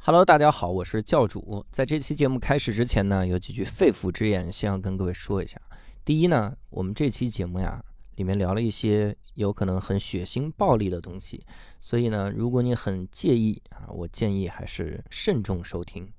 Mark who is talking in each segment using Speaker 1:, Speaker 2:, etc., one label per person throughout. Speaker 1: Hello，大家好，我是教主。在这期节目开始之前呢，有几句肺腑之言，先要跟各位说一下。第一呢，我们这期节目呀，里面聊了一些有可能很血腥、暴力的东西，所以呢，如果你很介意啊，我建议还是慎重收听。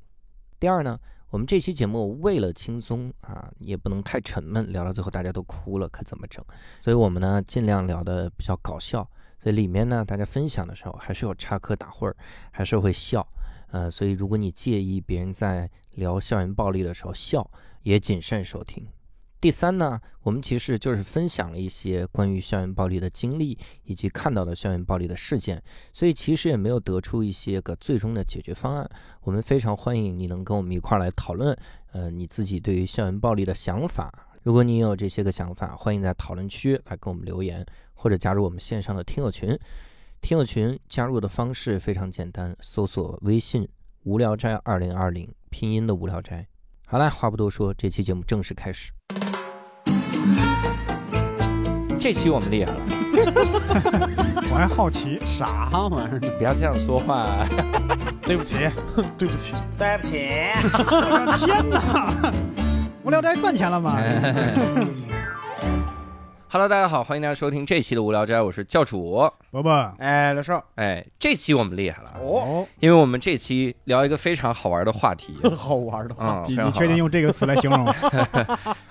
Speaker 1: 第二呢，我们这期节目为了轻松啊，也不能太沉闷，聊到最后大家都哭了，可怎么整？所以我们呢，尽量聊的比较搞笑，所以里面呢，大家分享的时候还是有插科打诨儿，还是会笑。呃，所以如果你介意别人在聊校园暴力的时候笑，也谨慎收听。第三呢，我们其实就是分享了一些关于校园暴力的经历，以及看到的校园暴力的事件，所以其实也没有得出一些个最终的解决方案。我们非常欢迎你能跟我们一块儿来讨论，呃，你自己对于校园暴力的想法。如果你也有这些个想法，欢迎在讨论区来跟我们留言，或者加入我们线上的听友群。听友群加入的方式非常简单，搜索微信“无聊斋二零二零”，拼音的“无聊斋”。好啦，话不多说，这期节目正式开始。这期我们厉害了，
Speaker 2: 我还好奇啥玩意儿呢？
Speaker 1: 不要这样说 话。
Speaker 3: 对不起，对不起，
Speaker 4: 对不起，
Speaker 2: 我的天 哪！无聊斋赚钱了吗？
Speaker 1: 哎 Hello，大家好，欢迎大家收听这期的《无聊斋》，我是教主。
Speaker 2: 伯伯，
Speaker 3: 哎，老少，
Speaker 1: 哎，这期我们厉害了，
Speaker 3: 哦，
Speaker 2: 哦，
Speaker 1: 因为我们这期聊一个非常好玩的话题
Speaker 3: 好玩的话
Speaker 1: 啊、
Speaker 2: 你
Speaker 1: 非常
Speaker 2: 你
Speaker 1: 好
Speaker 2: 确定
Speaker 1: 玩
Speaker 2: 用这个词来 形容？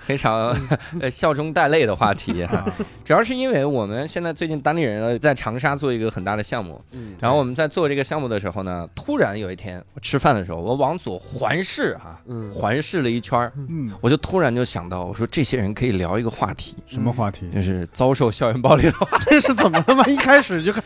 Speaker 1: 非常呃笑中带泪的话题哈。
Speaker 2: 啊
Speaker 1: 主要是因为我们现在最近当地人呢在长沙做一个很大的项目，
Speaker 3: 嗯
Speaker 1: 然后我们在做这个项目的时候呢，突然有一天我吃饭的时候，我往左环视哈、
Speaker 3: 嗯
Speaker 1: 环视了一圈儿，
Speaker 2: 嗯，
Speaker 1: 我就突然就想到，我说这些人可以聊一个话题，
Speaker 2: 什么话题？
Speaker 1: 就是遭受校园暴力的话
Speaker 3: 这是怎么他妈一开始就看，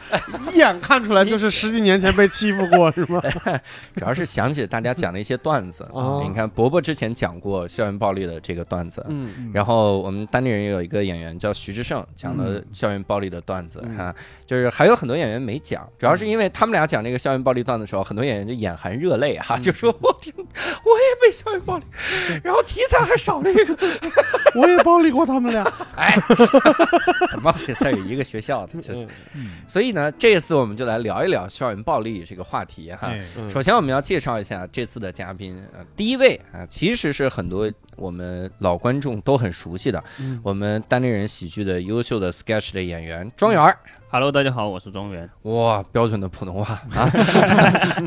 Speaker 3: 一眼看出来就是十几年前被欺负过 是吗？
Speaker 1: 主要是想起大家讲的一些段 子。
Speaker 3: 哦
Speaker 1: 你看，伯伯之前讲过校园暴力的这个段子。
Speaker 3: 嗯
Speaker 2: 嗯
Speaker 1: 然后我们当地人有一个演员叫徐志胜，讲的校园暴力的段子
Speaker 3: 嗯
Speaker 1: 哈、就是还有很多演员没讲，主要是因为他们俩讲这个校园暴力段子的时候，很多演员就眼含热泪哈、就说我听我也被校园暴力，然后题材还少了一个，
Speaker 3: 我也暴力过他们俩。
Speaker 1: 哎， 怎么回事？一个学校 的 就是，
Speaker 2: 嗯
Speaker 1: 所以呢，这次我们就来聊一聊校园暴力这个话题哈、
Speaker 2: 哎
Speaker 5: 嗯
Speaker 1: 首先，我们要介绍一下这次的嘉宾啊、呃第一位啊，其实是很多我们老观众都很熟悉的，
Speaker 3: 嗯
Speaker 1: 我们单立人喜剧的优秀的 sketch 的演员
Speaker 5: 嗯
Speaker 1: 庄园儿。
Speaker 5: Hello，大家好，我是庄园。
Speaker 1: 哇，标准的普通话 啊！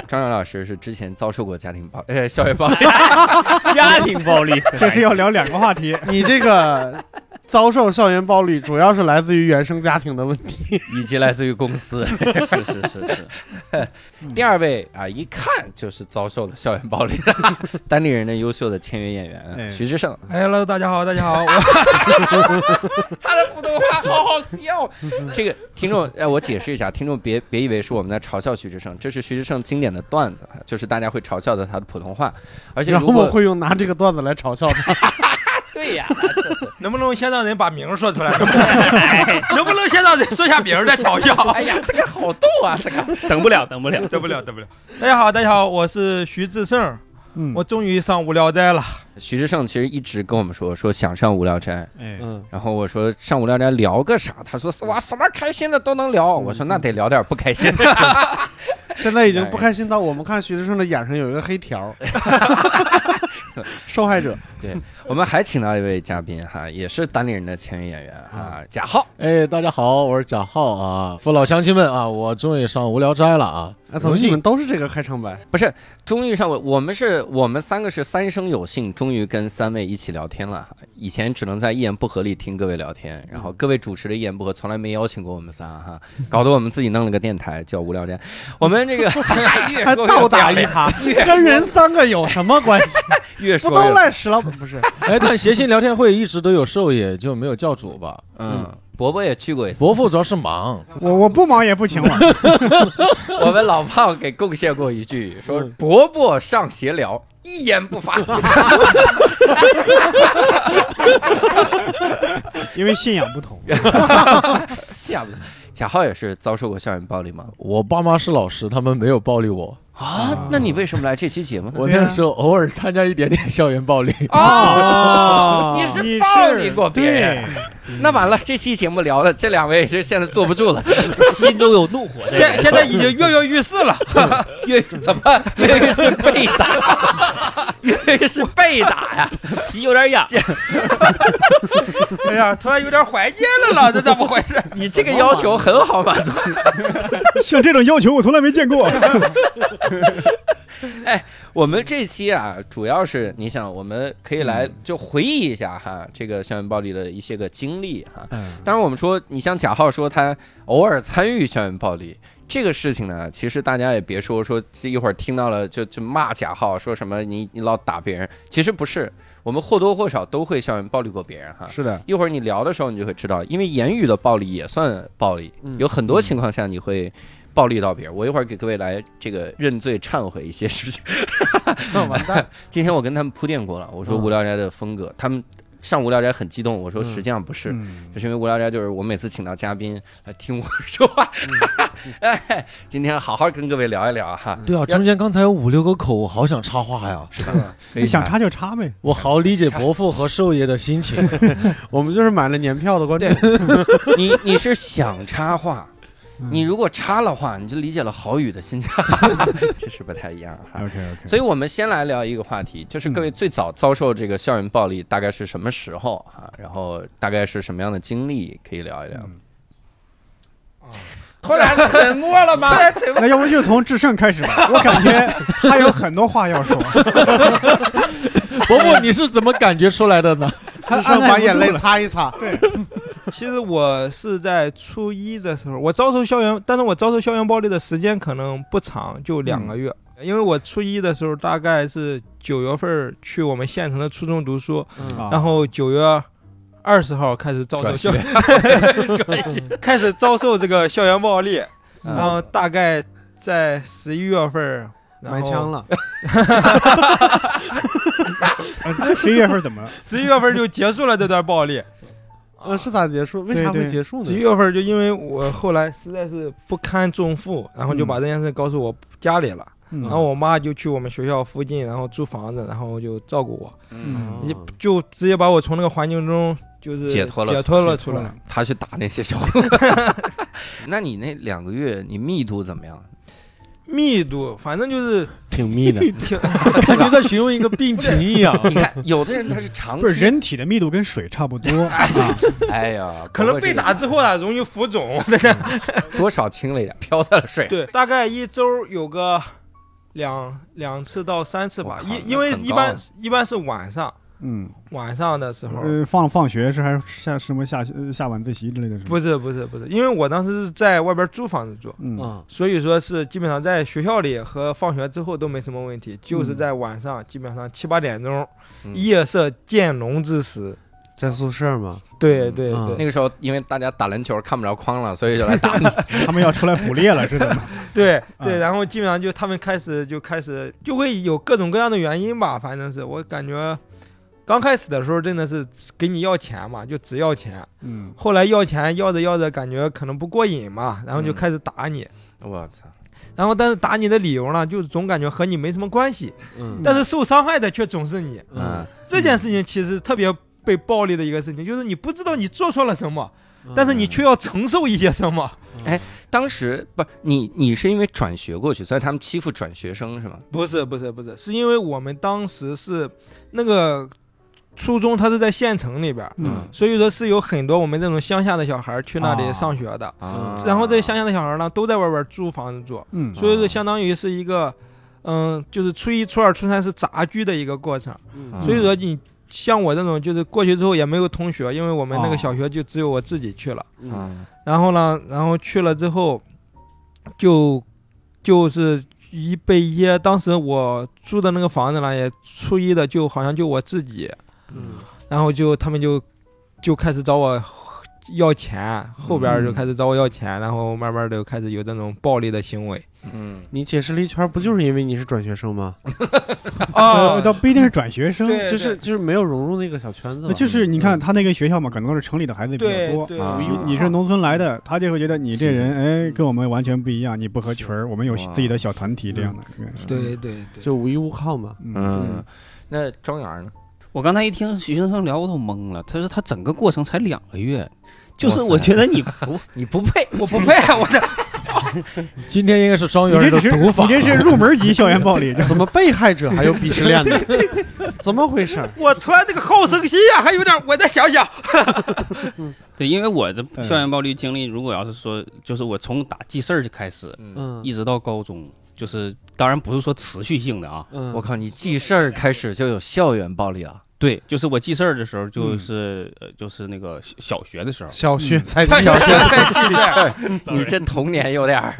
Speaker 1: 张元老师是之前遭受过家庭暴，呃，校园暴 力。
Speaker 5: 家庭暴力，
Speaker 2: 这次要聊两个话 题，
Speaker 3: 你这个遭受校园暴力，主要是来自于原生家庭的问题。
Speaker 1: 以及来自于公司。
Speaker 5: 是是是是，
Speaker 1: 第二位啊，一看就是遭受了校园暴力的 单立人的优秀的签约演员
Speaker 2: 哎
Speaker 1: 徐志胜，
Speaker 6: 哎，Hello，大家好，大家好，我
Speaker 1: 他的普通话好好笑。这个听众，哎，我解释一下，听众别别以为是我们在嘲笑徐志胜，这是徐志胜经典的段子，就是大家会嘲笑的他的普通话，而且
Speaker 3: 然
Speaker 1: 如
Speaker 3: 后我
Speaker 1: 果
Speaker 3: 会用拿这个段子来嘲笑他。
Speaker 1: 对呀，这是
Speaker 6: 能不能先让人把名儿说出来？ 能不能先让人说下名儿再嘲笑？
Speaker 1: 哎呀，这个好逗啊，这个
Speaker 5: 等不了，等不了。
Speaker 6: 得不了，得不了。 大家好，大家好，我是徐志胜，
Speaker 2: 嗯，
Speaker 6: 我终于上无聊斋了。
Speaker 1: 徐志胜其实一直跟我们说说想上无聊斋。
Speaker 2: 哎，
Speaker 3: 嗯，
Speaker 1: 然后我说上无聊斋聊个啥？他说哇什么开心的都能聊。我说那得聊点不开心的。
Speaker 3: 现在已
Speaker 1: 哎
Speaker 3: 经不开心到我们看徐志胜的眼上有一个黑条。 受害者，
Speaker 1: 我们还请到一位嘉宾哈，也是单立人的签约演员哈，贾浩。
Speaker 7: 哎，大家好，我是贾浩啊，父老乡亲们啊，我终于上无聊斋了啊，
Speaker 3: 哎，怎么你们都是这个开场 白？
Speaker 1: 终于上我我们是我们三个是三生有幸，终于跟三位一起聊天了。以前只能在一言不合里听各位聊天，然后各位主持的一言不合从来没邀请过我们仨 哈，搞得我们自己弄了个电台叫无聊斋。我们这个 越
Speaker 3: 还
Speaker 1: 说越
Speaker 3: 倒打
Speaker 1: 不要
Speaker 3: 一
Speaker 1: 脸
Speaker 3: 耙，跟人三个有什么关 系？
Speaker 1: 越
Speaker 3: 不
Speaker 1: 说
Speaker 3: 都
Speaker 1: 越
Speaker 3: 赖石老板 不是？
Speaker 7: 哎，但谐星聊天会一直都有受益，就没有教主吧？
Speaker 1: 嗯，伯伯也去过一次，
Speaker 7: 伯父主要是忙，
Speaker 2: 我我不忙也不请我，
Speaker 1: 我们老胖给贡献过一句，说伯伯上闲聊，一言不 发。
Speaker 2: 因为信仰不同。啊
Speaker 1: 吓不得贾浩也是遭受过校园暴力吗？
Speaker 7: 我爸妈是老师，他们没有暴力我，
Speaker 1: 啊，那你为什么来这期节目呢？
Speaker 7: 我
Speaker 3: 啊
Speaker 7: 那时候偶尔参加一点点校园暴力。
Speaker 1: 哦，
Speaker 2: 哦
Speaker 1: 你是暴力过别人，
Speaker 2: 对
Speaker 1: 那完了，这期节目聊的这两位就现在坐不住了，
Speaker 8: 心中有怒火。
Speaker 9: 现现在已经跃跃欲试 了，
Speaker 1: 越怎么越狱是被打，越狱是被打呀？
Speaker 8: 皮有点痒，
Speaker 9: 哎呀，突然有点怀念了了，这怎么回事？
Speaker 1: 你这个要求很好满足。
Speaker 2: 像这种要求我从来没见 过。
Speaker 1: 我们这期啊，主要是你想，我们可以来就回忆一下哈，这个校园暴力的一些个经历哈。当然，我们说，你像贾浩说他偶尔参与校园暴力这个事情呢，其实大家也别说说这一会儿听到了就就骂贾浩说什么你你老打别人，其实不是，我们或多或少都会校园暴力过别人哈。
Speaker 3: 是的，
Speaker 1: 一会儿你聊的时候，你就会知道，因为言语的暴力也算暴力，
Speaker 3: 嗯
Speaker 1: 有很多情况下你会暴力到别人。我一会儿给各位来这个认罪忏悔一些事情。
Speaker 3: 那完 蛋，
Speaker 1: 今天我跟他们铺垫过了，我说
Speaker 3: 嗯
Speaker 1: 无聊斋的风格，他们上无聊斋很激动，我说实际上不是，
Speaker 2: 嗯
Speaker 1: 就是因为无聊斋就是我每次请到嘉宾来听我说话。
Speaker 2: 嗯
Speaker 1: 哎，今天好好跟各位聊一聊哈，
Speaker 7: 对啊，中间刚才有五六个口，我好想插话呀！
Speaker 2: 你想插就插呗。
Speaker 7: 我好理解伯父和寿爷的心情。
Speaker 3: 我们就是买了年票的观众
Speaker 1: 对。你你是想插话，
Speaker 2: 嗯
Speaker 1: 你如果插了话，你就理解了郝宇的心情， 这是不太一样哈。
Speaker 2: OK OK，
Speaker 1: 所以，我们先来聊一个话题，就是各位最早遭受这个校园暴力大概是什么时候啊？
Speaker 2: 嗯
Speaker 1: 然后大概是什么样的经历，可以聊一聊。啊突然沉默了吗？
Speaker 2: 嗯那要不就从智胜开始吧，我感觉他有很多话要说。
Speaker 7: 伯父，你是怎么感觉出来的呢？
Speaker 3: 他上把眼泪擦一擦，
Speaker 9: 其实我是在初一的时候，我遭受校园，但是我遭受校园暴力的时间可能不长，就两个月。因为我初一的时候大概是九月份儿去我们县城的初中读书，
Speaker 2: 啊
Speaker 9: 然后九月二十号开始遭受校， 开始遭受这个校园暴力，
Speaker 2: 嗯
Speaker 9: 然后
Speaker 1: 呃
Speaker 9: 大概在十一月份儿
Speaker 3: 买枪，了，
Speaker 2: 呃这十一月份怎么了？
Speaker 9: 十一月份儿就结束了这段暴力。
Speaker 3: 嗯，是咋结束？为啥会结束
Speaker 9: 十一
Speaker 3: 呢？
Speaker 9: 月份就因为我后来实在是不堪重负，然后就把这件事告诉我家里了，
Speaker 2: 然
Speaker 9: 然后我妈就去我们学校附近，然后租房子，然后就照顾我，
Speaker 2: 嗯
Speaker 9: 也就直接把我从那个环境中就是
Speaker 1: 解脱了
Speaker 9: 解脱了出来。
Speaker 1: 他去打那些小混混。 那你那两个月你密度怎么样？
Speaker 9: 密度反正就是
Speaker 7: 挺密的，
Speaker 9: 挺
Speaker 7: 感觉在询问一个病情一样。
Speaker 9: 啊
Speaker 1: 你看，有的人他是长
Speaker 2: 不是
Speaker 1: 期，
Speaker 2: 人体的密度跟水差不多啊，
Speaker 1: 哎呀，
Speaker 9: 可能被打之后啊容易浮肿，但是
Speaker 1: 多少轻了一点，飘在了 水。
Speaker 9: 对，大概一周有个两两次到三次吧
Speaker 1: 我，靠那
Speaker 9: 因因为
Speaker 1: 很
Speaker 9: 一
Speaker 1: 高
Speaker 9: 般
Speaker 1: 啊嗯
Speaker 9: 一般是晚上
Speaker 2: 嗯，
Speaker 9: 晚上的时候，
Speaker 2: 呃，放放学是还是下什么下呃下晚自习之类的是吗？
Speaker 9: 不是不是不是，因为我当时是在外边租房子住。
Speaker 2: 嗯，
Speaker 3: 嗯，
Speaker 9: 所以说是基本上在学校里和放学之后都没什么问题，就是在晚上基本上七八点钟，
Speaker 1: 嗯
Speaker 9: 夜色渐浓之时。
Speaker 3: 在宿舍吗？
Speaker 9: 对对
Speaker 3: 嗯
Speaker 9: 对
Speaker 1: 那个时候，因为大家打篮球看不着框了，所以就来 打你。
Speaker 2: 他们要出来捕猎了是怎么？
Speaker 9: 对对，
Speaker 2: 嗯
Speaker 9: 然后基本上就他们开始就开始就会有各种各样的原因吧，反正是我感觉。刚开始的时候真的是给你要钱嘛，就只要钱。
Speaker 2: 嗯，
Speaker 9: 后来要钱要着要着，感觉可能不过瘾嘛，然后就
Speaker 1: 嗯
Speaker 9: 开始打你。
Speaker 1: 我操！
Speaker 9: 然后但是打你的理由呢，就总感觉和你没什么关系，
Speaker 3: 嗯
Speaker 9: 但是受伤害的却总是你。
Speaker 1: 嗯，
Speaker 9: 这件事情其实特别被暴力的一个事情，就是你不知道你做错了什么，
Speaker 3: 嗯
Speaker 9: 但是你却要承受一些什么。
Speaker 1: 当时不，你你是因为转学过去，所以他们欺负转学生是吗？
Speaker 9: 不是不是不是，是因为我们当时是那个初中，它是在县城里边儿，
Speaker 2: 嗯
Speaker 9: 所以说是有很多我们这种乡下的小孩儿去那
Speaker 2: 啊
Speaker 9: 里上学的，
Speaker 1: 啊，
Speaker 9: 嗯然后这乡下的小孩儿呢都在外边儿租房子住，
Speaker 2: 嗯，
Speaker 9: 所以说相当于是一个，嗯，就是初一、初二、初三是杂居的一个过程。
Speaker 3: 嗯
Speaker 1: 嗯
Speaker 9: 所以说你像我这种，就是过去之后也没有同学，因为我们那个
Speaker 2: 哦
Speaker 9: 小学就只有我自己去了。
Speaker 1: 嗯
Speaker 9: 然后呢，然后去了之后，就就是一被噎。当时我住的那个房子呢，也初一的就好像就我自己，
Speaker 1: 嗯
Speaker 9: 然后就他们就就开始找我要钱，后边儿就
Speaker 2: 嗯
Speaker 9: 开始找我要钱，然后慢慢的就开始有这种暴力的行为。
Speaker 1: 嗯，
Speaker 3: 你解释了一圈，不就是因为你是转学生吗？
Speaker 2: 呃
Speaker 9: 啊，
Speaker 2: 倒不一定是转学生，
Speaker 9: 对，
Speaker 3: 就是就是没有融入那个小圈子吧，
Speaker 2: 就是你看他那个学校嘛，可能都是城里的孩子比较
Speaker 9: 对
Speaker 2: 多。
Speaker 9: 对
Speaker 1: 啊
Speaker 9: 对
Speaker 2: 你你是农村来的，他就会觉得你这人哎跟我们完全不一样，你不合群儿，我们有
Speaker 1: 哇
Speaker 2: 自己的小团体这样的。应该是
Speaker 9: 对对对，
Speaker 3: 就无依无靠嘛。
Speaker 2: 嗯
Speaker 1: 嗯，那庄园呢？
Speaker 5: 我刚才一听徐先生聊，我都懵了。他说他整个过程才两个月，
Speaker 8: 就是
Speaker 7: 哇塞
Speaker 8: 我觉得你不，
Speaker 1: 你不配，
Speaker 9: 我不配啊，我这
Speaker 7: 今天应该是双
Speaker 2: 你
Speaker 7: 元
Speaker 2: 这
Speaker 7: 人
Speaker 2: 只
Speaker 7: 的
Speaker 2: 是
Speaker 7: 读法
Speaker 2: 你，这是入门级校园暴力，这
Speaker 3: 怎么被害者还有鄙视链 呢？怎么回事？
Speaker 9: 我突然这个好胜心啊，还有点，我再想想。
Speaker 5: 对，因为我的
Speaker 2: 嗯
Speaker 5: 校园暴力经历，如果要是说，就是我从打记事儿就开始，
Speaker 3: 嗯
Speaker 5: 一直到高中，就是当然不是说持续性的啊，
Speaker 3: 嗯
Speaker 1: 我靠，你记事儿开始就有校园暴力了。
Speaker 5: 对，就是我记事儿的时候，就是、呃，就是那个小小学的时候，
Speaker 3: 小学
Speaker 2: 嗯
Speaker 3: 才
Speaker 1: 上
Speaker 3: 记
Speaker 1: 小
Speaker 3: 小
Speaker 1: 学
Speaker 3: 学，
Speaker 1: 才记事儿，
Speaker 8: sorry
Speaker 1: 你这童年有点儿，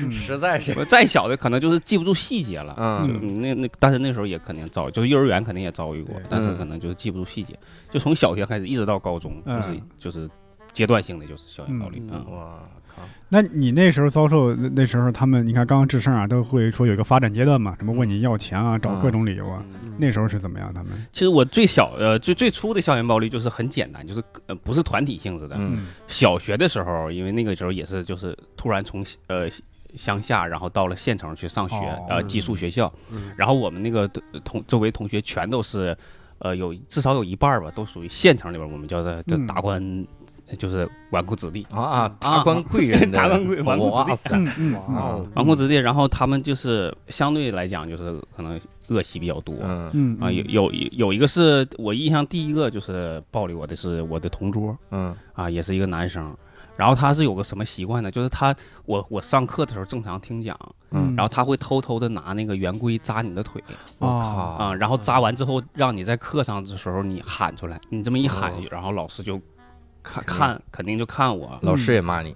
Speaker 9: 嗯
Speaker 1: 实在是。
Speaker 5: 我再小的可能就是记不住细节了。就
Speaker 1: 嗯，
Speaker 5: 那那，但是那时候也肯定遭，就是幼儿园肯定也遭遇过
Speaker 2: 对，
Speaker 5: 但是
Speaker 1: 嗯
Speaker 5: 可能就是记不住细节，就从小学开始一直到高中，就是
Speaker 2: 嗯
Speaker 5: 就是阶段性的就是校园暴力
Speaker 3: 嗯
Speaker 5: 啊。嗯
Speaker 1: 哇靠，
Speaker 2: 那你那时候遭受那那时候他们，你看刚刚智胜啊，都会说有一个发展阶段嘛，什么问你要钱啊，找各种理由
Speaker 5: 嗯
Speaker 2: 啊。那时候是怎么样？他们
Speaker 5: 其实我最小呃最最初的校园暴力就是很简单，就是呃不是团体性质的。
Speaker 1: 嗯
Speaker 5: 小学的时候，因为那个时候也是就是突然从呃乡下，然后到了县城去上学，
Speaker 2: 哦
Speaker 5: 呃寄宿学校，
Speaker 3: 嗯
Speaker 5: 然后我们那个呃同周围同学全都是。呃，有至少有一半儿吧，都属于县城里边儿，我们叫做这
Speaker 2: 嗯
Speaker 5: 达官，就是纨绔子弟。
Speaker 1: 啊啊，达官贵人的，啊
Speaker 5: 达官贵纨绔子弟
Speaker 1: 哇塞，
Speaker 2: 嗯嗯
Speaker 1: 哇
Speaker 5: 纨绔子弟，然后他们就是相对来讲，就是可能恶习比较多。
Speaker 1: 嗯
Speaker 2: 嗯
Speaker 5: 啊，有有有一个是我印象第一个就是暴力我的是我的同桌
Speaker 1: 嗯
Speaker 5: 啊，也是一个男生。然后他是有个什么习惯呢？就是他我我上课的时候正常听讲，
Speaker 1: 嗯，
Speaker 5: 然后他会偷偷的拿那个圆规扎你的腿
Speaker 2: 嗯
Speaker 1: 我
Speaker 5: 啊，
Speaker 2: 哦
Speaker 1: 靠，
Speaker 5: 然后扎完之后让你在课上的时候你喊出来，你这么一喊，
Speaker 1: 哦
Speaker 5: 然后老师就看看肯定就看我，
Speaker 1: 老师也骂你，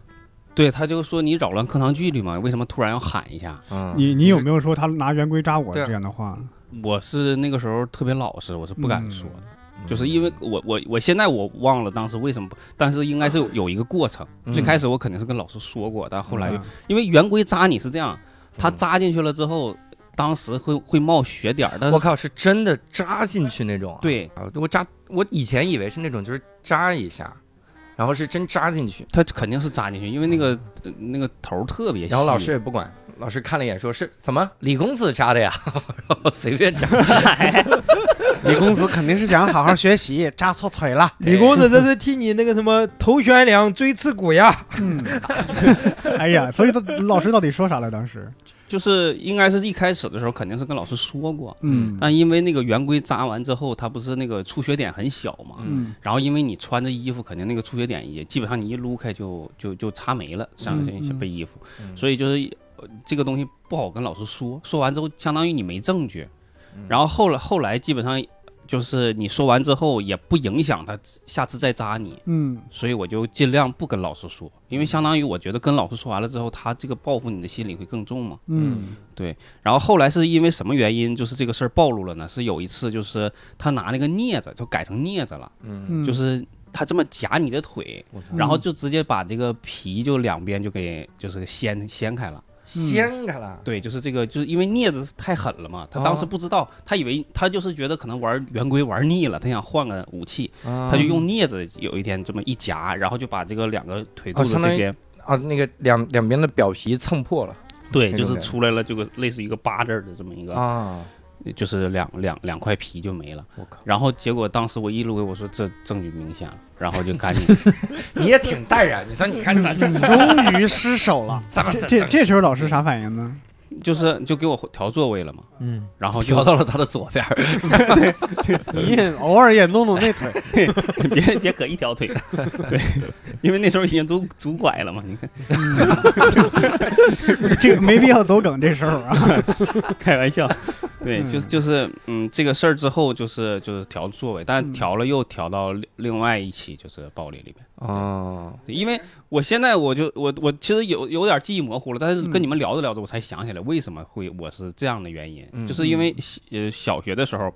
Speaker 5: 对，他就说你扰乱课堂纪律嘛，为什么突然要喊一下？
Speaker 1: 嗯，
Speaker 2: 你你有没有说他拿圆规扎我
Speaker 1: 对啊
Speaker 2: 这样的话？
Speaker 5: 我是那个时候特别老实，我是不敢说的。
Speaker 1: 嗯
Speaker 5: 就是因为我我我现在我忘了当时为什么不，但是应该是有有一个过程。
Speaker 1: 嗯
Speaker 5: 最开始我肯定是跟老师说过，但后来又
Speaker 2: 嗯
Speaker 5: 因为圆规扎你是这样，它
Speaker 1: 嗯
Speaker 5: 扎进去了之后，当时会会冒血点儿，但
Speaker 1: 我
Speaker 5: 是
Speaker 1: 靠，是真的扎进去那种啊。
Speaker 5: 嗯对
Speaker 1: 啊，我扎，我以前以为是那种，就是扎一下，然后是真扎进去，
Speaker 5: 它肯定是扎进去，因为那个呃那个头儿特别细。
Speaker 1: 嗯然后老师也不管，老师看了一眼说：“是怎么李公子扎的呀？” 然后随便扎。
Speaker 3: 李公子肯定是想好好学习，扎错腿了。
Speaker 9: 李
Speaker 2: 嗯
Speaker 9: 公子这是替你那个什么头悬梁锥刺股呀，
Speaker 5: 嗯
Speaker 2: 哎呀，所以他老师到底说啥了？当时，
Speaker 5: 就是应该是一开始的时候肯定是跟老师说过，
Speaker 2: 嗯
Speaker 5: 但因为那个圆规扎完之后，它不是那个出血点很小嘛，
Speaker 2: 嗯
Speaker 5: 然后因为你穿着衣服，肯定那个出血点也基本上你一撸开就就就擦没了，上
Speaker 2: 嗯
Speaker 5: 这
Speaker 2: 嗯
Speaker 5: 被衣服，
Speaker 1: 嗯
Speaker 5: 所以就是呃这个东西不好跟老师说，说完之后相当于你没证据
Speaker 1: 嗯，
Speaker 5: 然后后来后来基本上就是你说完之后也不影响他下次再扎你，
Speaker 2: 嗯
Speaker 5: 所以我就尽量不跟老师说，因为相当于我觉得跟老师说完了之后，他这个报复你的心理会更重嘛。
Speaker 2: 嗯
Speaker 5: 然后后来是因为什么原因，就是这个事儿暴露了呢？是有一次就是他拿那个镊子就改成镊子了。
Speaker 1: 嗯，
Speaker 2: 嗯，
Speaker 5: 就是他这么夹你的腿，
Speaker 1: 我操
Speaker 5: 然后就直接把这个皮就两边就给就是掀掀开了。
Speaker 1: 掀开了。
Speaker 5: 对，就是这个，就是因为镊子是太狠了嘛，他当时不知道，他以为他就是觉得可能玩圆规玩腻了，他想换个武器，
Speaker 1: 他
Speaker 5: 他就用镊子有一天这么一夹，然后就把这个两个腿肚
Speaker 1: 哦
Speaker 5: 子
Speaker 1: 相当于
Speaker 5: 这边，
Speaker 1: 啊，那个两两边的表皮蹭破了
Speaker 5: 对，
Speaker 1: 那
Speaker 5: 就
Speaker 1: 种
Speaker 5: 是
Speaker 1: 感觉
Speaker 5: 出来了这个类似一个八字儿的这么一个，
Speaker 1: 啊！
Speaker 5: 就是两两两块皮就没了。
Speaker 1: 我靠，
Speaker 5: 然后结果当时我一路给我说这证据明显了，然后就赶紧
Speaker 1: 你也挺淡然。你说你看这这
Speaker 3: 嗯
Speaker 1: 这
Speaker 3: 终于失手 了，
Speaker 1: 这
Speaker 2: 这这这时候老师啥反应呢？
Speaker 5: 就是就给我调座位了嘛，
Speaker 1: 嗯，
Speaker 5: 然后就
Speaker 1: 飘到了他的左边儿，
Speaker 3: 你也偶尔也弄弄那腿。
Speaker 5: 别别搁一条腿，对，因为那时候已经拄拄拐了嘛，你看，
Speaker 2: 这个没必要走梗，这时候 啊，
Speaker 5: 开 玩笑，对，
Speaker 2: 嗯
Speaker 5: 就就是嗯，这个事儿之后就是就是调座位，
Speaker 1: 嗯
Speaker 5: 但调了又调到另另外一起就是暴力里面，
Speaker 1: 哦，
Speaker 5: 对因为我现在我就我我其实有有点记忆模糊了，但是
Speaker 2: 嗯
Speaker 5: 跟你们聊着聊着我才想起来为什么会我是这样的原因，
Speaker 1: 嗯
Speaker 5: 就是因为小呃小学的时候。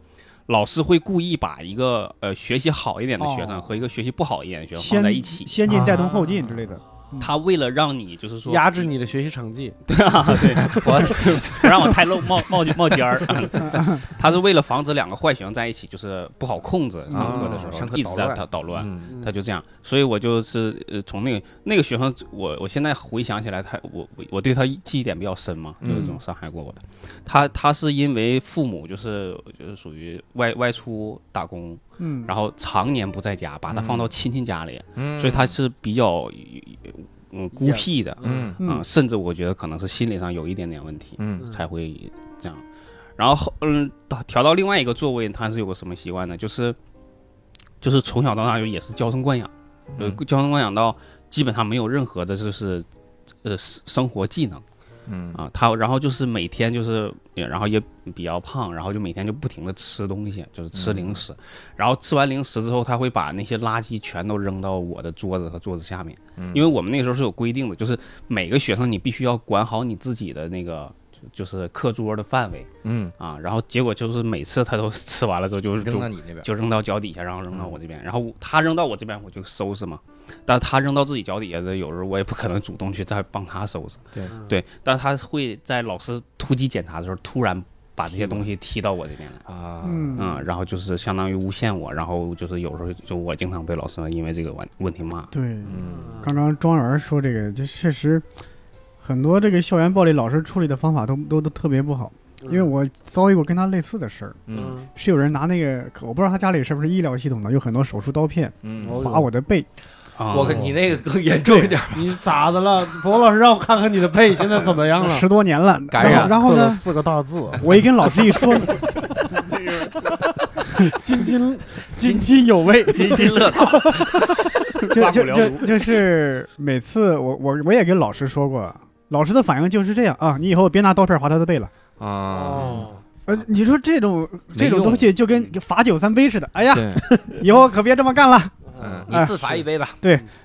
Speaker 5: 老师会故意把一个呃学习好一点的学生
Speaker 2: 哦
Speaker 5: 和一个学习不好一点的学生
Speaker 2: 先
Speaker 5: 放在一起，啊
Speaker 2: 先进带动后进之类的。
Speaker 5: 他为了让你就是说
Speaker 3: 压制你的学习成绩，
Speaker 8: 对，我不让我太露冒冒冒尖儿，
Speaker 5: 他是为了防止两个坏学生在一起就是不好控制，上课的时候、
Speaker 1: 哦上课
Speaker 5: 一直
Speaker 1: 捣
Speaker 5: 在
Speaker 1: 乱
Speaker 5: 他捣乱。
Speaker 1: 嗯
Speaker 5: 他就这样，所以我就是呃，从那个那个学生，我我现在回想起来，他我我我对他记忆点比较深嘛，
Speaker 1: 嗯
Speaker 5: 就是这种伤害过我的。他他是因为父母就是就是属于外外出打工，
Speaker 2: 嗯，
Speaker 5: 然后常年不在家，把他放到亲戚家里，
Speaker 1: 嗯
Speaker 5: 所以他是比较嗯孤僻的，
Speaker 1: 嗯
Speaker 5: 啊，甚至我觉得可能是心理上有一点点问题，
Speaker 1: 嗯
Speaker 5: 才会这样。然后后嗯，到调到另外一个座位，他是有个什么习惯呢？就是就是从小到大就也是娇生惯养，呃，
Speaker 1: 嗯
Speaker 5: 娇生惯养到基本上没有任何的就是呃生生活技能
Speaker 1: 嗯
Speaker 5: 啊。他然后就是每天就是，也然后也比较胖，然后就每天就不停的吃东西，就是吃零
Speaker 1: 嗯
Speaker 5: 食。然后吃完零食之后，他会把那些垃圾全都扔到我的桌子和桌子下面。
Speaker 1: 嗯
Speaker 5: 因为我们那时候是有规定的，就是每个学生你必须要管好你自己的那个就就是课桌的范围
Speaker 1: 嗯，
Speaker 5: 啊。然后结果就是每次他都 吃完了之后就
Speaker 1: 扔到
Speaker 5: 就
Speaker 1: 你那边，
Speaker 5: 就扔到脚底下，然后扔到我这边，然后他扔到我这边我就收拾嘛。但他扔到自己脚底下的，有时候我也不可能主动去再帮他收拾。
Speaker 1: 对
Speaker 5: 对，但他会在老师突击检查的时候突然。把这些东西踢到我这边来，
Speaker 1: 啊，
Speaker 5: 嗯，然后就是相当于诬陷我，然后就是有时候就我经常被老师因为这个问问题骂，
Speaker 2: 对，
Speaker 1: 嗯
Speaker 2: 刚刚庄园说这个，就确实很多这个校园暴力老师处理的方法都都都特别不好，
Speaker 5: 嗯
Speaker 2: 因为我遭遇过跟他类似的事儿，
Speaker 1: 嗯
Speaker 2: 是有人拿那个，我不知道他家里是不是医疗系统的，有很多手术刀片
Speaker 1: 嗯，
Speaker 3: 哦
Speaker 2: 划我的背，
Speaker 5: 啊
Speaker 1: 我跟你那个更严重一点儿，
Speaker 3: 你咋的了？博老师让我看看你的背现在怎么样了？
Speaker 2: 十多年了，
Speaker 1: 感
Speaker 2: 然后
Speaker 1: 染
Speaker 2: 然后
Speaker 3: 刻了
Speaker 2: 呢，
Speaker 3: 四个大字，
Speaker 1: 嗯
Speaker 2: 我一跟老师一 说，
Speaker 3: 津津津津有味，津津乐道。
Speaker 2: 就就就就是每次我我我也跟老师说过，老师的反应就是这样啊，你以后别拿刀片划他的背了。
Speaker 1: 啊，
Speaker 3: 哦，
Speaker 2: 呃，你说这种这
Speaker 1: 没用嗯
Speaker 2: 种东西就跟罚酒三杯似的，哎
Speaker 7: 嗯
Speaker 2: 呀，
Speaker 1: 对，
Speaker 2: 以后可别这么干了，
Speaker 1: 嗯，
Speaker 3: 哦
Speaker 2: 哎
Speaker 1: 你自罚一杯吧，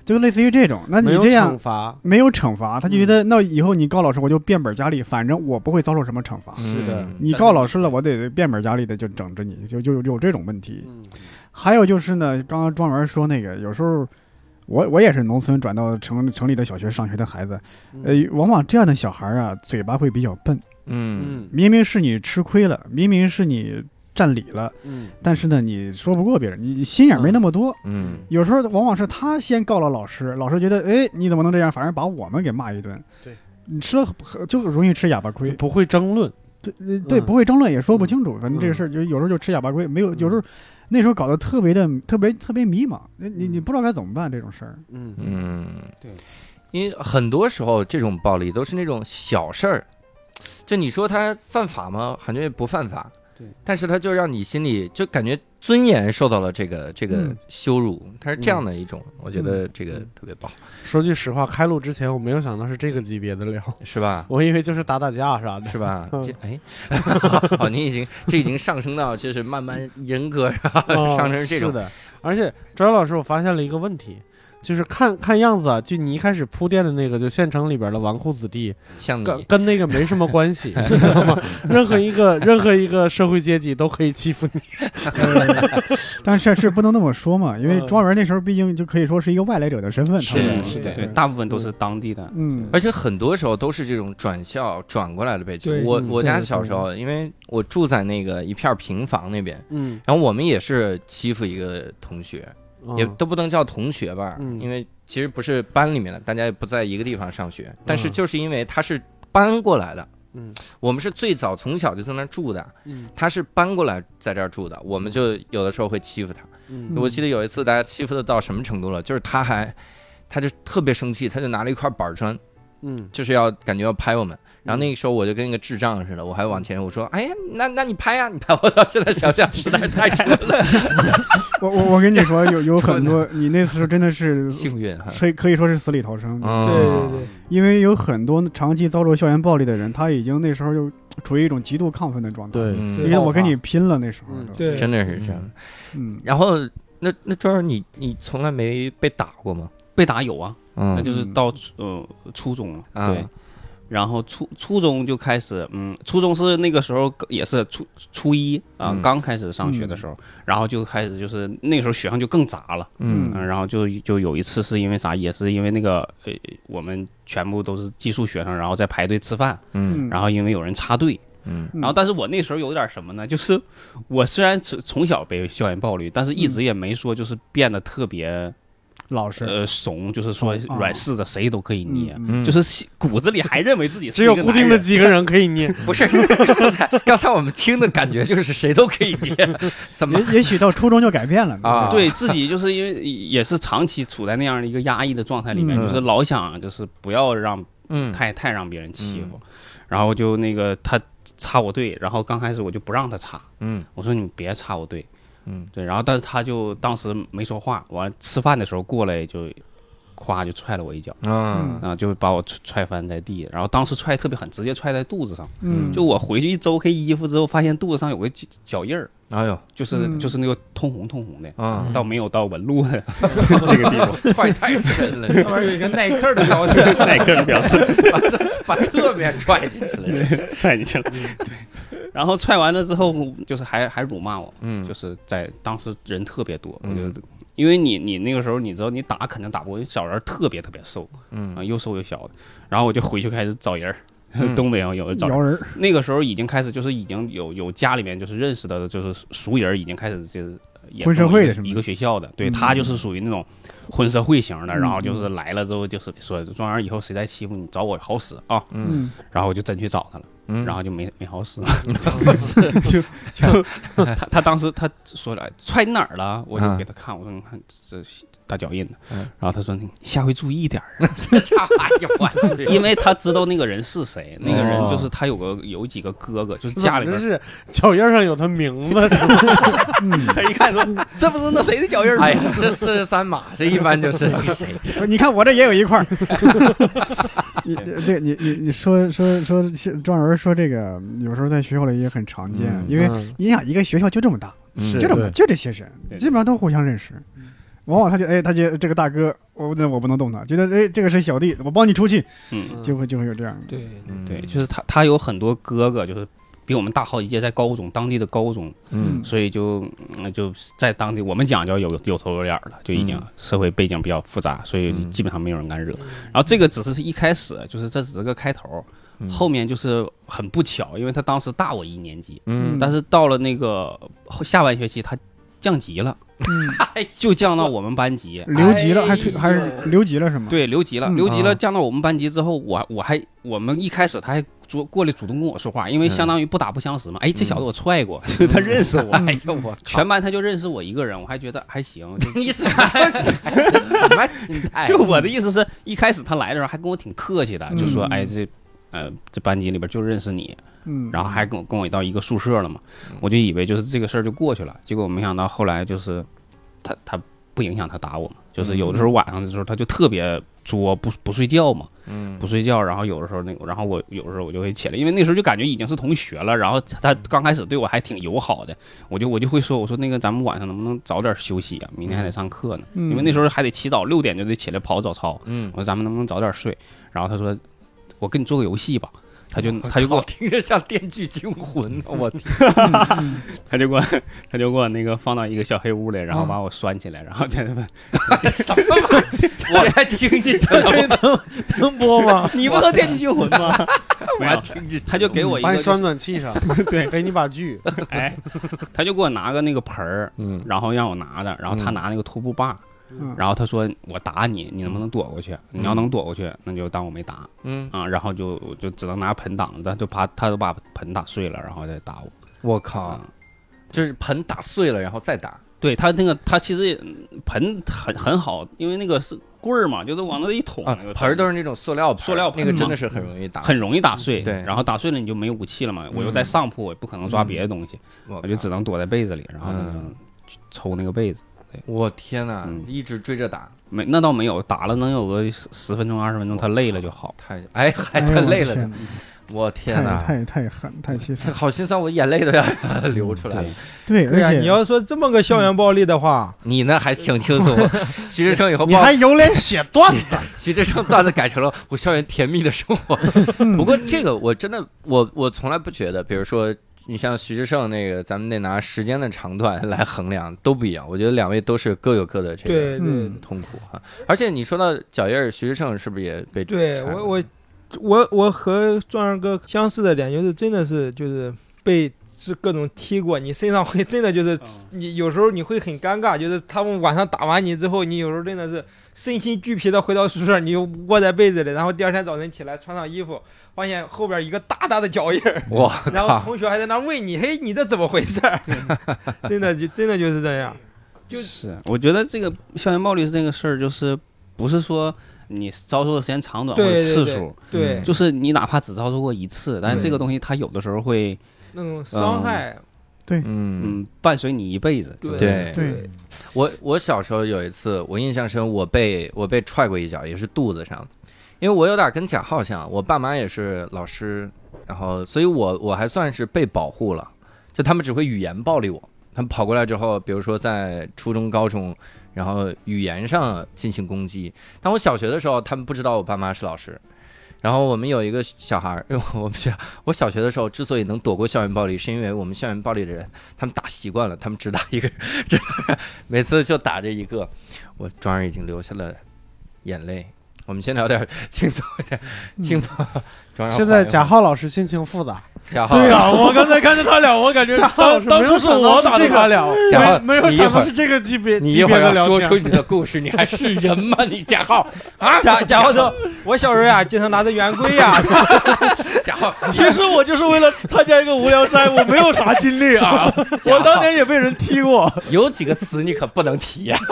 Speaker 2: 就类似于这种。那
Speaker 3: 没
Speaker 2: 你
Speaker 3: 有
Speaker 2: 这样
Speaker 3: 惩罚，
Speaker 2: 没有惩罚，他就觉
Speaker 1: 嗯
Speaker 2: 得、那以后你告老师，我就变本加厉，反正我不会遭受什么惩罚。
Speaker 3: 是的
Speaker 1: 嗯
Speaker 2: 你告老师了，我得变本加厉的就整治你，就就有有这种问题。
Speaker 3: 嗯
Speaker 2: 还有就是呢，刚刚庄园说那个，有时候我我也是农村转到城城里的小学上学的孩子，
Speaker 3: 嗯
Speaker 2: 呃，往往这样的小孩啊，嘴巴会比较笨，
Speaker 1: 嗯
Speaker 3: 嗯
Speaker 2: 明明是你吃亏了，明明是你占理了，
Speaker 3: 嗯
Speaker 2: 但是呢，你说不过别人，你你心眼没那么多。
Speaker 1: 嗯
Speaker 2: 有时候往往是他先告了老师，老师觉得，哎，你怎么能这样？反而把我们给骂一顿。
Speaker 3: 对，
Speaker 2: 你吃了就容易吃哑巴亏。
Speaker 3: 不会争论，
Speaker 2: 对
Speaker 5: 嗯
Speaker 2: 呃对，不会争论也说不清楚，反正这个事儿就有时候就吃哑巴亏，没
Speaker 5: 嗯
Speaker 2: 有有时候那时候搞得特别的特别特别迷茫，你你
Speaker 5: 嗯
Speaker 2: 你不知道该怎么办这种事 儿。
Speaker 3: 嗯
Speaker 1: 嗯，
Speaker 8: 对，
Speaker 1: 因为很多时候这种暴力都是那种小事儿，就你说他犯法吗？感觉不犯法，
Speaker 8: 对，
Speaker 1: 但是他就让你心里就感觉尊严受到了这个这个
Speaker 2: 嗯
Speaker 1: 羞辱，他是这样的一种，我觉得这个特别不好，
Speaker 3: 说句实话，开录之前我没有想到是这个级别的聊，
Speaker 1: 是吧？
Speaker 3: 我以为就是打打架啥 的。
Speaker 1: 是吧？
Speaker 3: 嗯
Speaker 1: 这哎，哦，你已经这已经上升到就是慢慢人格上
Speaker 3: 哦
Speaker 1: 上升这种
Speaker 3: 是的。而且周老师，我发现了一个问题，就是看看样子啊，就你一开始铺垫的那个，就县城里边的纨绔子弟，
Speaker 1: 像你
Speaker 3: 跟跟那个没什么关 系，你知道吗？任何一个任何一个社会阶级都可以欺负你。
Speaker 2: 但是是不能那么说嘛，因为
Speaker 3: 嗯
Speaker 2: 庄园那时候毕竟就可以说是一个外来者的身份，他
Speaker 5: 是
Speaker 2: 们
Speaker 5: 的，
Speaker 2: 俩
Speaker 5: 是的，
Speaker 2: 对
Speaker 5: 对，大部分都是当地的，
Speaker 2: 嗯，
Speaker 1: 而且很多时候都是这种转校转过来的被欺
Speaker 9: 对
Speaker 1: 负。我
Speaker 3: 嗯
Speaker 1: 我
Speaker 2: 对
Speaker 1: 家
Speaker 2: 对
Speaker 1: 小时候，因为我住在那个一片平房那边，
Speaker 3: 嗯，
Speaker 1: 然后我们也是欺负一个同学，
Speaker 9: 嗯
Speaker 1: 也都不能叫同学吧，
Speaker 3: 嗯
Speaker 1: 因为其实不是班里面的，大家也不在一个地方上学，但是
Speaker 3: 嗯
Speaker 1: 就是因为他是搬过来的，
Speaker 3: 嗯
Speaker 1: 我们是最早从小就在那儿住的，
Speaker 3: 嗯
Speaker 1: 他是搬过来在这儿住的，我们就有的时候会欺负他。
Speaker 3: 嗯
Speaker 1: 我记得有一次，大家欺负的到什么程度了？就是他还，他就特别生气，他就拿了一块板砖，
Speaker 3: 嗯
Speaker 1: 就是要感觉要拍
Speaker 9: 嗯
Speaker 1: 我们。然后那个时候我就跟一个智障似的，我还往前我说：“哎呀，那那你拍呀、你拍！”我到现在想想实在是太蠢了，
Speaker 2: 我我我跟你说，有有很多，你那次真的是
Speaker 1: 幸运哈。
Speaker 2: 可以可以说是死里逃生，
Speaker 1: 嗯，
Speaker 9: 对对对，
Speaker 2: 因为有很多长期遭受校园暴力的人，他已经那时候就处于一种极度亢奋的状态，，
Speaker 7: 对，
Speaker 2: 因
Speaker 1: 嗯
Speaker 2: 为我跟你拼了那时候
Speaker 3: 嗯
Speaker 2: 都，
Speaker 9: 对，
Speaker 1: 真的是这样。
Speaker 2: 嗯，
Speaker 1: 然后那那庄儿，你你从来没被打过吗？
Speaker 5: 被打有啊，那
Speaker 1: 嗯
Speaker 5: 就是到初呃初中了，
Speaker 1: 啊
Speaker 5: 对。然后初初中就开始，嗯，初中是那个时候也是初初一啊、
Speaker 1: 嗯
Speaker 5: 刚开始上学的时候，然后就开始就是那时候学生就更杂了，
Speaker 1: 嗯
Speaker 5: 嗯，然后就就有一次是因为啥，也是因为那个呃，我们全部都是寄宿学生，然后在排队吃饭，
Speaker 2: 嗯
Speaker 1: 嗯
Speaker 5: 然后因为有人插队，
Speaker 1: 嗯，
Speaker 5: 然后但是我那时候有点什么呢？就是我虽然从从小被校园暴力，但是一
Speaker 1: 嗯
Speaker 5: 直也没说就是变得特别
Speaker 2: 老实，
Speaker 5: 呃怂，就是说
Speaker 2: 哦哦
Speaker 5: 软柿子谁都可以捏，
Speaker 2: 嗯
Speaker 1: 啊嗯，
Speaker 5: 就是心骨子里还认为自己
Speaker 3: 只
Speaker 5: 是一
Speaker 3: 有
Speaker 5: 个
Speaker 3: 固定的
Speaker 5: 男人
Speaker 3: 几个人可以 捏。
Speaker 1: 不是 刚才刚才我们听的感觉就是谁都可以 捏，怎么
Speaker 2: 也也许到初中就改变了
Speaker 1: 嗯啊
Speaker 5: 对自己就是因为也是长期处在那样的一个压抑的状态里面，
Speaker 2: 嗯
Speaker 5: 就是老想就是不要让
Speaker 1: 嗯
Speaker 5: 太太让别人欺负，然后就那个他插我队，然后刚开始我就不让他插，
Speaker 1: 嗯
Speaker 5: 我说你别插我队，
Speaker 1: 嗯
Speaker 5: 对，然后但是他就当时没说话，完吃饭的时候过来就，咵就踹了我一
Speaker 7: 嗯
Speaker 5: 脚，
Speaker 2: 嗯
Speaker 1: 啊
Speaker 5: 然后就把我踹踹翻在地，然后当时踹特别狠，直接踹在肚子上，
Speaker 2: 嗯，
Speaker 5: 就我回去一周开衣服之后，发现肚子上有个脚脚印儿，
Speaker 1: 哎呦
Speaker 5: 就是、
Speaker 2: 嗯
Speaker 5: 就是那个通红通红的，
Speaker 1: 啊
Speaker 7: 嗯
Speaker 5: 倒没有到纹路 的那个地方，
Speaker 1: 踹太深了，
Speaker 9: 上面有一个耐克的标志，
Speaker 5: 耐克的表示
Speaker 1: 把侧面踹进去了，
Speaker 5: 踹进去了，
Speaker 1: 嗯
Speaker 5: 对，然后踹完了之后，就是还还辱骂我，
Speaker 1: 嗯
Speaker 5: 就是在当时人特别多，我
Speaker 1: 嗯
Speaker 5: 觉得，因为你你那个时候你知道你打肯定打不过，因为小人儿特别特别瘦啊、
Speaker 1: 嗯
Speaker 5: 又瘦又小的，然后我就回去开始找人儿。
Speaker 1: 嗯
Speaker 5: 东北啊，有人找人
Speaker 2: 摇
Speaker 5: 儿。
Speaker 2: 人
Speaker 5: 那个时候已经开始，就是已经有有家里面就是认识的，就是熟人儿已经开始就是也
Speaker 2: 混社会的是吗
Speaker 5: 一个学校的，对
Speaker 2: 嗯
Speaker 5: 他就是属于那种混社会型的，
Speaker 2: 嗯
Speaker 5: 然后就是来了之后就是说庄园以后谁再欺负你找我好使啊，
Speaker 1: 嗯
Speaker 5: 然后我就真去找他了。
Speaker 1: 嗯
Speaker 5: 然后就没没 好使，就就他他当时他说了踹你哪儿了，我就
Speaker 1: 嗯
Speaker 5: 给他看，我说你看这大脚印呢
Speaker 1: 嗯，
Speaker 5: 然后他说你下回注意点儿，
Speaker 1: 这啥玩意儿，我去，
Speaker 5: 因为他知道那个人是谁，那个人
Speaker 1: 哦
Speaker 5: 就是他有个有几个哥哥，就是家里边
Speaker 3: 这是脚印上有他名 字，
Speaker 5: 他一看说这不是那谁的脚印儿吗？
Speaker 1: 哎呀，这四十三码，这一般 就是那个谁，
Speaker 2: 儿，嗯你看我这也有一块儿。你呃对你你你说说说庄园说这个，有时候在学校里也很常见，
Speaker 1: 嗯
Speaker 2: 因为你想一个学校就这么大，
Speaker 1: 嗯
Speaker 2: 就这么
Speaker 7: 对
Speaker 2: 就这些人，
Speaker 5: 对
Speaker 2: 基本上都互相认识。往往他觉得，哎，他觉得这个大哥，我那我不能动他，觉得哎这个是小弟，我帮你出气，
Speaker 5: 嗯，
Speaker 2: 就会就会有这样的。
Speaker 9: 对，
Speaker 1: 嗯
Speaker 5: 对，就是他他有很多哥哥，就是比我们大好几届，在高中当地的高中，
Speaker 1: 嗯
Speaker 5: 所以就嗯就在当地我们讲叫有有头有脸儿了，就已经
Speaker 1: 嗯
Speaker 5: 社会背景比较复杂，所以
Speaker 1: 嗯
Speaker 5: 基本上没有人敢惹。然后这个只是一开始，就是这只是个开头，
Speaker 1: 嗯
Speaker 5: 后面就是很不巧，因为他当时大我一年级，
Speaker 1: 嗯
Speaker 5: 但是到了那个后下半学期他降级了，
Speaker 1: 嗯
Speaker 5: 就降到我们班级。
Speaker 2: 留级了，还退
Speaker 1: 哎呦
Speaker 2: 还是留级了是吗？，
Speaker 5: 对，留级了，
Speaker 2: 嗯
Speaker 5: 留级了，
Speaker 1: 啊
Speaker 5: 降到我们班级之后，我我还我们一开始他还主过来主动跟我说话，因为
Speaker 1: 嗯
Speaker 5: 相当于不打不相识嘛。哎，这小子我踹过，
Speaker 1: 他
Speaker 2: 嗯
Speaker 1: 认识我，哎呦我靠
Speaker 5: 全，班他就认识我一个人，我还觉得还 行。就
Speaker 1: 你怎么这是 哎这是什么心态？
Speaker 5: 就我的意思是一开始他来的时候还跟我挺客气的，就说
Speaker 2: 嗯
Speaker 5: 哎这。呃，这班级里边就认识你，
Speaker 2: 嗯，
Speaker 5: 然后还跟我跟我到一个宿舍了嘛
Speaker 1: 嗯，
Speaker 5: 我就以为就是这个事儿就过去了，结果没想到后来就是他他不影响他打我嘛，就是有的时候晚上的时候他就特别作，不不睡觉嘛，
Speaker 1: 嗯
Speaker 5: 不睡觉，然后有的时候那个，然后我有的时候我就会起来，因为那时候就感觉已经是同学了，然后他刚开始对我还挺友好的，我就我就会说，我说那个咱们晚上能不能早点休息啊？明天还得上课呢，
Speaker 2: 嗯
Speaker 5: 因为那时候还得起早，六点就得起来跑早操。
Speaker 1: 嗯
Speaker 5: 我，说咱们能不能早点睡？然后他说，我跟你做个游戏吧。他就他就给
Speaker 1: 我
Speaker 5: 我
Speaker 1: 靠听着像《电锯惊魂》，我天，
Speaker 5: 他就给我 他就给我那个放到一个小黑屋里，然后把我拴起来，然后在那边
Speaker 1: 什么玩意儿？ 我还听进去了，
Speaker 9: 能播吗？
Speaker 5: 你不说电锯惊魂吗？
Speaker 1: 我
Speaker 5: 没
Speaker 1: 还
Speaker 5: 有，
Speaker 1: 听进去了，
Speaker 5: 他就给我一
Speaker 3: 嗯把
Speaker 5: 个
Speaker 3: 你
Speaker 5: 就
Speaker 3: 拴
Speaker 5: 是，
Speaker 3: 暖气 上，对，给你把锯。
Speaker 5: 哎，他就给我拿个那个盆儿，
Speaker 1: 嗯
Speaker 5: 然后让我拿着，然后他
Speaker 1: 嗯
Speaker 5: 拿那个拖布把，
Speaker 2: 嗯
Speaker 5: 然后他说我打你，你能不能躲过去？你要
Speaker 1: 嗯
Speaker 5: 能躲过去，那就当我没打
Speaker 1: 嗯，
Speaker 5: 啊。然后就我就只能拿盆挡着，他就把他都把盆打碎了，然后再打我
Speaker 1: 我靠，
Speaker 5: 啊。
Speaker 1: 就是盆打碎了然后再打，
Speaker 5: 对他那个他其实也盆很很好，因为那个是棍儿嘛，就是往那一捅，
Speaker 1: 啊
Speaker 5: 那个，
Speaker 1: 盆儿都
Speaker 5: 是
Speaker 1: 是那种塑料盆儿，
Speaker 5: 塑料盆
Speaker 1: 那个
Speaker 5: 嘛
Speaker 1: 真的是很容易打，
Speaker 5: 很容易打碎。
Speaker 1: 对
Speaker 5: 然后打碎了你就没武器了嘛。我又在
Speaker 1: 嗯
Speaker 5: 上铺，我也不可能抓
Speaker 1: 嗯
Speaker 5: 别的东西，
Speaker 1: 我
Speaker 5: 我就
Speaker 1: 靠
Speaker 5: 只能躲在被子里，然后
Speaker 1: 嗯
Speaker 5: 嗯去抽那个被子。
Speaker 1: 我天哪
Speaker 5: 嗯，
Speaker 1: 一直追着打，
Speaker 5: 没，那倒没有，打了能有个十十分钟二十分钟，他累了就好。
Speaker 1: 太哎还
Speaker 2: 哎呦
Speaker 1: 太累了，啊
Speaker 2: 我的天哪
Speaker 1: 我天
Speaker 2: 太
Speaker 1: 哪，
Speaker 2: 太太狠，太凄
Speaker 1: 这
Speaker 2: 惨。
Speaker 1: 好心酸，我眼泪都要 流出来了。
Speaker 2: 对，
Speaker 1: 啊
Speaker 9: 对呀、
Speaker 2: 而且
Speaker 9: 你要说这么个校园暴力的话，
Speaker 1: 你呢还挺清 楚，徐志胜以后
Speaker 3: 你
Speaker 1: 报
Speaker 3: 还有脸写段子？
Speaker 1: 徐志胜段子改成了我校园甜蜜的生 活。不过这个我真的，我我从来不觉得，比如说你像徐志胜那个，咱们得拿时间的长短来衡量，都不一样。我觉得两位都是各有各的这个
Speaker 9: 对对
Speaker 2: 嗯
Speaker 1: 痛苦哈。而且你说到脚印儿，徐志胜是不是也被
Speaker 9: 对，
Speaker 1: 传
Speaker 9: 我
Speaker 1: 过
Speaker 9: 我我我和壮儿哥相似的点就是，真的是就是被是各种踢过，你身上会真的就是你有时候你会很尴尬，就是他们晚上打完你之后，你有时候真的是身心俱疲的回到宿舍，你就窝在被子里，然后第二天早晨起来穿上衣服，发现后边一个大大的脚印儿，
Speaker 1: 我
Speaker 9: 然后
Speaker 1: 靠，
Speaker 9: 同学还在那问你，嘿，你这怎么回事儿？ 真的就真的就是这样，
Speaker 5: 是，我觉得这个校园暴力这个事儿，就是不是说你遭受的时间长短或者
Speaker 9: 对
Speaker 5: 次
Speaker 9: 对
Speaker 5: 数，
Speaker 9: 对，
Speaker 6: 嗯
Speaker 5: 就是你哪怕只遭受过一次，但是这
Speaker 2: 对
Speaker 5: 个东西它有的时候会
Speaker 9: 那种 伤害，
Speaker 1: 嗯。
Speaker 5: 嗯伴随你一辈子。
Speaker 9: 对
Speaker 1: 对
Speaker 2: 对，嗯
Speaker 1: 我我小时候有一次，我印象深，我被我被踹过一脚，也是肚子上，因为我有点跟贾浩像，我爸妈也是老师，然后所以我我还算是被保护了，就他们只会语言暴力我，他们跑过来之后，比如说在初中、高中，然后语言上进行攻击，但我小学的时候，他们不知道我爸妈是老师。然后我们有一个小孩儿，因 为我们小我小学的时候之所以能躲过校园暴力，是因为我们校园暴力的人他们打习惯了，他们只打一个人， 这每次就打这一个，我庄儿已经流下了眼泪。我们先聊点儿轻松一点，轻松。庄儿
Speaker 3: 嗯
Speaker 1: 要
Speaker 3: 现在
Speaker 1: 缓一
Speaker 3: 贾
Speaker 1: 缓
Speaker 3: 浩老师心情复 杂，
Speaker 1: 贾浩，
Speaker 9: 对
Speaker 3: 啊
Speaker 9: 呀、我刚才看着他俩，我感觉当当初是我打的他俩，
Speaker 1: 贾浩，
Speaker 3: 没有
Speaker 1: 你一
Speaker 3: 想
Speaker 1: 会
Speaker 3: 到
Speaker 1: 儿
Speaker 3: 是这个级别
Speaker 1: 你
Speaker 3: 级
Speaker 1: 一会
Speaker 3: 别
Speaker 1: 儿
Speaker 3: 的
Speaker 1: 要
Speaker 3: 聊
Speaker 1: 说
Speaker 3: 天
Speaker 1: 出。你的故事，你还是人吗？你贾浩啊，
Speaker 9: 贾贾浩说：“我小时候 呀，经常拿着圆规呀，
Speaker 1: 贾浩，
Speaker 9: 其实我就是为了参加一个无聊山，我没有啥经历 啊。我当年也被人踢过。
Speaker 1: 有几个词你可不能提呀、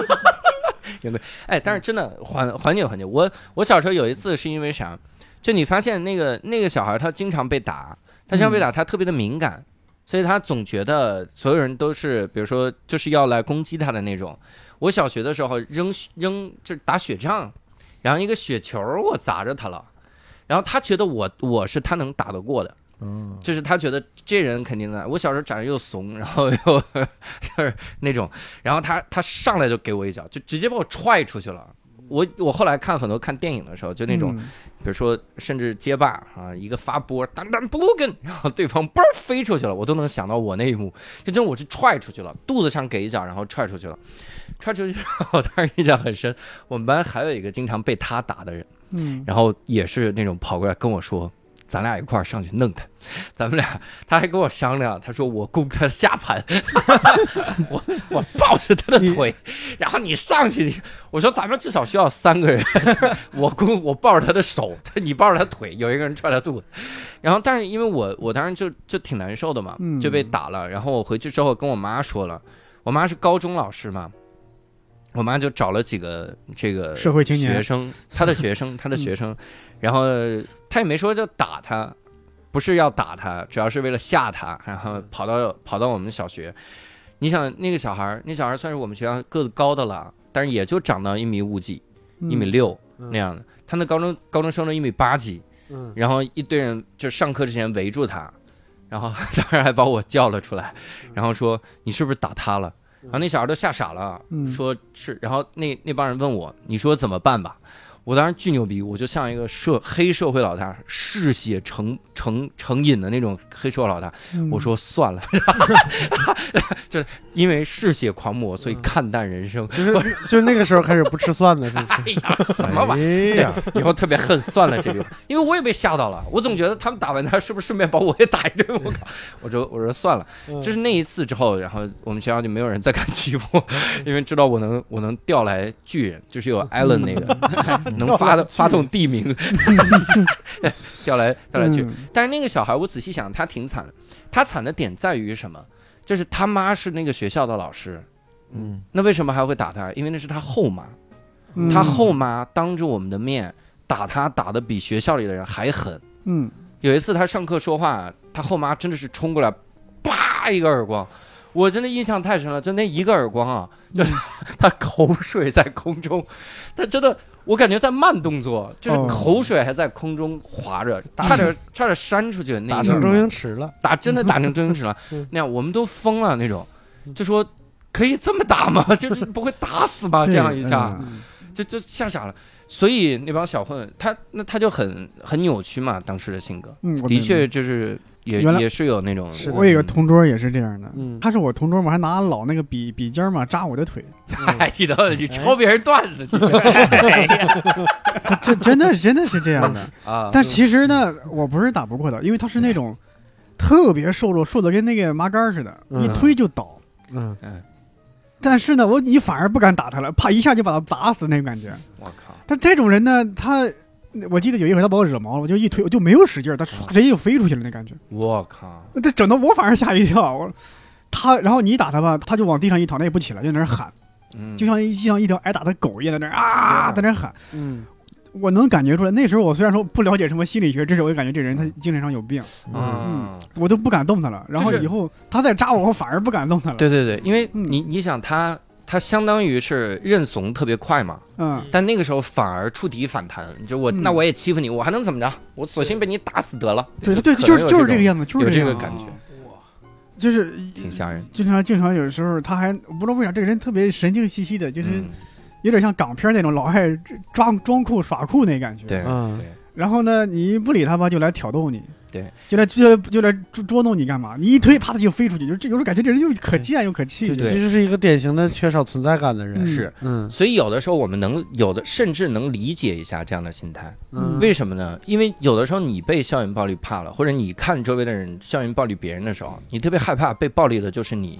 Speaker 1: 有个哎，但是真的缓缓解缓解。我我小时候有一次是因为啥？就你发现那个那个小孩他经常被打，他经常被打，他特别的敏感，所以他总觉得所有人都是，比如说就是要来攻击他的那种。我小学的时候扔扔就是打雪仗，然后一个雪球儿我砸着他了，然后他觉得我我是他能打得过的。嗯，就是他觉得这人肯定的。我小时候长得又怂，然后又 就是那种，然后他他上来就给我一脚，就直接把我踹出去了。我我后来看很多看电影的时候，就那
Speaker 2: 嗯
Speaker 1: 种，比如说甚至街霸啊，一个发波，当当不 l 根，然后对方嘣儿飞出去了，我都能想到我那一幕，就真我是踹出去了，肚子上给一脚，然后踹出去了，踹出去之后， 我当时印象很深。我们班还有一个经常被他打的人，
Speaker 2: 嗯，
Speaker 1: 然后也是那种跑过来跟我说。咱俩一块儿上去弄他， 咱们俩，他还跟我商量，他说我攻他下盘， 我我抱着他的腿，然后你上去，你我说咱们至少需要三个人， 就是我攻我抱着他的手，他你抱着他腿，有一个人踹他肚子，然后但是因为我我当时就就挺难受的嘛，
Speaker 2: 嗯
Speaker 1: 就被打了，然后我回去之后跟我妈说了，我妈是高中老师嘛，我妈就找了几个这个
Speaker 2: 社会青年嗯
Speaker 1: 学生，她的学生，她的学生，然后她也没说就打他，不是要打他，主要是为了吓他，然
Speaker 2: 嗯
Speaker 1: 后跑到跑到我们小学。你想那个小孩儿，那小孩儿算是我们学校个子高的了，但是也就长到一米五几、
Speaker 2: 嗯
Speaker 1: 一米六那样的。他那高中高中生都一米八几，
Speaker 3: 嗯，
Speaker 1: 然后一堆人就上课之前围住他，然后 当然还把我叫了出来，然后说你是不是打他了？然后那小孩都吓傻了，
Speaker 2: 嗯
Speaker 1: 说是，然后那那帮人问我，你说怎么办吧？我当时巨牛逼，我就像一个社黑社会老大，嗜血成成成瘾的那种黑社会老大。
Speaker 3: 嗯
Speaker 1: 我说算 了， 就是因为嗜血狂魔，所以
Speaker 3: 嗯
Speaker 1: 看淡人生。
Speaker 3: 就是就是那个时候开始不吃蒜的，是 不是？
Speaker 1: 哎呀，什么玩意儿？
Speaker 3: 意呀，
Speaker 1: 啊以后特别恨算了这个， 因为我也被吓到了，我总觉得他们打完他是不是顺便把我也打一顿？我靠！ 嗯我说我说算了，就是那一次之后，然后我们学校就没有人再敢欺负我，因为知道我能我能调来巨人，就是有 Allen 那
Speaker 2: 嗯
Speaker 1: 个能发的发动地 名，调来调来巨人。但是那个小孩，我仔细想，他挺惨的。他惨的点在于什么？就是他妈是那个学校的老师，
Speaker 7: 嗯，
Speaker 1: 那为什么还会打他？因为那是他后妈。
Speaker 2: 嗯
Speaker 1: 他后妈当着我们的面打他，打的比学校里的人还狠。
Speaker 2: 嗯
Speaker 1: 有一次他上课说话，他后妈真的是冲过来，啪一个耳光，我真的印象太深了，就那一个耳光啊，
Speaker 2: 嗯
Speaker 1: 就是 他口水在空中，他真的我感觉在慢动作，就是
Speaker 2: 哦
Speaker 1: 口水还在空中划着，差点差点扇出去那
Speaker 3: 打
Speaker 1: 个
Speaker 3: 成周星驰了，
Speaker 1: 打真的打成周 星驰了
Speaker 3: 嗯，
Speaker 1: 那样我们都疯了那种，
Speaker 2: 嗯
Speaker 1: 就说可以这么打吗？ 就是不会打死吗？这样一下，
Speaker 2: 嗯
Speaker 1: 就就吓傻了。所以那帮小混他那他就很很扭曲嘛，当时的性格，
Speaker 2: 嗯，我
Speaker 1: 的
Speaker 2: 明白
Speaker 1: 确就是也
Speaker 2: 原来嗯
Speaker 1: 也是有那种
Speaker 3: 是的
Speaker 2: 我有个同桌也是这样的，
Speaker 3: 嗯
Speaker 2: 他是我同桌嘛，还拿老那个笔笔尖儿嘛扎我的腿，
Speaker 1: 还提
Speaker 2: 嗯
Speaker 1: 到你抄别人段 子
Speaker 2: 他这真 的真的是这样的。
Speaker 1: 啊，
Speaker 2: 但其实呢，我不是打不过他，因为他是那种特别瘦弱，瘦的跟那个麻杆儿似的，
Speaker 3: 嗯
Speaker 2: 一推就倒。
Speaker 3: 嗯，
Speaker 2: 但是呢，我你反而不敢打他了，怕一下就把他打死那种感觉。
Speaker 1: 我靠，
Speaker 2: 但这种人呢，他我记得有一回他把我惹毛了，我就一推，我就没有使劲儿，他唰直接就飞出去了那感觉。
Speaker 1: 我靠，
Speaker 2: 这整的我反而吓一跳，我他，然后你打他吧，他就往地上一躺，他也不起来，就在那儿喊，
Speaker 1: 嗯，
Speaker 2: 就像一就像一条挨打的狗一样，在那儿啊，在那儿喊。
Speaker 3: 嗯，
Speaker 2: 我能感觉出来，那时候我虽然说不了解什么心理学知识，我就感觉这人他精神上有病，
Speaker 1: 嗯。
Speaker 2: 我都不敢动他了。然后
Speaker 1: 就是
Speaker 2: 以后他再扎我，我反而不敢动他了。
Speaker 1: 对对对，因为
Speaker 2: 嗯
Speaker 1: 你你想他他相当于是认怂特别快嘛，
Speaker 2: 嗯，
Speaker 1: 但那个时候反而触底反弹，就我、
Speaker 2: 嗯
Speaker 1: 那我也欺负你，我还能怎么着？我索性被你打死得了。
Speaker 2: 对
Speaker 1: 就
Speaker 2: 对，
Speaker 1: 可能
Speaker 2: 就是
Speaker 1: 有
Speaker 2: 就是
Speaker 1: 这
Speaker 2: 这个样子，就是
Speaker 1: 有这
Speaker 2: 样嗯
Speaker 1: 个
Speaker 2: 子
Speaker 1: 感觉，
Speaker 2: 就是
Speaker 1: 挺吓人。
Speaker 2: 经常经常有时候他还我不知道为啥这个人特别神经兮兮的，就是
Speaker 1: 嗯，
Speaker 2: 有点像港片那种老爱装装酷耍酷那感觉。
Speaker 1: 对
Speaker 3: 嗯
Speaker 1: 对
Speaker 2: 然后呢，你不理他吧，就来挑逗你，
Speaker 1: 对，
Speaker 2: 就来就来就来捉捉弄你干嘛？你一推，啪，他就飞出去，就这有时候感觉这人就可见又可
Speaker 3: 就
Speaker 2: 气。
Speaker 3: 其实是一个典型的缺少存在感的人，
Speaker 2: 嗯
Speaker 1: 是。
Speaker 3: 嗯
Speaker 1: 所以有的时候我们能有的，甚至能理解一下这样的心态。
Speaker 3: 嗯，
Speaker 1: 为什么呢？因为有的时候你被校园暴力怕了，或者你看周围的人校园暴力别人的时候，你特别害怕被暴力的就是你，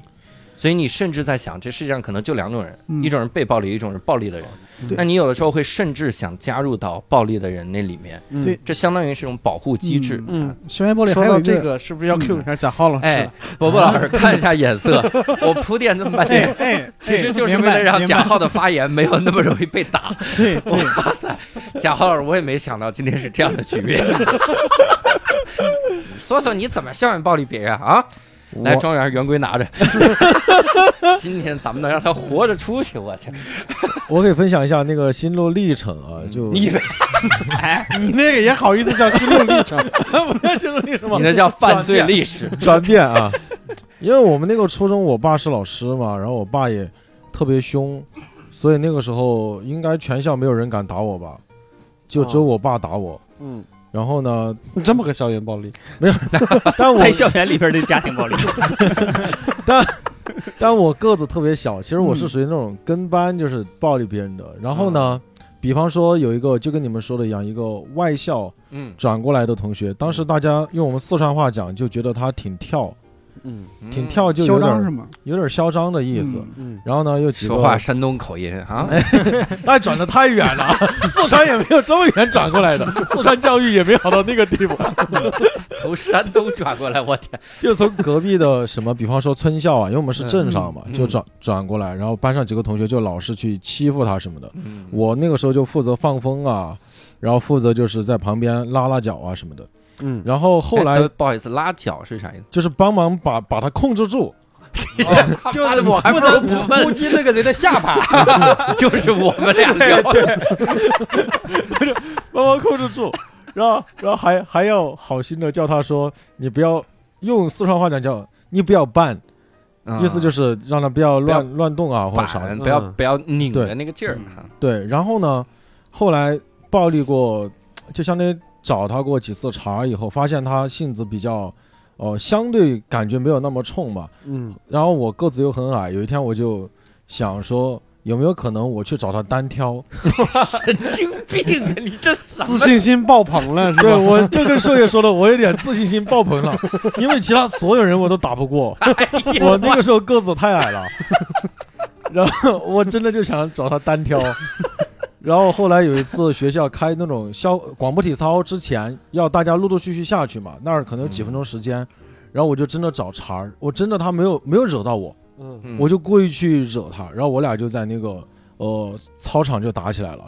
Speaker 1: 所以你甚至在想，这世界上可能就两种人，
Speaker 2: 嗯
Speaker 1: 一种人被暴力，一种是暴力的人
Speaker 2: 对。
Speaker 1: 那你有的时候会甚至想加入到暴力的人那里面，
Speaker 3: 嗯
Speaker 2: 对
Speaker 1: 这相当于是一种保护机制。
Speaker 3: 嗯，
Speaker 2: 校园暴力
Speaker 3: 说
Speaker 2: 还有
Speaker 3: 到
Speaker 2: 一
Speaker 3: 这，个，是不是要
Speaker 2: 嗯
Speaker 3: Q 一下贾浩老师
Speaker 1: 哎
Speaker 3: 了？，
Speaker 1: 伯伯老师看一下眼色，我铺垫这么半
Speaker 2: 哎
Speaker 1: 天，
Speaker 2: 哎，
Speaker 1: 其实就是
Speaker 2: 明
Speaker 1: 为
Speaker 2: 白
Speaker 1: 了让
Speaker 2: 明
Speaker 1: 贾
Speaker 2: 白
Speaker 1: 浩的发言没有那么容易被打。
Speaker 2: 对对，
Speaker 7: 哦
Speaker 1: 哇塞， 贾浩老师，我也没想到今天是这样的局 面。说说你怎么校园暴力别人啊？来，庄园圆规拿着。 今天咱们能让他活着出去，我去！
Speaker 7: 我给分享一下那个心路历程啊，就
Speaker 1: 嗯你以为
Speaker 3: 你那个也好意思叫心路历程？
Speaker 7: 不要心路历程吗
Speaker 1: 你那叫犯罪历 史？
Speaker 7: 转变啊，因为我们那个初中我爸是老师嘛，然后我爸也特别凶，所以那个时候应该全校没有人敢打我吧，就
Speaker 1: 哦
Speaker 7: 只有我爸打我。
Speaker 3: 嗯，
Speaker 7: 然后呢，
Speaker 3: 这么个校园暴力，
Speaker 7: 但我
Speaker 8: 在校园里边的家庭暴力，
Speaker 7: 但我个子特别小，其实我是
Speaker 2: 嗯
Speaker 7: 属于那种跟班就是暴力别人的。然后呢，
Speaker 8: 嗯
Speaker 7: 比方说有一个就跟你们说的一样，一个外校
Speaker 1: 嗯
Speaker 7: 转过来的同学，
Speaker 8: 嗯
Speaker 7: 当时大家用我们四川话讲就觉得他挺跳，
Speaker 3: 嗯
Speaker 7: 挺跳，就有
Speaker 2: 嚣张是
Speaker 7: 点
Speaker 2: 吗？
Speaker 7: 有点嚣张的意思。
Speaker 2: 嗯
Speaker 3: 嗯，
Speaker 7: 然后呢，又几个
Speaker 1: 说话山东口音啊！
Speaker 7: 那转的太远了， 四川也没有这么远转过来的，四川教育也没好到那个地步，
Speaker 1: 从山东转过来，我天！
Speaker 7: 就从隔壁的什么，比方说村校啊，因为我们是镇上嘛，
Speaker 1: 嗯
Speaker 7: 就转转过来，然后班上几个同学就老是去欺负他什么的，
Speaker 1: 嗯
Speaker 7: 我那个时候就负责放风啊，然后负责就是在旁边拉拉脚啊什么的，
Speaker 3: 嗯，
Speaker 7: 然后后来
Speaker 1: 哎不好意思，拉脚是啥意思？
Speaker 7: 就是帮忙把把他控制住，
Speaker 1: 哦 就我还不如不问，
Speaker 8: 击那个人的下巴，
Speaker 1: 就是我们俩聊。
Speaker 7: 帮忙控制住， 然后然后还还要好心的叫他说，你不要用四川话讲叫你不要办。意思就是是让他不要
Speaker 1: 啊不要
Speaker 7: 乱乱动啊，或者啥
Speaker 1: 板，
Speaker 7: 的。
Speaker 1: 不要
Speaker 3: 嗯
Speaker 1: 不要拧
Speaker 7: 对
Speaker 1: 的那个劲儿。
Speaker 2: 嗯
Speaker 7: 对，然后呢，后来暴力过，就相当于找他过几次茬以后，发现他性子比较，呃，相对感觉没有那么冲嘛。
Speaker 3: 嗯
Speaker 7: 然后我个子又很矮，有一天我就想说，有没有可能我去找他单挑？
Speaker 1: 神经病啊！你这啥？
Speaker 3: 自信心爆棚了，是
Speaker 7: 对，
Speaker 3: 吧？
Speaker 7: 我就跟兽爷说的，我有点自信心爆棚了，因为其他所有人我都打不过，
Speaker 3: 哎
Speaker 7: 我那个时候个子太 矮了，然后我真的就想找他单 挑。然后后来有一次学校开那种消广播体操之前，要大家陆陆续续下去嘛，那儿可能有几分钟时
Speaker 3: 嗯
Speaker 7: 间，然后我就真的找茬儿，我真的他没有没有惹到我，
Speaker 3: 嗯
Speaker 1: 嗯
Speaker 7: 我就故意去惹他，然后我俩就在那个呃嗯操场就打起来了，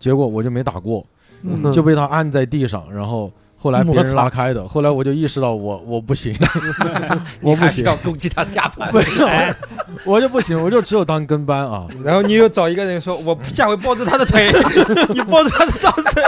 Speaker 7: 结果我就没打过，
Speaker 2: 嗯
Speaker 7: 就被他按在地上，然后后来别
Speaker 3: 摩
Speaker 7: 人
Speaker 3: 擦
Speaker 7: 拉开的，后来我就意识到我我不行，
Speaker 1: 你
Speaker 7: 我不
Speaker 1: 还是
Speaker 7: 行，
Speaker 1: 要攻击他下盘。
Speaker 7: 我就不行，我就只有当跟班啊。
Speaker 9: 然后你又找一个人说，我下回抱着他的 腿，你抱着他的大腿，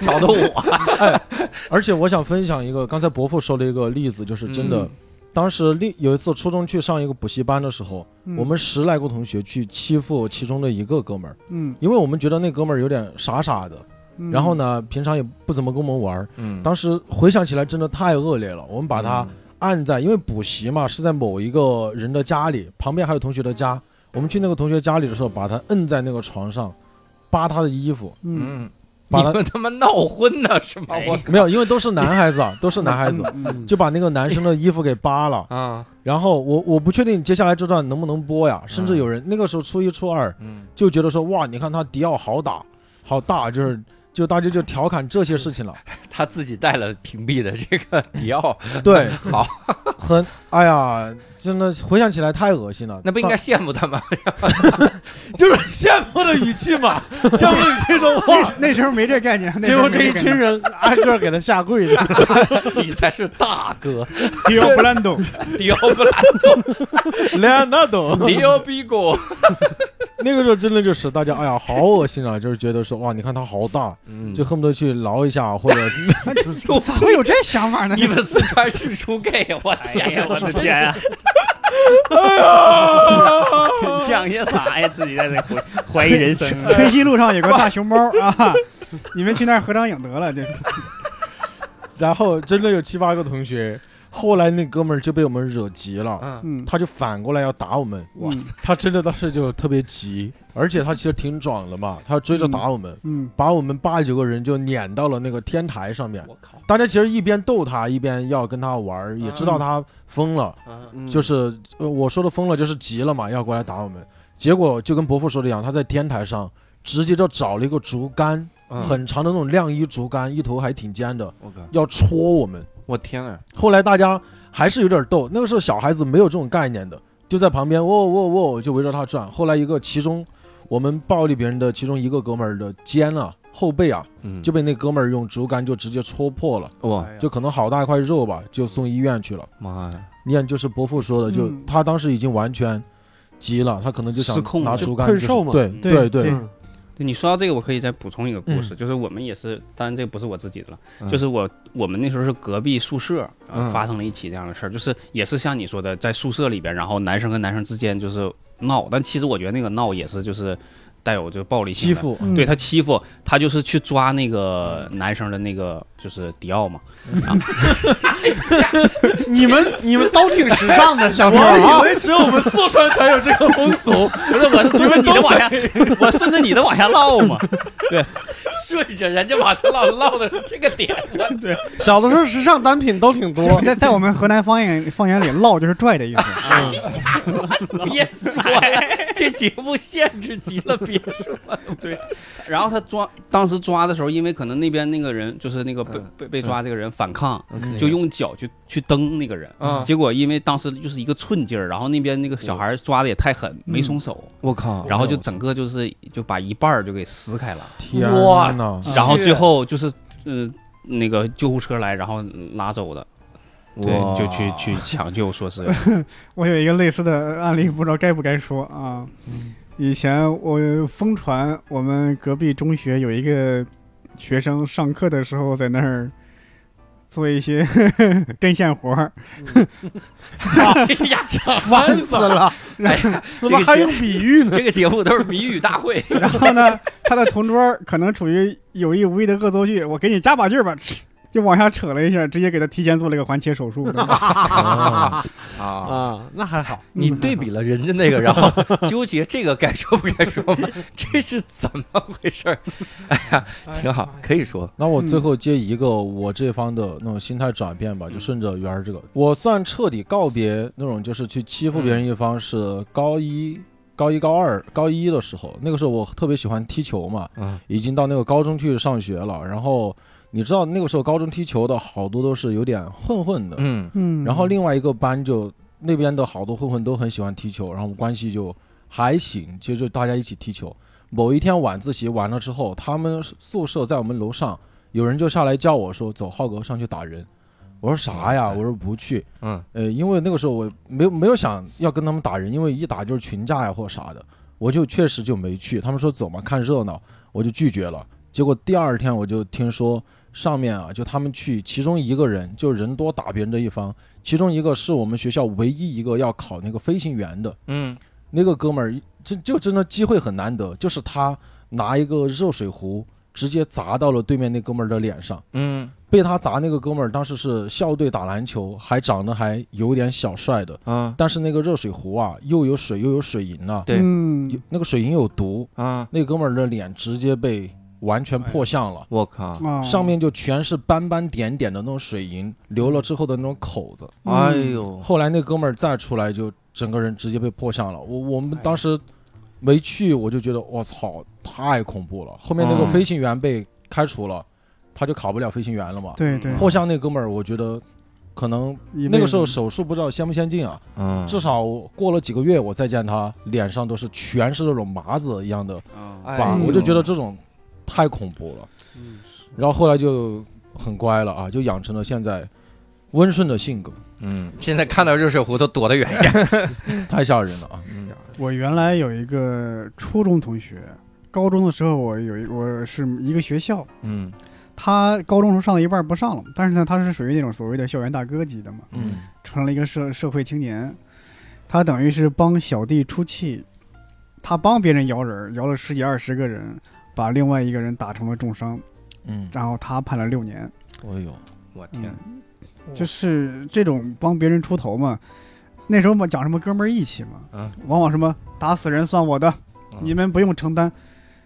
Speaker 1: 找到我，
Speaker 7: 而且我想分享一个，刚才伯父说了一个例子，就是真的，
Speaker 1: 嗯
Speaker 7: 当时另有一次初中去上一个补习班的时候，
Speaker 2: 嗯
Speaker 7: 我们十来个同学去欺负其中的一个哥们儿，
Speaker 2: 嗯，
Speaker 7: 因为我们觉得那哥们儿有点傻傻的，
Speaker 2: 嗯
Speaker 7: 然后？呢，平常也不怎么跟我们玩儿。
Speaker 1: 嗯
Speaker 7: 当时回想起来真的太恶劣了，我们把他按在，因为补习嘛是在某一个人的家里，旁边还有同学的家，我们去那个同学家里的时候，把他摁在那个床上，扒他的衣服，
Speaker 2: 嗯
Speaker 1: 嗯，
Speaker 7: 把
Speaker 1: 你
Speaker 7: 他
Speaker 1: 们他妈闹婚呢是吗？我
Speaker 7: 没有，因为都是男孩子啊，都是男孩子，
Speaker 3: 嗯
Speaker 7: 就把那个男生的衣服给扒了。
Speaker 1: 啊，
Speaker 7: 然后我我不确定接下来这段能不能播呀，甚至有人、那个时候初一初二
Speaker 1: 嗯
Speaker 7: 就觉得说哇，你看他迪奥好打好大，就是就大家就调侃这些事情了。
Speaker 1: 他自己带了屏蔽的这个迪奥，
Speaker 7: 对，
Speaker 1: 好，
Speaker 7: 很哎呀，真的回想起来太恶心了。
Speaker 1: 那不应该羡慕他吗？
Speaker 7: 当 就是羡慕的语气嘛，羡慕的语气说哇，
Speaker 2: 那时候没这概念，那时
Speaker 3: 结
Speaker 2: 候
Speaker 3: 果
Speaker 2: 没
Speaker 3: 这一
Speaker 2: 概
Speaker 3: 群
Speaker 2: 念
Speaker 3: 人挨个给他下跪了。
Speaker 1: 你才是大哥，
Speaker 2: 迪奥布兰 登，
Speaker 1: 迪奥布拉，
Speaker 7: 莱昂纳多。
Speaker 1: 迪奥比果，
Speaker 7: 那个时候真的就是大家哎呀，好恶心啊，就是觉得说哇，你看他好大，
Speaker 1: 嗯
Speaker 7: 就恨不得去挠一下或者
Speaker 2: 咋会有这想法呢？
Speaker 1: 你们四川是出 gay，我天呀，
Speaker 8: 我的天啊！讲些啥呀？自己在这怀怀疑人生。
Speaker 2: 春熙路上有个大熊猫啊，你们去那儿合张影得了，这
Speaker 7: 然后真的有七八个同学，后来那哥们儿就被我们惹急了，
Speaker 1: 嗯
Speaker 2: 嗯，
Speaker 7: 他就反过来要打我们。
Speaker 2: 哇塞，
Speaker 7: 他真的当时就特别急，而且他其实挺壮的嘛，他追着打我们，
Speaker 2: 嗯
Speaker 7: 把我们八九个人就撵到了那个天台上面。
Speaker 1: 我靠，
Speaker 7: 大家其实一边逗他，一边要跟他玩儿，也知道他疯了，
Speaker 1: 啊
Speaker 5: 嗯
Speaker 7: 就是、呃、我说的疯了，就是急了嘛，要过来打我们。结果就跟伯父说的一样，他在天台上直接就找了一个竹竿，
Speaker 1: 嗯
Speaker 7: 很长的那种晾衣竹竿，一头还挺尖的，
Speaker 1: 我靠，
Speaker 7: 要戳我们。
Speaker 1: 我天啊，
Speaker 7: 后来大家还是有点逗，那个时候小孩子没有这种概念的，就在旁边喔喔喔就围着他转。后来一个其中我们暴力别人的其中一个哥们儿的肩啊后背啊
Speaker 1: 嗯哎
Speaker 7: 就被那哥们儿用竹竿就直接戳破了，
Speaker 1: 哇
Speaker 7: 就可能好大一块肉吧，就送医院去了。
Speaker 1: 妈呀，
Speaker 7: 你看，就是伯父说的，就
Speaker 2: 嗯
Speaker 7: 他当时已经完全急了，他可能就想
Speaker 5: 失控了
Speaker 7: 拿
Speaker 3: 就
Speaker 7: 竹竿
Speaker 3: 困
Speaker 7: 就是
Speaker 3: 兽嘛
Speaker 7: 对对
Speaker 2: 对
Speaker 3: 嗯
Speaker 5: 对你说到这个，我可以再补充一个故事，就是我们也是，当然这个不是我自己的了，
Speaker 1: 嗯
Speaker 5: 就是我我们那时候是隔壁宿舍、呃
Speaker 1: 嗯
Speaker 5: 发生了一起这样的事儿，就是也是像你说的，在宿舍里边，然后男生跟男生之间就是闹，但其实我觉得那个闹也是就是带有这个暴力性
Speaker 7: 欺
Speaker 5: 的，
Speaker 7: 负，
Speaker 2: 嗯
Speaker 5: 对他欺负他就是去抓那个男生的那个就是迪奥嘛，
Speaker 3: 你们你们都挺时尚的，小时候啊
Speaker 7: 我以，为只有我们四川才有这个风俗，
Speaker 5: 不 是我是顺着你的往下， 我顺着你的往下唠嘛，
Speaker 1: 顺着人家往上唠唠的这个 点，我
Speaker 3: 小的时候时尚单品都挺 多。
Speaker 2: 在在我们河南方言方言里，唠就是拽的意思。
Speaker 1: 别说呀，
Speaker 5: 哎
Speaker 1: 这节目限制级了，别 说。
Speaker 5: 然后他抓当时抓的时候，因为可能那边那个人就是那个被、
Speaker 1: 嗯
Speaker 5: 被被抓这个人反抗，
Speaker 1: 嗯
Speaker 5: 就用脚去去蹬那个人，
Speaker 1: 啊
Speaker 5: 结果因为当时就是一个寸劲儿，然后那边那个小孩抓的也太狠，没松手，
Speaker 1: 我靠，
Speaker 5: 然后就整个就是就把一半儿就给撕开了，
Speaker 7: 天
Speaker 1: 哇
Speaker 7: 呐，
Speaker 2: 啊
Speaker 5: 然后最后就是呃那个救护车来，然后拉走的，
Speaker 1: 哇
Speaker 5: 对，就去去抢救，说是
Speaker 2: 我有一个类似的案例，不知道该不该说啊。以前我疯传我们隔壁中学有一个学生上课的时候在那儿做一些 针线活儿，
Speaker 1: 哎呀，烦死了！哎呀，
Speaker 3: 怎么还用比 喻呢？
Speaker 1: 这个节目都是谜语大会，
Speaker 2: 然后呢，他的同桌可能处于有意无意的恶作剧，我给你加把劲儿吧， 就往下扯了一下，直接给他提前做了一个环切手 术。
Speaker 1: 啊。
Speaker 3: 啊，那还 好。
Speaker 1: 你对比了人家那个，然后纠结这个该说不该说 吗？这是怎么回事儿？哎呀，挺好，可以说。
Speaker 7: 那我最后接一个我这方的那种心态转变吧，就顺着圆儿这个，我算彻底告别那种就是去欺负别人一方是高一。高一、高二、高一的时候，那个时候我特别喜欢踢球嘛，
Speaker 1: 嗯
Speaker 7: 已经到那个高中去上学了。然后你知道那个时候高中踢球的好多都是有点混混的，
Speaker 1: 嗯
Speaker 2: 嗯，
Speaker 7: 然后另外一个班就那边的好多混混都很喜欢踢球，然后我们关系就还行，其实就大家一起踢球。某一天晚自习完了之后，他们宿舍在我们楼上有人就下来叫我说走，浩哥上去打人。我说啥呀？
Speaker 1: 哇塞
Speaker 7: 我说不去。
Speaker 1: 嗯，
Speaker 7: 呃，因为那个时候我没有没有想要跟他们打人，因为一打就是群架呀或啥的，我就确实就没去。他们说走嘛，看热闹，我就拒绝了。结果第二天我就听说上面啊，就他们去，其中一个人就人多打别人的一方，其中一个是我们学校唯一一个要考那个飞行员的，
Speaker 1: 嗯，
Speaker 7: 那个哥们儿，这就真的机会很难得，就是他拿一个热水壶直接砸到了对面那哥们儿的脸上，
Speaker 1: 嗯
Speaker 7: 被他砸那个哥们儿当时是校队打篮球，还长得还有点小帅的，
Speaker 1: 啊
Speaker 7: 但是那个热水壶啊，又有水又有水银啊，
Speaker 1: 对
Speaker 2: 嗯
Speaker 7: 有，那个水银有毒，
Speaker 1: 啊，
Speaker 7: 那哥们儿的脸直接被完全破相了。
Speaker 1: 我靠，
Speaker 2: 啊
Speaker 7: 上面就全是斑斑点点的那种水银，流了之后的那种口子。
Speaker 1: 哎呦，
Speaker 7: 后来那哥们儿再出来，就整个人直接被破相了。我
Speaker 2: 哎
Speaker 7: 我们当时没去，我就觉得我操，太恐怖了。后面那个
Speaker 1: 嗯
Speaker 7: 飞行员被开除了，他就考不了飞行员了嘛。
Speaker 2: 对对，
Speaker 7: 破相那哥们儿，我觉得可能
Speaker 2: 一
Speaker 7: 那
Speaker 2: 辈
Speaker 7: 个
Speaker 2: 子
Speaker 7: 时候手术不知道先不先进啊，
Speaker 1: 嗯，
Speaker 7: 至少过了几个月，我再见他，脸上都是全是那种麻子一样的
Speaker 1: 哎
Speaker 7: 疤，
Speaker 2: 呦
Speaker 7: 我就觉得这种太恐怖了。
Speaker 5: 嗯，
Speaker 7: 然后后来就很乖了啊，就养成了现在温顺的性格，
Speaker 1: 嗯，现在看到热水壶都躲得远一点。
Speaker 7: 太吓人了啊。
Speaker 1: 嗯
Speaker 2: 我原来有一个初中同学，高中的时候我有一我是一个学校，
Speaker 1: 嗯
Speaker 2: 他高中时候上到一半儿不上了，但是呢，他是属于那种所谓的校园大哥级的嘛，
Speaker 7: 嗯
Speaker 2: 成了一个社社会青年。他等于是帮小弟出气，他帮别人摇人儿，摇了十几二十个人，把另外一个人打成了重伤，
Speaker 7: 嗯，
Speaker 2: 然后他判了六年。
Speaker 7: 哎呦，
Speaker 1: 我天
Speaker 2: 嗯，，就是这种帮别人出头嘛。那时候嘛，讲什么哥们儿义气嘛，
Speaker 3: 啊
Speaker 1: 嗯
Speaker 2: 往往什么打死人算我的，
Speaker 1: 嗯
Speaker 2: 你们不用承担。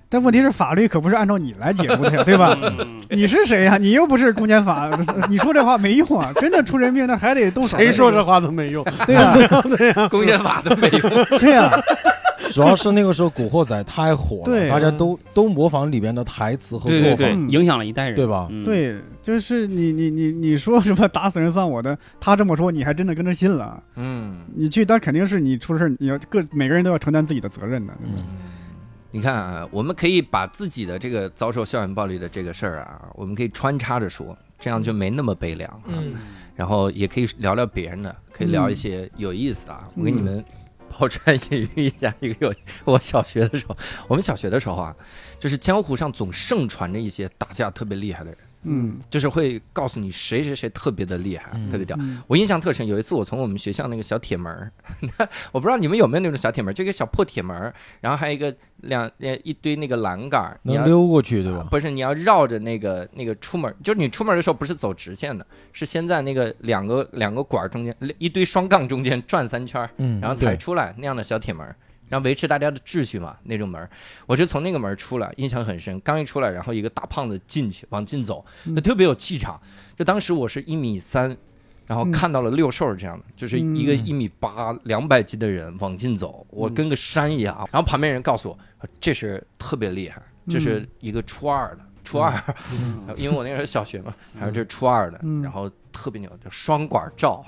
Speaker 2: 但问题是，法律可不是按照你来解读 的呀，对吧？
Speaker 5: 嗯
Speaker 2: 你是谁呀、你又不是公检法， 你说这话没用啊！真的出人命，那还得动手。
Speaker 3: 谁说这？话都没用。
Speaker 2: 对呀、
Speaker 1: 公检法都没有。
Speaker 2: 对啊呀、
Speaker 7: 主要是那个时候《古惑仔》太火了，
Speaker 2: 对嗯
Speaker 7: 大家都都模仿里边的台词和
Speaker 5: 对
Speaker 7: 做
Speaker 5: 对
Speaker 7: 法
Speaker 5: 对，，影响了一代人，
Speaker 7: 对吧
Speaker 5: 嗯，
Speaker 2: 对，就是你你你你说什么打死人算我的，他这么说，你还真的跟着信了。
Speaker 1: 嗯，
Speaker 2: 你去，但肯定是你出事儿，你要各每个人都要承担自己的责任的。
Speaker 1: 嗯你看啊，我们可以把自己的这个遭受校园暴力的这个事儿啊，我们可以穿插着说，这样就没那么悲凉。啊
Speaker 9: 嗯，
Speaker 1: 然后也可以聊聊别人的，可以聊一些有意思的
Speaker 9: 嗯
Speaker 1: 啊。我给你们抛砖引玉一下，一个有我小学的时候，我们小学的时候啊，就是江湖上总盛传着一些打架特别厉害的人，
Speaker 2: 嗯，
Speaker 1: 就是会告诉你谁谁谁特别的厉害，
Speaker 7: 嗯
Speaker 1: 特别屌。
Speaker 2: 嗯
Speaker 1: 我印象特深，有一次我从我们学校那个小铁门儿， 我不知道你们有没有那种小铁门儿，就一个小破铁门儿，然后还有一个两呃一堆那个栏杆儿，你
Speaker 7: 能
Speaker 1: 要啊
Speaker 7: 溜过去对吧？
Speaker 1: 不是，你要绕着那个那个出门，就是你出门的时候不是走直线的，是先在那个两个两个管儿中间一堆双杠中间转三圈儿，
Speaker 7: 嗯，
Speaker 1: 然后才
Speaker 7: 对
Speaker 1: 出来那样的小铁门儿，然后维持大家的秩序嘛那种门儿。我是从那个门儿出来，印象很深。刚一出来，然后一个大胖子进去往进走，那
Speaker 2: 嗯
Speaker 1: 特别有气场。就当时我是一米三。然后
Speaker 2: 嗯
Speaker 1: 看到了六兽这样的，就是一个
Speaker 7: 嗯
Speaker 1: 一米八、两百斤的人往进走，我
Speaker 3: 嗯
Speaker 1: 跟个山一样。然后旁边人告诉我，这是特别厉害，这是一个初二的，初二， 因为我那个时候小学嘛，还有这是初二的，
Speaker 2: 嗯
Speaker 1: 然后特别牛，叫双管照，，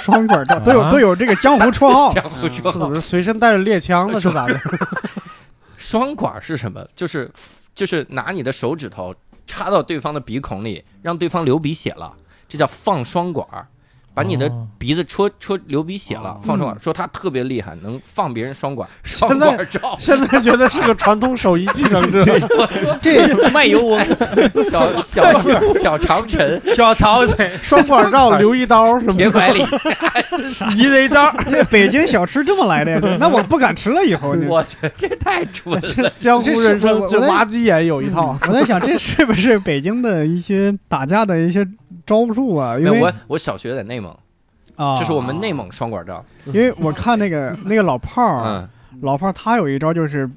Speaker 2: 双管道都有都有这个江湖绰号
Speaker 1: 江
Speaker 3: 嗯
Speaker 1: 湖说
Speaker 3: 是不是随身带着猎枪的是咋的？
Speaker 1: 双管是什么？就是就是拿你的手指头插到对方的鼻孔里，让对方流鼻血了，这叫放双管儿，把你的
Speaker 7: 哦
Speaker 1: 鼻子戳戳流鼻血
Speaker 2: 哦
Speaker 1: 了，放双管儿。说他特别厉害，能放别人双管儿，双
Speaker 3: 在。
Speaker 1: 管儿照
Speaker 3: 现在觉得是个传统手艺继承者。
Speaker 8: 卖油翁，
Speaker 1: 小小小小长城，
Speaker 8: 小曹谁？
Speaker 3: 双管照、留一刀什么
Speaker 1: 铁
Speaker 3: 的。
Speaker 1: 拐李，
Speaker 2: 一人一张。哎北京小吃这么来的呀？那我不敢吃了，以后呢？
Speaker 1: 我去，这太蠢了。
Speaker 3: 江湖人
Speaker 2: 这是
Speaker 3: 称
Speaker 2: 我
Speaker 3: 这
Speaker 2: 我
Speaker 3: 挖鸡眼有一套，
Speaker 2: 我在想，这是不是北京的一些打架的一些招数啊？因
Speaker 1: 那
Speaker 2: 为
Speaker 1: 我我小学在内蒙，
Speaker 2: 啊，
Speaker 1: 这是我们内蒙双管照。
Speaker 2: 因为我看那 个那个老炮儿啊，
Speaker 1: 嗯，
Speaker 2: 老炮儿他有一招就是，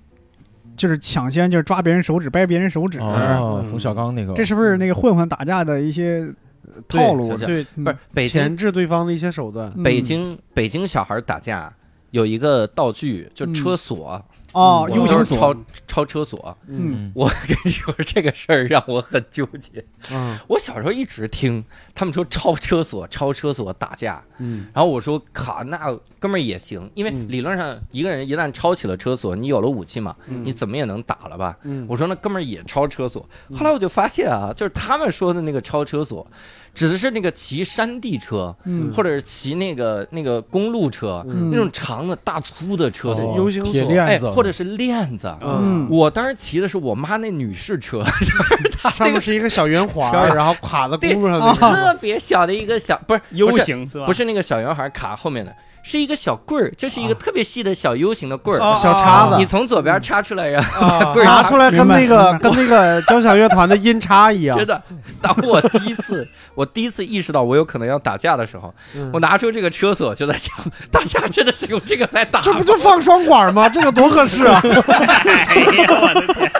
Speaker 2: 就是抢先就是抓别人手指，掰别人手指，啊
Speaker 7: 哦
Speaker 3: 嗯，
Speaker 7: 冯小刚那个
Speaker 2: 这是不是那个混混打架的一些呃套路
Speaker 1: 对？小
Speaker 3: 对，
Speaker 1: 不是北京
Speaker 3: 钳制对方的一些手段。
Speaker 2: 嗯嗯
Speaker 1: 北京北京小孩打架有一个道具，就车锁，
Speaker 2: 哦，
Speaker 1: 我
Speaker 2: U
Speaker 1: 就
Speaker 2: 型
Speaker 1: 是
Speaker 2: 锁
Speaker 1: 超，超车锁。
Speaker 2: 嗯，
Speaker 1: 我跟 你说这个事儿让我很纠结。
Speaker 3: 嗯
Speaker 1: 我小时候一直听他们说超车锁、超车锁打架，
Speaker 3: 嗯
Speaker 1: 然后我说卡那哥们儿也行，因为
Speaker 3: 嗯
Speaker 1: 理论上一个人一旦抄起了车锁，你有了武器嘛，
Speaker 3: 嗯
Speaker 1: 你怎么也能打了吧？
Speaker 3: 嗯
Speaker 1: 我说那哥们儿也抄车锁。
Speaker 3: 嗯
Speaker 1: 后来我就发现啊，就是他们说的那个超车锁，只是那个骑山地车，
Speaker 2: 嗯
Speaker 1: 或者是骑那个那个公路车，
Speaker 2: 嗯
Speaker 1: 那种长的大粗的车锁，
Speaker 3: U 型
Speaker 7: 啊铁
Speaker 3: 锁
Speaker 7: 链
Speaker 1: 哎，
Speaker 7: 子，
Speaker 1: 或者是链子。
Speaker 2: 嗯，
Speaker 1: 我当时骑的是我妈那女士车， 就是她
Speaker 3: 上
Speaker 1: 那
Speaker 3: 面
Speaker 1: 个
Speaker 3: 是一个小圆滑，
Speaker 9: 对
Speaker 3: 然后卡在公路上
Speaker 2: 啊
Speaker 3: 那个。
Speaker 1: 特别小的一个小，不是
Speaker 8: U
Speaker 1: 不是
Speaker 8: 型是
Speaker 3: 啊
Speaker 8: 吧？
Speaker 1: 不是那个小圆环卡后面的，是一个小棍儿，就是一个特别细的小 U 型的棍儿，
Speaker 9: 哦
Speaker 3: 啊 小叉子
Speaker 1: 啊
Speaker 3: 嗯
Speaker 1: 你从左边插出来，然后
Speaker 9: 啊，
Speaker 1: 棍儿
Speaker 3: 拿出来跟那个
Speaker 2: 明白
Speaker 3: 跟那个交响乐团的音叉一样
Speaker 1: 真，的，当我第一 次，我第一次意识到我有可能要打架的时候，
Speaker 3: 嗯
Speaker 1: 我拿出这个车锁就在想，打架真的是用这个在打吗，
Speaker 3: 这不就放双管吗？这个多合适啊！
Speaker 8: 哎呀，我的天，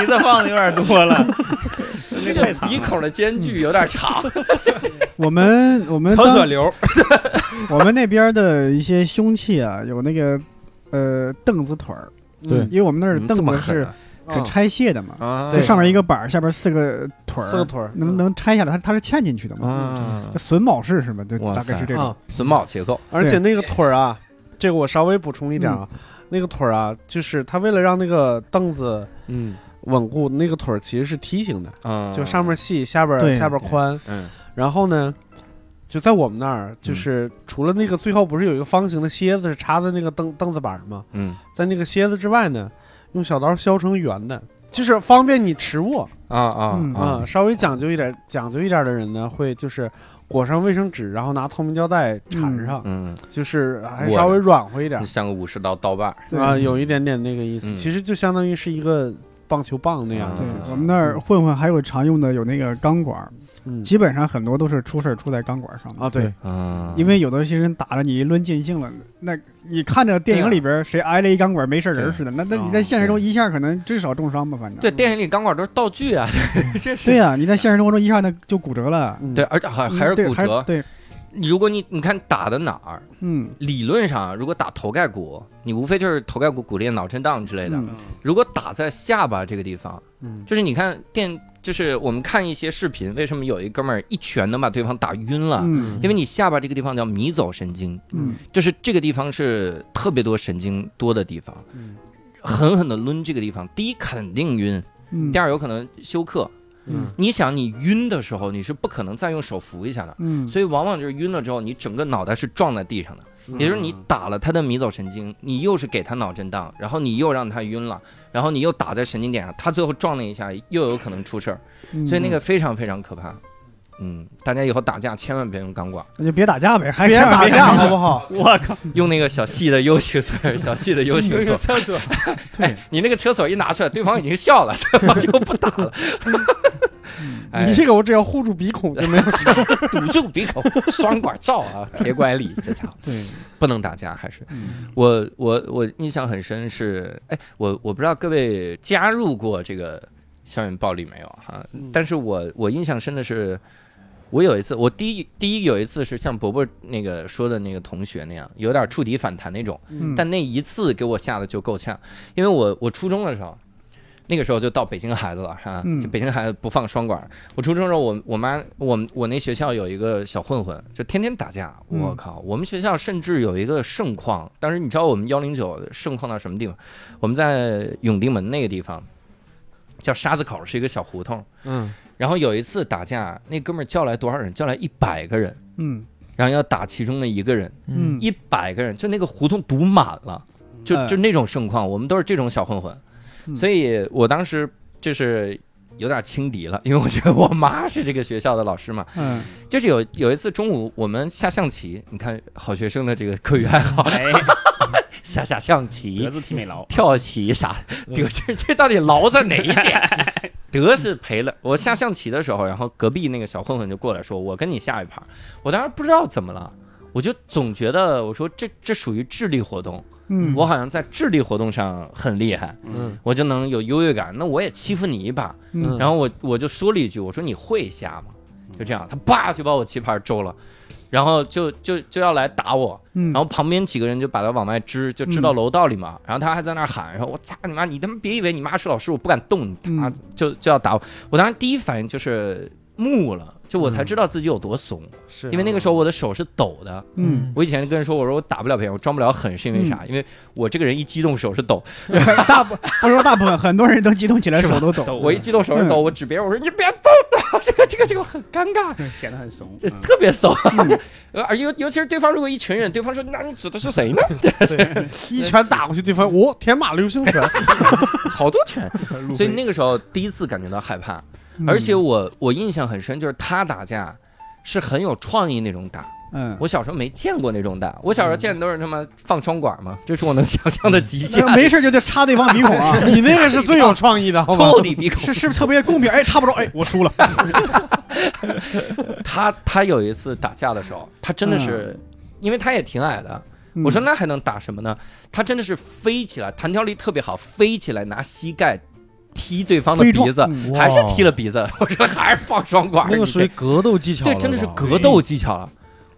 Speaker 8: 你这放的有点多了，
Speaker 1: 这
Speaker 8: 这
Speaker 1: 个
Speaker 8: 太长
Speaker 1: 鼻
Speaker 8: 了。
Speaker 1: 孔的间
Speaker 3: 嗯
Speaker 1: 距有 点长，
Speaker 2: 我 们我们
Speaker 9: 厕所
Speaker 2: 当
Speaker 9: 流，
Speaker 2: 我们那边的一些凶器啊，有那个呃凳子腿儿，
Speaker 7: 对
Speaker 2: 因为我们那儿
Speaker 1: 嗯
Speaker 2: 凳
Speaker 1: 这么
Speaker 2: 子
Speaker 1: 狠
Speaker 2: 是
Speaker 1: 啊
Speaker 3: 嗯
Speaker 2: 可拆卸的嘛，
Speaker 1: 啊，
Speaker 2: 就上面一个板儿，下边四个腿儿，
Speaker 3: 四个腿儿嗯
Speaker 2: 能能拆下来，它它是嵌进去的嘛，
Speaker 1: 嗯啊，
Speaker 2: 榫卯式是吗？就
Speaker 1: 哇
Speaker 2: 大概
Speaker 1: 塞
Speaker 2: 是这
Speaker 3: 啊
Speaker 2: 种，，
Speaker 1: 榫卯结构，
Speaker 3: 而且那个腿儿啊，这个我稍微补充一点啊，
Speaker 2: 嗯
Speaker 3: 那个腿儿啊，就是他为了让那个凳子
Speaker 1: 嗯
Speaker 3: 稳固，那个腿儿其实是梯形的，
Speaker 1: 啊，
Speaker 3: 就上面细，下边儿
Speaker 2: 对
Speaker 3: 下边儿宽。
Speaker 1: 嗯
Speaker 3: 然后呢，就在我们那儿，就是除了那个最后不是有一个方形的楔子是插在那个凳凳子板儿吗？
Speaker 1: 嗯
Speaker 3: 在那个楔子之外呢，用小刀削成圆的，就是方便你持握
Speaker 1: 啊啊
Speaker 2: 嗯
Speaker 1: 啊
Speaker 3: 啊、稍微讲究一点，讲究一点的人呢，会就是裹上卫生纸，然后拿透明胶带缠上，
Speaker 1: 嗯，
Speaker 3: 就是还
Speaker 1: 握着
Speaker 3: 稍微软和一点
Speaker 1: 就像个武士刀刀把儿，
Speaker 2: 对
Speaker 3: 啊、有一点点那个意思。
Speaker 1: 嗯
Speaker 3: 其实就相当于是一个棒球棒那样的
Speaker 2: 对
Speaker 1: 啊
Speaker 3: 东西。
Speaker 2: 我们那儿混混还有常用的有那个钢管儿，
Speaker 3: 嗯
Speaker 2: 基本上很多都是出事儿出在钢管儿上的。
Speaker 3: 啊，对
Speaker 7: 对，
Speaker 1: 嗯，
Speaker 2: 因为有的新人打着你一抡尽兴了，那你看着电影里边谁
Speaker 1: 啊
Speaker 2: 挨了一钢管没事人儿似的，那那你在现实中一下可能至少重伤吧，反正
Speaker 1: 对电影里钢管都是道具啊，这是
Speaker 2: 对呀、你在现实生活中一下那就骨折了，
Speaker 3: 嗯
Speaker 1: 对，而且还啊还是
Speaker 2: 嗯对
Speaker 1: 骨折。
Speaker 2: 对，
Speaker 1: 如果你你看打的哪儿，
Speaker 2: 嗯，
Speaker 1: 理论上如果打头盖骨，你无非就是头盖骨骨裂、脑震荡之类的。
Speaker 2: 嗯
Speaker 1: 如果打在下巴这个地方，
Speaker 3: 嗯
Speaker 1: 就是你看电，就是我们看一些视频，为什么有一哥们儿一拳能把对方打晕了？
Speaker 2: 嗯
Speaker 1: 啊因为你下巴这个地方叫迷走神经，
Speaker 2: 嗯
Speaker 1: 就是这个地方是特别多神经多的地方，
Speaker 3: 嗯
Speaker 1: 狠狠的抡这个地方，第一肯定晕，
Speaker 2: 嗯，
Speaker 1: 第二有可能休克。
Speaker 3: 嗯
Speaker 1: 你想，你晕的时候，你是不可能再用手扶一下的，
Speaker 2: 嗯，
Speaker 1: 所以往往就是晕了之后，你整个脑袋是撞在地上的，也就是你打了他的迷走神经，你又是给他脑震荡，然后你又让他晕了，然后你又打在神经点上，他最后撞了一下，又有可能出事儿，
Speaker 2: 嗯
Speaker 1: 所以那个非常非常可怕。嗯，大家以后打架千万别用钢管，
Speaker 2: 那就嗯别打 架呗，还是
Speaker 3: 别打架好不好？
Speaker 8: 我靠，
Speaker 1: 用那个小细的 U 型锁，小细的 U 型 锁。
Speaker 9: 厕所，
Speaker 2: 对，
Speaker 1: 你那个车锁一拿出来，对方已经笑了，对方就不打 了。哎
Speaker 3: 你， 这个我只要护住鼻孔就没有事。
Speaker 1: 堵住鼻孔，双管照啊，铁拐李，这家伙
Speaker 2: 对，
Speaker 1: 不能打架，还是。
Speaker 2: 嗯
Speaker 1: 我我我印象很深是，哎，我我不知道各位加入过这个校园暴力没有哈，
Speaker 3: 嗯
Speaker 1: 但是我我印象深的是，我有一次，我第一第一有一次是像伯伯那个说的那个同学那样，有点触底反弹那种，
Speaker 2: 嗯，
Speaker 1: 但那一次给我吓得就够呛，因为我我初中的时候。那个时候就到北京孩子了哈，
Speaker 2: 嗯
Speaker 1: 就北京孩子不放双管儿。我初中的时候我，我妈我们我那学校有一个小混混，就天天打架。
Speaker 2: 嗯
Speaker 1: 我靠，我们学校甚至有一个盛况，当时你知道我们幺零九盛况到什么地方？我们在永定门那个地方，叫沙子口，是一个小胡同。
Speaker 3: 嗯
Speaker 1: 然后有一次打架，那哥们儿叫来多少人？叫来一百个人，
Speaker 2: 嗯
Speaker 1: 然后要打其中的一个人。
Speaker 2: 嗯，
Speaker 1: 一百个人，就那个胡同堵满了，就
Speaker 2: 嗯
Speaker 1: 就那种盛况，我们都是这种小混混，
Speaker 2: 嗯
Speaker 1: 所以我当时就是有点轻敌了，因为我觉得我妈是这个学校的老师嘛，
Speaker 2: 嗯
Speaker 1: 就是有有一次中午我们下象棋，你看好学生的这个课余爱好，
Speaker 8: 哎，
Speaker 1: 下下象
Speaker 8: 德
Speaker 1: 棋、
Speaker 8: 智体美劳，
Speaker 1: 跳棋啥，得
Speaker 2: 嗯
Speaker 1: 这这到底牢在哪一点？德是赔了。我下象棋的时候，然后隔壁那个小混混就过来说：“我跟你下一盘。”我当时不知道怎么了，我就总觉得我说这这属于智力活动，
Speaker 2: 嗯，
Speaker 1: 我好像在智力活动上很厉害，
Speaker 3: 嗯
Speaker 1: 我就能有优越感。那我也欺负你一把，
Speaker 2: 嗯嗯
Speaker 1: 然后我我就说了一句：“我说你会下吗？”就这样，他叭就把我棋盘儿周了。然后就就就要来打我，
Speaker 2: 嗯，
Speaker 1: 然后旁边几个人就把他往外支，就支到楼道里嘛。然后他还在那儿喊，然后我操你妈，你他妈别以为你妈是老师，我不敢动你，他
Speaker 2: 嗯
Speaker 1: 就就要打我。我当时第一反应就是木了，就我才
Speaker 3: 嗯
Speaker 1: 知道自己有多怂，
Speaker 3: 是
Speaker 2: 啊
Speaker 1: 因为那个时候我的手是抖的。
Speaker 2: 嗯，
Speaker 1: 我以前跟人说，我说我打不了别人，我装不了狠，是因为
Speaker 8: 嗯
Speaker 1: 啥？因为我这个人一激动手是抖，
Speaker 2: 大部不说大部分，很多人都激动起来，
Speaker 1: 是吧
Speaker 2: 手都抖。
Speaker 1: 我一激动手
Speaker 8: 嗯
Speaker 1: 是抖，我指别人我说你别动了，这个这个这个很尴尬。
Speaker 8: 嗯显得很怂嗯
Speaker 1: 这。特别怂， 呃而尤尤其是对方如果一群人，对方说那你指的是谁呢？
Speaker 3: 一拳打过去，对方我天马流星 拳，
Speaker 1: 好多拳，所以那个时候第一次感觉到害怕，
Speaker 2: 嗯
Speaker 1: 而且我我印象很深，就是他打架是很有创意那种打，
Speaker 2: 嗯，
Speaker 1: 我小时候没见过那种打，我小时候见的都是他妈放双管嘛，这是我能想象
Speaker 8: 嗯
Speaker 1: 的极限
Speaker 2: 那，没事就得插对方鼻孔啊，
Speaker 3: 你那个是最有创意的，好 吧？
Speaker 1: 抽你鼻孔。
Speaker 2: 是是不是特别公平？哎，插不着，哎，我输了。
Speaker 1: 他他有一次打架的时候，他真的是，因为他也挺矮的，
Speaker 2: 嗯
Speaker 1: 我说那还能打什么呢？他真的是飞起来，弹跳力特别好，飞起来拿膝盖踢对方的
Speaker 2: 非
Speaker 1: 鼻
Speaker 2: 撞
Speaker 1: 子，
Speaker 2: 嗯
Speaker 1: 还是踢了鼻子。 我说还是放双管儿，
Speaker 7: 那个
Speaker 1: 你
Speaker 7: 属于
Speaker 1: 这
Speaker 7: 格斗技巧了
Speaker 1: 对，
Speaker 7: 吧，哎
Speaker 1: 真的是格斗技巧了。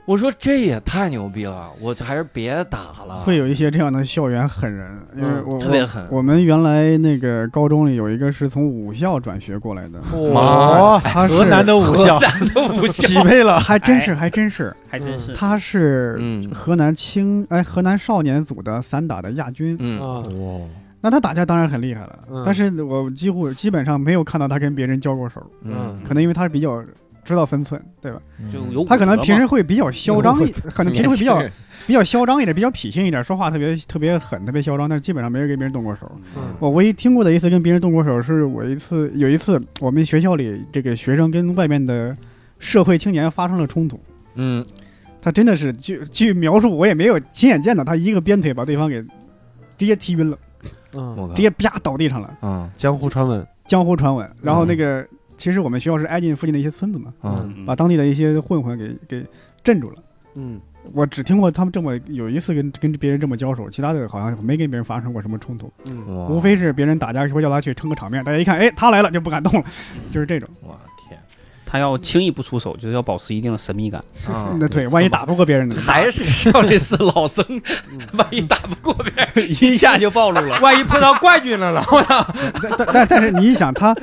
Speaker 1: 我说这也太牛逼了，我还是别打了。
Speaker 2: 会有一些这样的校园狠人，因为
Speaker 1: 嗯
Speaker 2: 我
Speaker 1: 特别狠
Speaker 2: 我。我们原来那个高中里有一个是从武校转学过来的，
Speaker 1: 妈
Speaker 3: 哇，
Speaker 2: 他是
Speaker 7: 河南的武校
Speaker 1: 都不 行，
Speaker 7: 匹配
Speaker 1: 啊
Speaker 7: 了，
Speaker 2: 还真是还真是，
Speaker 8: 还真是。
Speaker 2: 他是
Speaker 1: 哎嗯
Speaker 2: 河南青哎河南少年组的散打的亚军。
Speaker 1: 嗯，
Speaker 3: 啊，
Speaker 7: 哇，
Speaker 2: 那他打架当然很厉害了，
Speaker 3: 嗯
Speaker 2: 但是我几乎基本上没有看到他跟别人交过手，
Speaker 1: 嗯
Speaker 2: 可能因为他是比较知道分寸，对吧？
Speaker 5: 就有
Speaker 2: 他可能
Speaker 5: 骨折
Speaker 2: 平
Speaker 5: 嘛
Speaker 2: 时会比较嚣张一，可能平时会比较比较嚣张一点，比较痞性一点，说话特别特别狠，特别嚣张，但是基本上没人跟别人动过手。
Speaker 3: 嗯
Speaker 2: 我唯一听过的一次跟别人动过手，是我一次有一次我们学校里这个学生跟外面的社会青年发生了冲突，
Speaker 1: 嗯，
Speaker 2: 他真的是据据描述我也没有亲眼见到，他一个鞭腿把对方给直接踢晕了，
Speaker 3: 嗯，
Speaker 1: 我靠
Speaker 2: 直接啪倒地上了，
Speaker 1: 嗯
Speaker 3: 江湖传闻，
Speaker 2: 江湖传闻。然后那个、其实我们学校是挨近附近的一些村子嘛，
Speaker 1: 嗯，
Speaker 2: 把当地的一些混混给给镇住了。
Speaker 3: 嗯，
Speaker 2: 我只听过他们这么有一次跟跟别人这么交手，其他的好像没跟别人发生过什么冲突，
Speaker 3: 嗯，
Speaker 1: 哇
Speaker 9: 哦
Speaker 2: 无非是别人打架说叫他去撑个场面，大家一看，哎，他来了就不敢动 了，就是这种。
Speaker 1: 我天
Speaker 5: 他要轻易不出手，就是要保持一定的神秘感。
Speaker 9: 哦
Speaker 1: 啊！
Speaker 2: 那对，万一打不过别 人呢？
Speaker 1: 嗯还是上一次老僧，万一打不过别人，
Speaker 8: 一下就暴露了。
Speaker 9: 万一碰到冠军了呢？
Speaker 2: 但但但但是你一想，他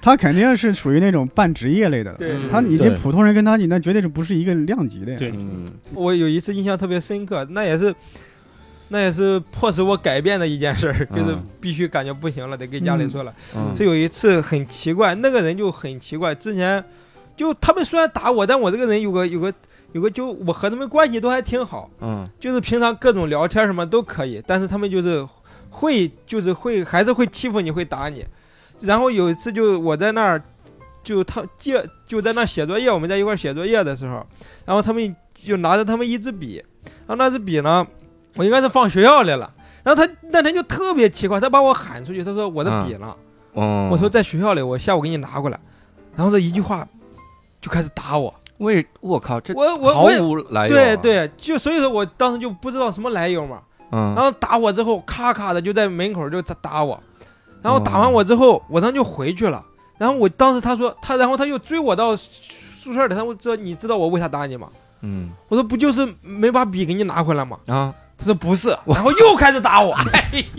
Speaker 2: 他肯定是属于那种半职业类的，
Speaker 1: 对
Speaker 2: 他你
Speaker 7: 对
Speaker 2: 这普通人跟他你那绝对是不是一个量级的呀？
Speaker 5: 对
Speaker 1: 嗯
Speaker 9: 我有一次印象特别深刻，那也是，那也是迫使我改变的一件事儿，
Speaker 1: 嗯
Speaker 9: 就是必须感觉不行了，得跟家里说了。
Speaker 1: 嗯
Speaker 9: 是有一次很奇怪，那个人就很奇怪，之前就他们虽然打我，但我这个人有个有个有个，就我和他们关系都还挺好，
Speaker 1: 嗯
Speaker 9: 就是平常各种聊天什么都可以，但是他们就是会就是会还是会欺负你，会打你。然后有一次就我在那儿，就他借就在那儿写作业，我们在一块儿写作业的时候，然后他们就拿着他们一支笔，然后那支笔呢，我应该是放学校来了。然后他那天就特别奇怪，他把我喊出去，他说我的笔呢？
Speaker 1: 嗯，
Speaker 9: 我说在学校里，我下午给你拿过来。然后这一句话就开始打我，
Speaker 1: 为我靠，这
Speaker 9: 我我
Speaker 1: 毫
Speaker 9: 我也
Speaker 1: 无来由，啊
Speaker 9: 对，对，就所以说我当时就不知道什么来由嘛。
Speaker 1: 嗯
Speaker 9: 然后打我之后，咔咔的就在门口就打打我，然后打
Speaker 1: 哦
Speaker 9: 完我之后，我当时就回去了。然后我当时他说他，然后他又追我到宿宿舍里，他说你知道我为啥打你吗？
Speaker 1: 嗯
Speaker 9: 我说不就是没把笔给你拿回来吗？
Speaker 1: 啊，
Speaker 9: 他说不是，然后又开始 打我。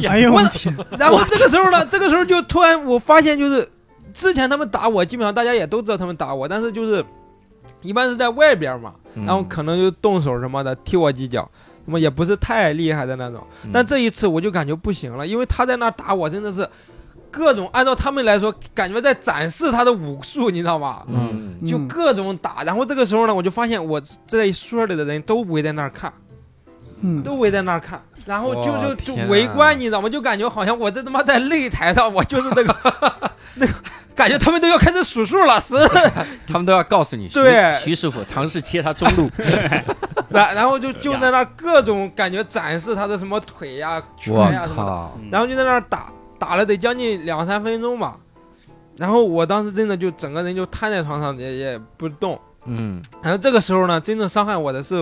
Speaker 2: 哎呦
Speaker 9: 我
Speaker 2: 我的天，
Speaker 9: 然后这个时候呢，这个时候就突然我发现，就是之前他们打我，基本上大家也都知道他们打我，但是就是一般是在外边嘛，
Speaker 1: 嗯
Speaker 9: 然后可能就动手什么的，踢我几脚，那么也不是太厉害的那种。
Speaker 1: 嗯
Speaker 9: 但这一次我就感觉不行了，因为他在那打我，真的是各种按照他们来说，感觉在展示他的武术，你知道吗？
Speaker 1: 嗯
Speaker 9: 就
Speaker 2: 嗯
Speaker 9: 各种打，然后这个时候呢，我就发现我在宿舍里的人都围在那儿看，
Speaker 2: 嗯，
Speaker 9: 都围在那儿看，然后就
Speaker 1: 哇
Speaker 9: 就就
Speaker 1: 天啊
Speaker 9: 围观，你知道吗？就感觉好像我这他妈在擂台上，我就是 那个那个，感觉他们都要开始数数了，是。
Speaker 1: 他们都要告诉你，徐
Speaker 9: 对
Speaker 1: 徐师傅尝试切他中 路，
Speaker 9: 然然后就
Speaker 1: 哎
Speaker 9: 就在那儿各种感觉展示他的什么腿呀、拳
Speaker 1: 我
Speaker 9: 哎呀什么的，
Speaker 1: 靠，
Speaker 9: 然后就在那儿打打了得将近两三分钟吧。然后我当时真的就整个人就瘫在床上，也也不动。
Speaker 1: 嗯
Speaker 9: 然后这个时候呢，真正伤害我的是，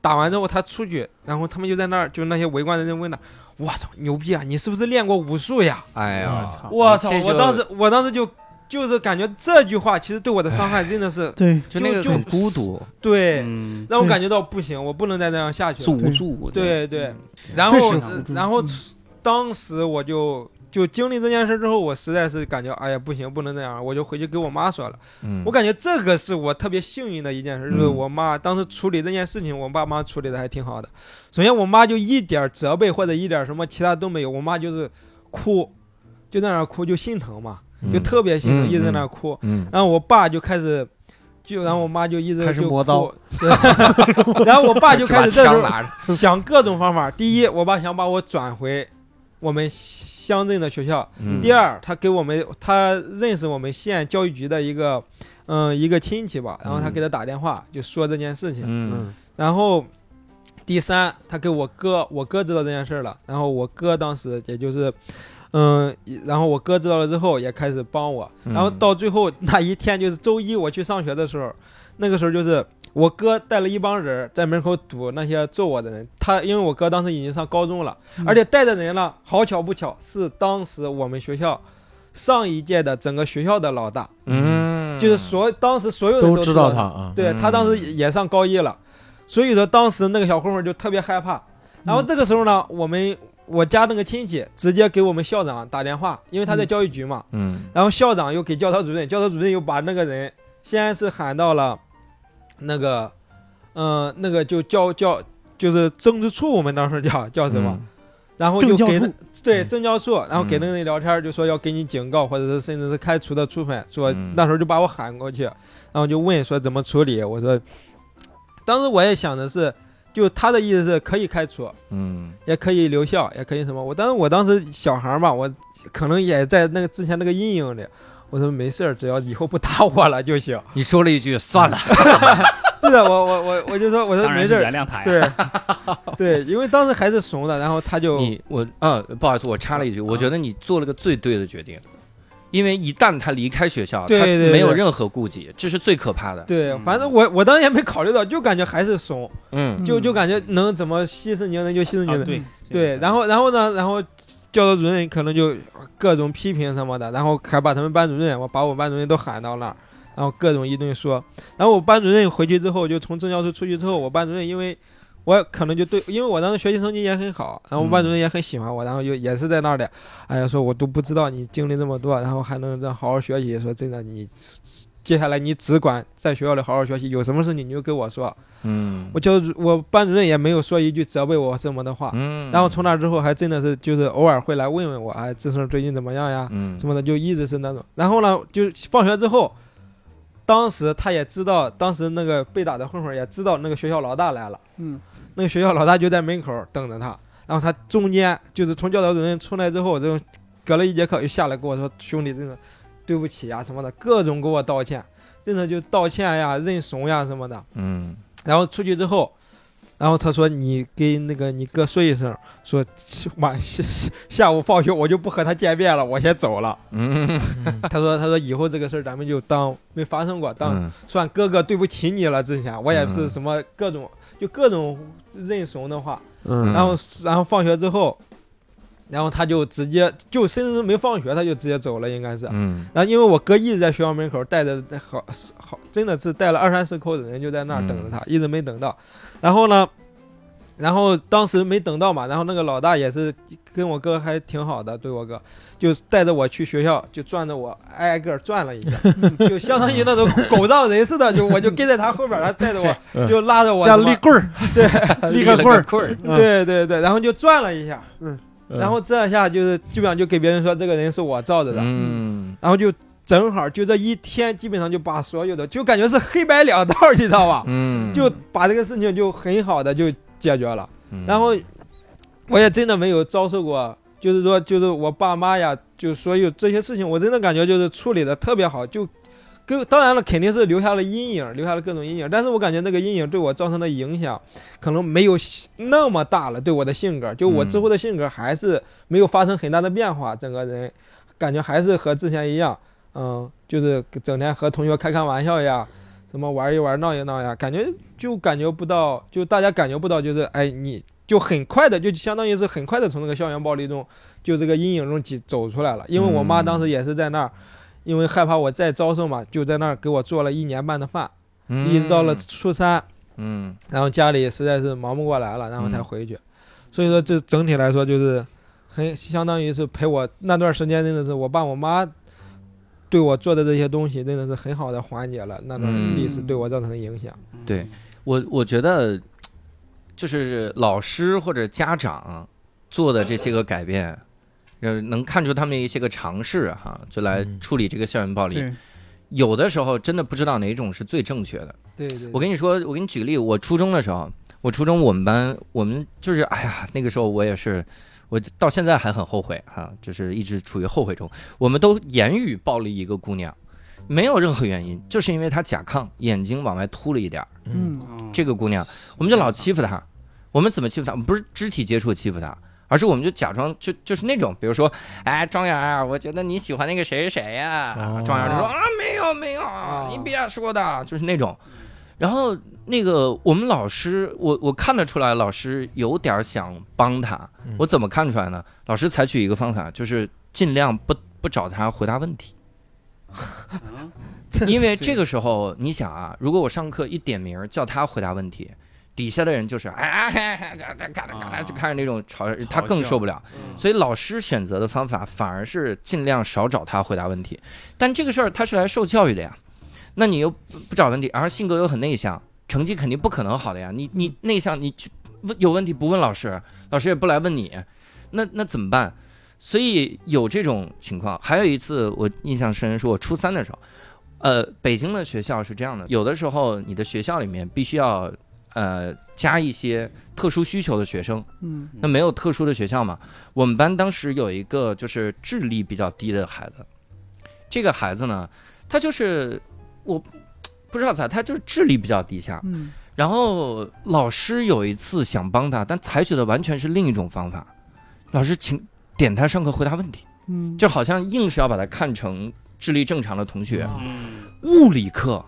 Speaker 9: 打完之后他出去，然后他们就在那儿，就那些围观的人问他：“我操，牛逼啊！你是不是练过武术呀？”
Speaker 1: 哎呀，
Speaker 8: 操！
Speaker 9: 我操！
Speaker 1: 这就
Speaker 9: 我当时我当时就就是感觉这句话其实对我的伤害真的是
Speaker 2: 对，
Speaker 1: 就那个
Speaker 9: 就
Speaker 1: 很孤独，
Speaker 9: 对，
Speaker 5: 嗯，
Speaker 9: 让我感觉到不行，我不能再这样下去
Speaker 5: 是
Speaker 9: 了。
Speaker 5: 无助，
Speaker 9: 对对，然后
Speaker 2: 确实无助
Speaker 9: 然后
Speaker 2: 嗯
Speaker 9: 当时我就就经历这件事之后，我实在是感觉哎呀不行，不能这样，我就回去给我妈说了。
Speaker 1: 嗯
Speaker 9: 我感觉这个是我特别幸运的一件事，就是
Speaker 1: 嗯
Speaker 9: 我妈当时处理这件事情，我爸妈处理的还挺好的。首先，我妈就一点责备或者一点什么其他都没有，我妈就是哭，就在那儿哭，就心疼嘛，就特别心疼，
Speaker 1: 嗯
Speaker 9: 一直在那
Speaker 1: 嗯
Speaker 9: 儿哭。
Speaker 1: 嗯
Speaker 9: 然后我爸就开始，就然后我妈就一直
Speaker 3: 开始
Speaker 9: 就
Speaker 3: 磨刀
Speaker 9: 哭， 对 然后我爸就开始这时
Speaker 1: 枪
Speaker 9: 候
Speaker 1: 拿着，
Speaker 9: 想各种方法。第一，我爸想把我转回我们乡镇的学校；
Speaker 1: 嗯
Speaker 9: 第二，他给我们他认识我们县教育局的一个嗯一个亲戚吧，然后他
Speaker 1: 嗯
Speaker 9: 给他打电话就说这件事情。
Speaker 1: 嗯
Speaker 9: 然后第三，他给我哥，我哥知道这件事儿了，然后我哥当时也就是。嗯，然后我哥知道了之后也开始帮我，
Speaker 1: 嗯
Speaker 9: 然后到最后那一天就是周一我去上学的时候，那个时候就是我哥带了一帮人儿在门口堵那些揍我的人，他因为我哥当时已经上高中了，
Speaker 2: 嗯
Speaker 9: 而且带的人呢，好巧不巧是当时我们学校上一届的整个学校的老大，
Speaker 1: 嗯，
Speaker 9: 就是所当时所有人
Speaker 7: 都
Speaker 9: 知
Speaker 7: 知
Speaker 9: 道
Speaker 7: 道他啊，
Speaker 9: 对
Speaker 1: 嗯
Speaker 9: 他当时也上高一了，所以说当时那个小混混就特别害怕。
Speaker 1: 嗯
Speaker 9: 然后这个时候呢，我们我家那个亲戚直接给我们校长打电话，因为他在教育局嘛。
Speaker 1: 嗯
Speaker 9: 然后校长又给教导主任，教导主任又把那个人先是喊到了那个，嗯、那个就教教就是政治处，我们当时叫叫什么？然后
Speaker 2: 政
Speaker 9: 就
Speaker 2: 教
Speaker 9: 给
Speaker 2: 处
Speaker 9: 那对
Speaker 1: 嗯
Speaker 9: 政教处，然后给
Speaker 1: 嗯
Speaker 9: 那个人聊天儿，就说要给你警告，或者是甚至是开除的处分，说
Speaker 1: 嗯
Speaker 9: 那时候就把我喊过去，然后就问说怎么处理，我说，当时我也想的是，就他的意思是可以开除，
Speaker 1: 嗯
Speaker 9: 也可以留校，也可以什么，我当时我当时小孩儿嘛，我可能也在那个之前那个阴影里，我说没事儿，只要以后不打我了就行，
Speaker 1: 你说了一句算了，
Speaker 9: 是的，我我我我就说我说
Speaker 5: 当
Speaker 9: 没
Speaker 5: 然是
Speaker 9: 事儿
Speaker 5: 原，谅他呀。
Speaker 9: 对 对，因为当时还是怂的，然后他就
Speaker 1: 你我啊，不好意思，我插了一句，我觉得你做了个最对的决定，因为一旦他离开学校，
Speaker 9: 对对
Speaker 1: 他
Speaker 9: 对
Speaker 1: 没有任何顾忌，这是最可怕的。
Speaker 9: 对，
Speaker 5: 嗯
Speaker 9: 反正我我当时也没考虑到，就感觉还是怂，
Speaker 1: 嗯
Speaker 9: 就就感觉能怎么息事宁人就息事宁
Speaker 5: 啊
Speaker 9: 人。
Speaker 5: 对
Speaker 9: 对，然后然后呢，然后教导主任可能就各种批评什么的，然后还把他们班主任，我把我班主任都喊到那儿，然后各种一顿说。然后我班主任回去之后，就从政教处出去之后，我班主任因为。我可能就对，因为我当时学习成绩也很好，然后我班主任也很喜欢我，然后就也是在那里，哎呀，说我都不知道你经历这么多，然后还能这样好好学习，说真的，你接下来你只管在学校里好好学习，有什么事情你就跟我说。
Speaker 1: 嗯
Speaker 9: 我教我班主任也没有说一句责备我什么的话，
Speaker 1: 嗯
Speaker 9: 然后从那之后还真的是就是偶尔会来问问我，哎，志胜最近怎么样呀？
Speaker 1: 嗯
Speaker 9: 什么的，就一直是那种。然后呢，就放学之后，当时他也知道，当时那个被打的混混也知道那个学校老大来了，
Speaker 2: 嗯，
Speaker 9: 那个学校老大就在门口等着他。然后他中间就是从教导主任出来之后，就隔了一节课又下来跟我说：“兄弟，真的对不起呀、什么的，各种给我道歉，真的就道歉呀、认怂呀什么的。”
Speaker 1: 嗯
Speaker 9: 然后出去之后，然后他说你跟那个你哥说一声，说晚下下午放学我就不和他见面了，我先走了。
Speaker 1: 嗯
Speaker 9: 他说他说以后这个事儿咱们就当没发生过，当
Speaker 1: 嗯
Speaker 9: 算哥哥对不起你了。之前我也是什么各种就各种认怂的话，
Speaker 3: 嗯
Speaker 9: 然后然后放学之后，然后他就直接就甚至没放学他就直接走了，应该是。
Speaker 1: 嗯
Speaker 9: 然后因为我哥一直在学校门口带着好好，真的是带了二三十口子人就在那儿等着他，一直没等到。然后呢，然后当时没等到嘛，然后那个老大也是跟我哥还挺好的，对我哥就带着我去学校，就转着我挨挨个儿转了一下，就相当于那种狗仗人势的，就我就跟在他后边儿，他带着我就拉着我
Speaker 3: 加
Speaker 9: 什么
Speaker 3: 立棍儿， 对，立个棍儿，
Speaker 1: 棍儿，
Speaker 9: 对对对，然后就转了一下，
Speaker 7: 嗯
Speaker 9: 然后这一下就是基本上就给别人说这个人是我罩着的，
Speaker 1: 嗯
Speaker 9: 然后就正好就这一天，基本上就把所有的就感觉是黑白两道，你知道吧？
Speaker 1: 嗯，
Speaker 9: 就把这个事情就很好的就解决了。然后我也真的没有遭受过，就是说就是我爸妈呀，就所有这些事情，我真的感觉就是处理的特别好，就。跟当然了，肯定是留下了阴影，留下了各种阴影。但是我感觉那个阴影对我造成的影响，可能没有那么大了，对我的性格，就我之后的性格还是没有发生很大的变化，整个人感觉还是和之前一样，嗯，就是整天和同学开开玩笑呀，什么玩一玩闹一闹呀，感觉就感觉不到，就大家感觉不到，就是哎，你就很快的，就相当于是很快的从那个校园暴力中，就这个阴影中挤走出来了。因为我妈当时也是在那儿，因为害怕我再遭受嘛，就在那儿给我做了一年半的饭，一直到了初三，
Speaker 1: 嗯
Speaker 9: 然后家里实在是忙不过来了，然后才
Speaker 1: 嗯
Speaker 9: 回去。所以说，这整体来说就是很相当于是陪我那段时间，真的是我爸我妈对我做的这些东西，真的是很好的缓解了那段历史
Speaker 2: 嗯
Speaker 9: 对我造成的影响。
Speaker 1: 对我我觉得就是老师或者家长做的这些个改变，呃，能看出他们一些个尝试哈，就来
Speaker 6: 嗯
Speaker 1: 处理这个校园暴力。
Speaker 2: 对，
Speaker 1: 有的时候真的不知道哪种是最正确的。
Speaker 9: 对对，
Speaker 1: 我跟你说，我给你举个例，我初中的时候，我初中我们班我们就是，哎呀，那个时候我也是，我到现在还很后悔哈、就是一直处于后悔中。我们都言语暴力一个姑娘，没有任何原因，就是因为她甲亢，眼睛往外凸了一点儿。
Speaker 6: 嗯，
Speaker 1: 这个姑娘，我们就老欺负她。我们怎么欺负她？不是肢体接触欺负她，而是我们就假装就就是那种，比如说，哎，庄园啊，我觉得你喜欢那个谁谁谁呀、
Speaker 7: 哦
Speaker 1: 庄园就说啊，没有没有，
Speaker 6: 哦
Speaker 1: 你别说的，就是那种。然后那个我们老师，我我看得出来，老师有点想帮她。
Speaker 6: 嗯
Speaker 1: 我怎么看出来呢？老师采取一个方法，就是尽量不不找她回答问题。因为这个时候，你想啊，如果我上课一点名儿叫他回答问题，底下的人就是哎哎哎，嘎哒嘎哒嘎哒，就开始那种吵，他更受不了。所以老师选择的方法反而是尽量少找他回答问题。但这个事儿他是来受教育的呀，那你又不不找问题，而性格又很内向，成绩肯定不可能好的呀。你你内向，你去问有问题不问老师，老师也不来问你，那那怎么办？所以有这种情况。还有一次我印象深，是我初三的时候。呃，北京的学校是这样的，有的时候你的学校里面必须要呃加一些特殊需求的学生，
Speaker 2: 嗯
Speaker 1: 那没有特殊的学校嘛？我们班当时有一个就是智力比较低的孩子，这个孩子呢，他就是我不知道咋，他就是智力比较低下，
Speaker 2: 嗯
Speaker 1: 然后老师有一次想帮他，但采取的完全是另一种方法，老师请点他上课回答问题，
Speaker 2: 嗯，
Speaker 1: 就好像硬是要把他看成智力正常的同学。
Speaker 5: 嗯，
Speaker 1: 物理课，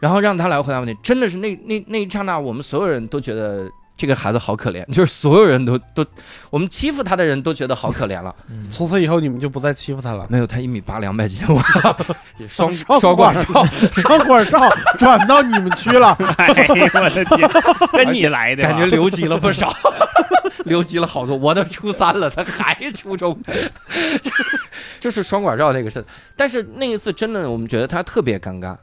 Speaker 1: 然后让他来回答问题，真的是那那那一刹那，我们所有人都觉得这个孩子好可怜，就是所有人都都，我们欺负他的人都觉得好可怜了。
Speaker 3: 嗯从此以后你们就不再欺负他了。
Speaker 1: 没有，他一米八，两百斤，我也双
Speaker 3: 双
Speaker 1: 双
Speaker 3: 管
Speaker 1: 挂照， 啊
Speaker 3: 双管照转到你们区 了，
Speaker 8: 哎呦我的天，跟你来的吧，
Speaker 1: 感 觉留级了不少，留级了好多。我都初三了，他还初中， 就是双管照那个事。但是那一次真的，我们觉得他特别尴尬。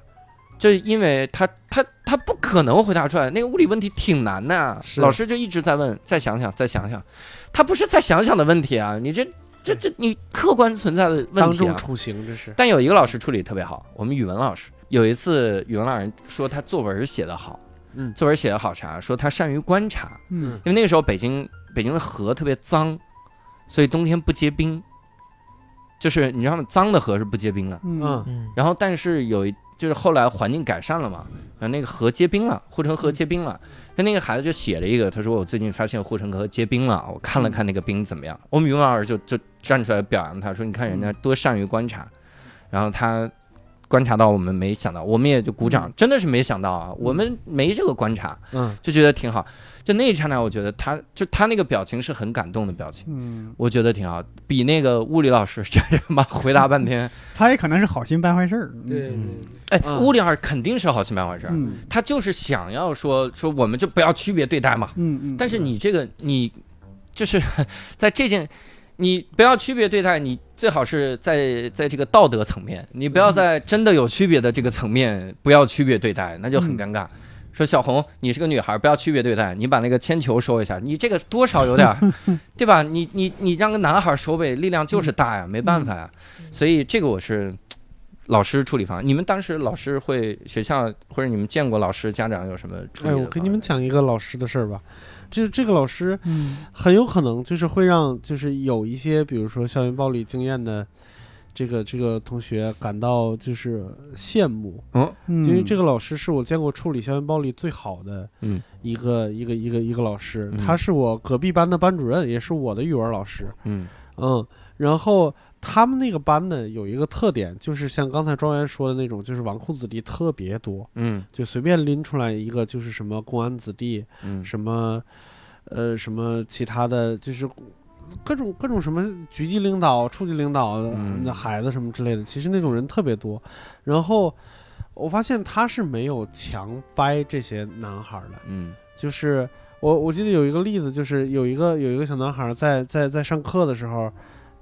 Speaker 1: 就是因为他他他不可能回答出来，那个物理问题挺难的、
Speaker 3: 是
Speaker 1: 老师就一直在问，再想想，再想想，他不是再想想的问题啊，你这这这你客观存在的问题、啊，
Speaker 3: 当众处刑，这是。
Speaker 1: 但有一个老师处理特别好，我们语文老师有一次，语文老师说他作文写得好，
Speaker 3: 嗯
Speaker 1: 作文写得好啥？说他善于观察，
Speaker 2: 嗯
Speaker 1: 因为那个时候北京北京的河特别脏，所以冬天不结冰，就是你知道吗？脏的河是不结冰的。
Speaker 2: 嗯
Speaker 3: 嗯，
Speaker 6: 嗯
Speaker 1: 然后但是有一就是后来环境改善了嘛，然后那个河结冰了，护城河结冰了。那那个孩子就写了一个，他说我最近发现护城河结冰了，我看了看那个冰怎么样。我们语文老师就就站出来表扬他说，你看人家多善于观察，然后他。观察到我们没想到，我们也就鼓掌，真的是没想到啊！我们没这个观察，
Speaker 3: 嗯，
Speaker 1: 就觉得挺好。就那一刹那，我觉得他就他那个表情是很感动的表情，
Speaker 2: 嗯，
Speaker 1: 我觉得挺好，比那个物理老师这他妈回答半天，
Speaker 2: 他也可能是好心办坏事儿。
Speaker 9: 对对
Speaker 6: 嗯
Speaker 1: 哎，
Speaker 3: 嗯
Speaker 1: 物理老师肯定是好心办坏事儿，
Speaker 2: 嗯
Speaker 1: 他就是想要说说我们就不要区别对待嘛。
Speaker 2: 嗯嗯，
Speaker 1: 但是你这个你就是在这件，你不要区别对待，你最好是在在这个道德层面，你
Speaker 3: 嗯
Speaker 1: 不要在真的有区别的这个层面不要区别对待，那就
Speaker 3: 嗯
Speaker 1: 很尴尬。说小红，你是个女孩，不要区别对待，你把那个铅球收一下，你这个多少有点儿， 对吧？你你你让个男孩收呗，力量
Speaker 3: 嗯
Speaker 1: 就是大呀，没办法呀。所以这个我是。老师处理方案，你们当时老师会学校或者你们见过老师家长有什么处理
Speaker 3: 哎，
Speaker 1: 的
Speaker 3: 我给
Speaker 1: 方
Speaker 3: 你们
Speaker 1: 案
Speaker 3: 讲一个老师的事儿吧，就是这个老师
Speaker 2: 嗯
Speaker 3: 很有可能就是会让就是有一些比如说校园暴力经验的这个这个同学感到就是羡慕，
Speaker 2: 嗯，
Speaker 3: 因为这个老师是我见过处理校园暴力最好的
Speaker 1: 嗯
Speaker 3: 一个、一个一个一个老师，
Speaker 1: 嗯
Speaker 3: 他是我隔壁班的班主任，也是我的语文老师。
Speaker 1: 嗯
Speaker 3: 嗯，然后他们那个班呢有一个特点，就是像刚才庄园说的那种，就是纨绔子弟特别多，
Speaker 1: 嗯
Speaker 3: 就随便拎出来一个就是什么公安子弟，
Speaker 1: 嗯
Speaker 3: 什么呃什么其他的，就是各种各种什么局级领导、处级领导的、
Speaker 1: 嗯
Speaker 3: 那孩子什么之类的，其实那种人特别多。然后我发现他是没有强掰这些男孩儿的，
Speaker 1: 嗯
Speaker 3: 就是我我记得有一个例子，就是有一个有一个小男孩儿在在在上课的时候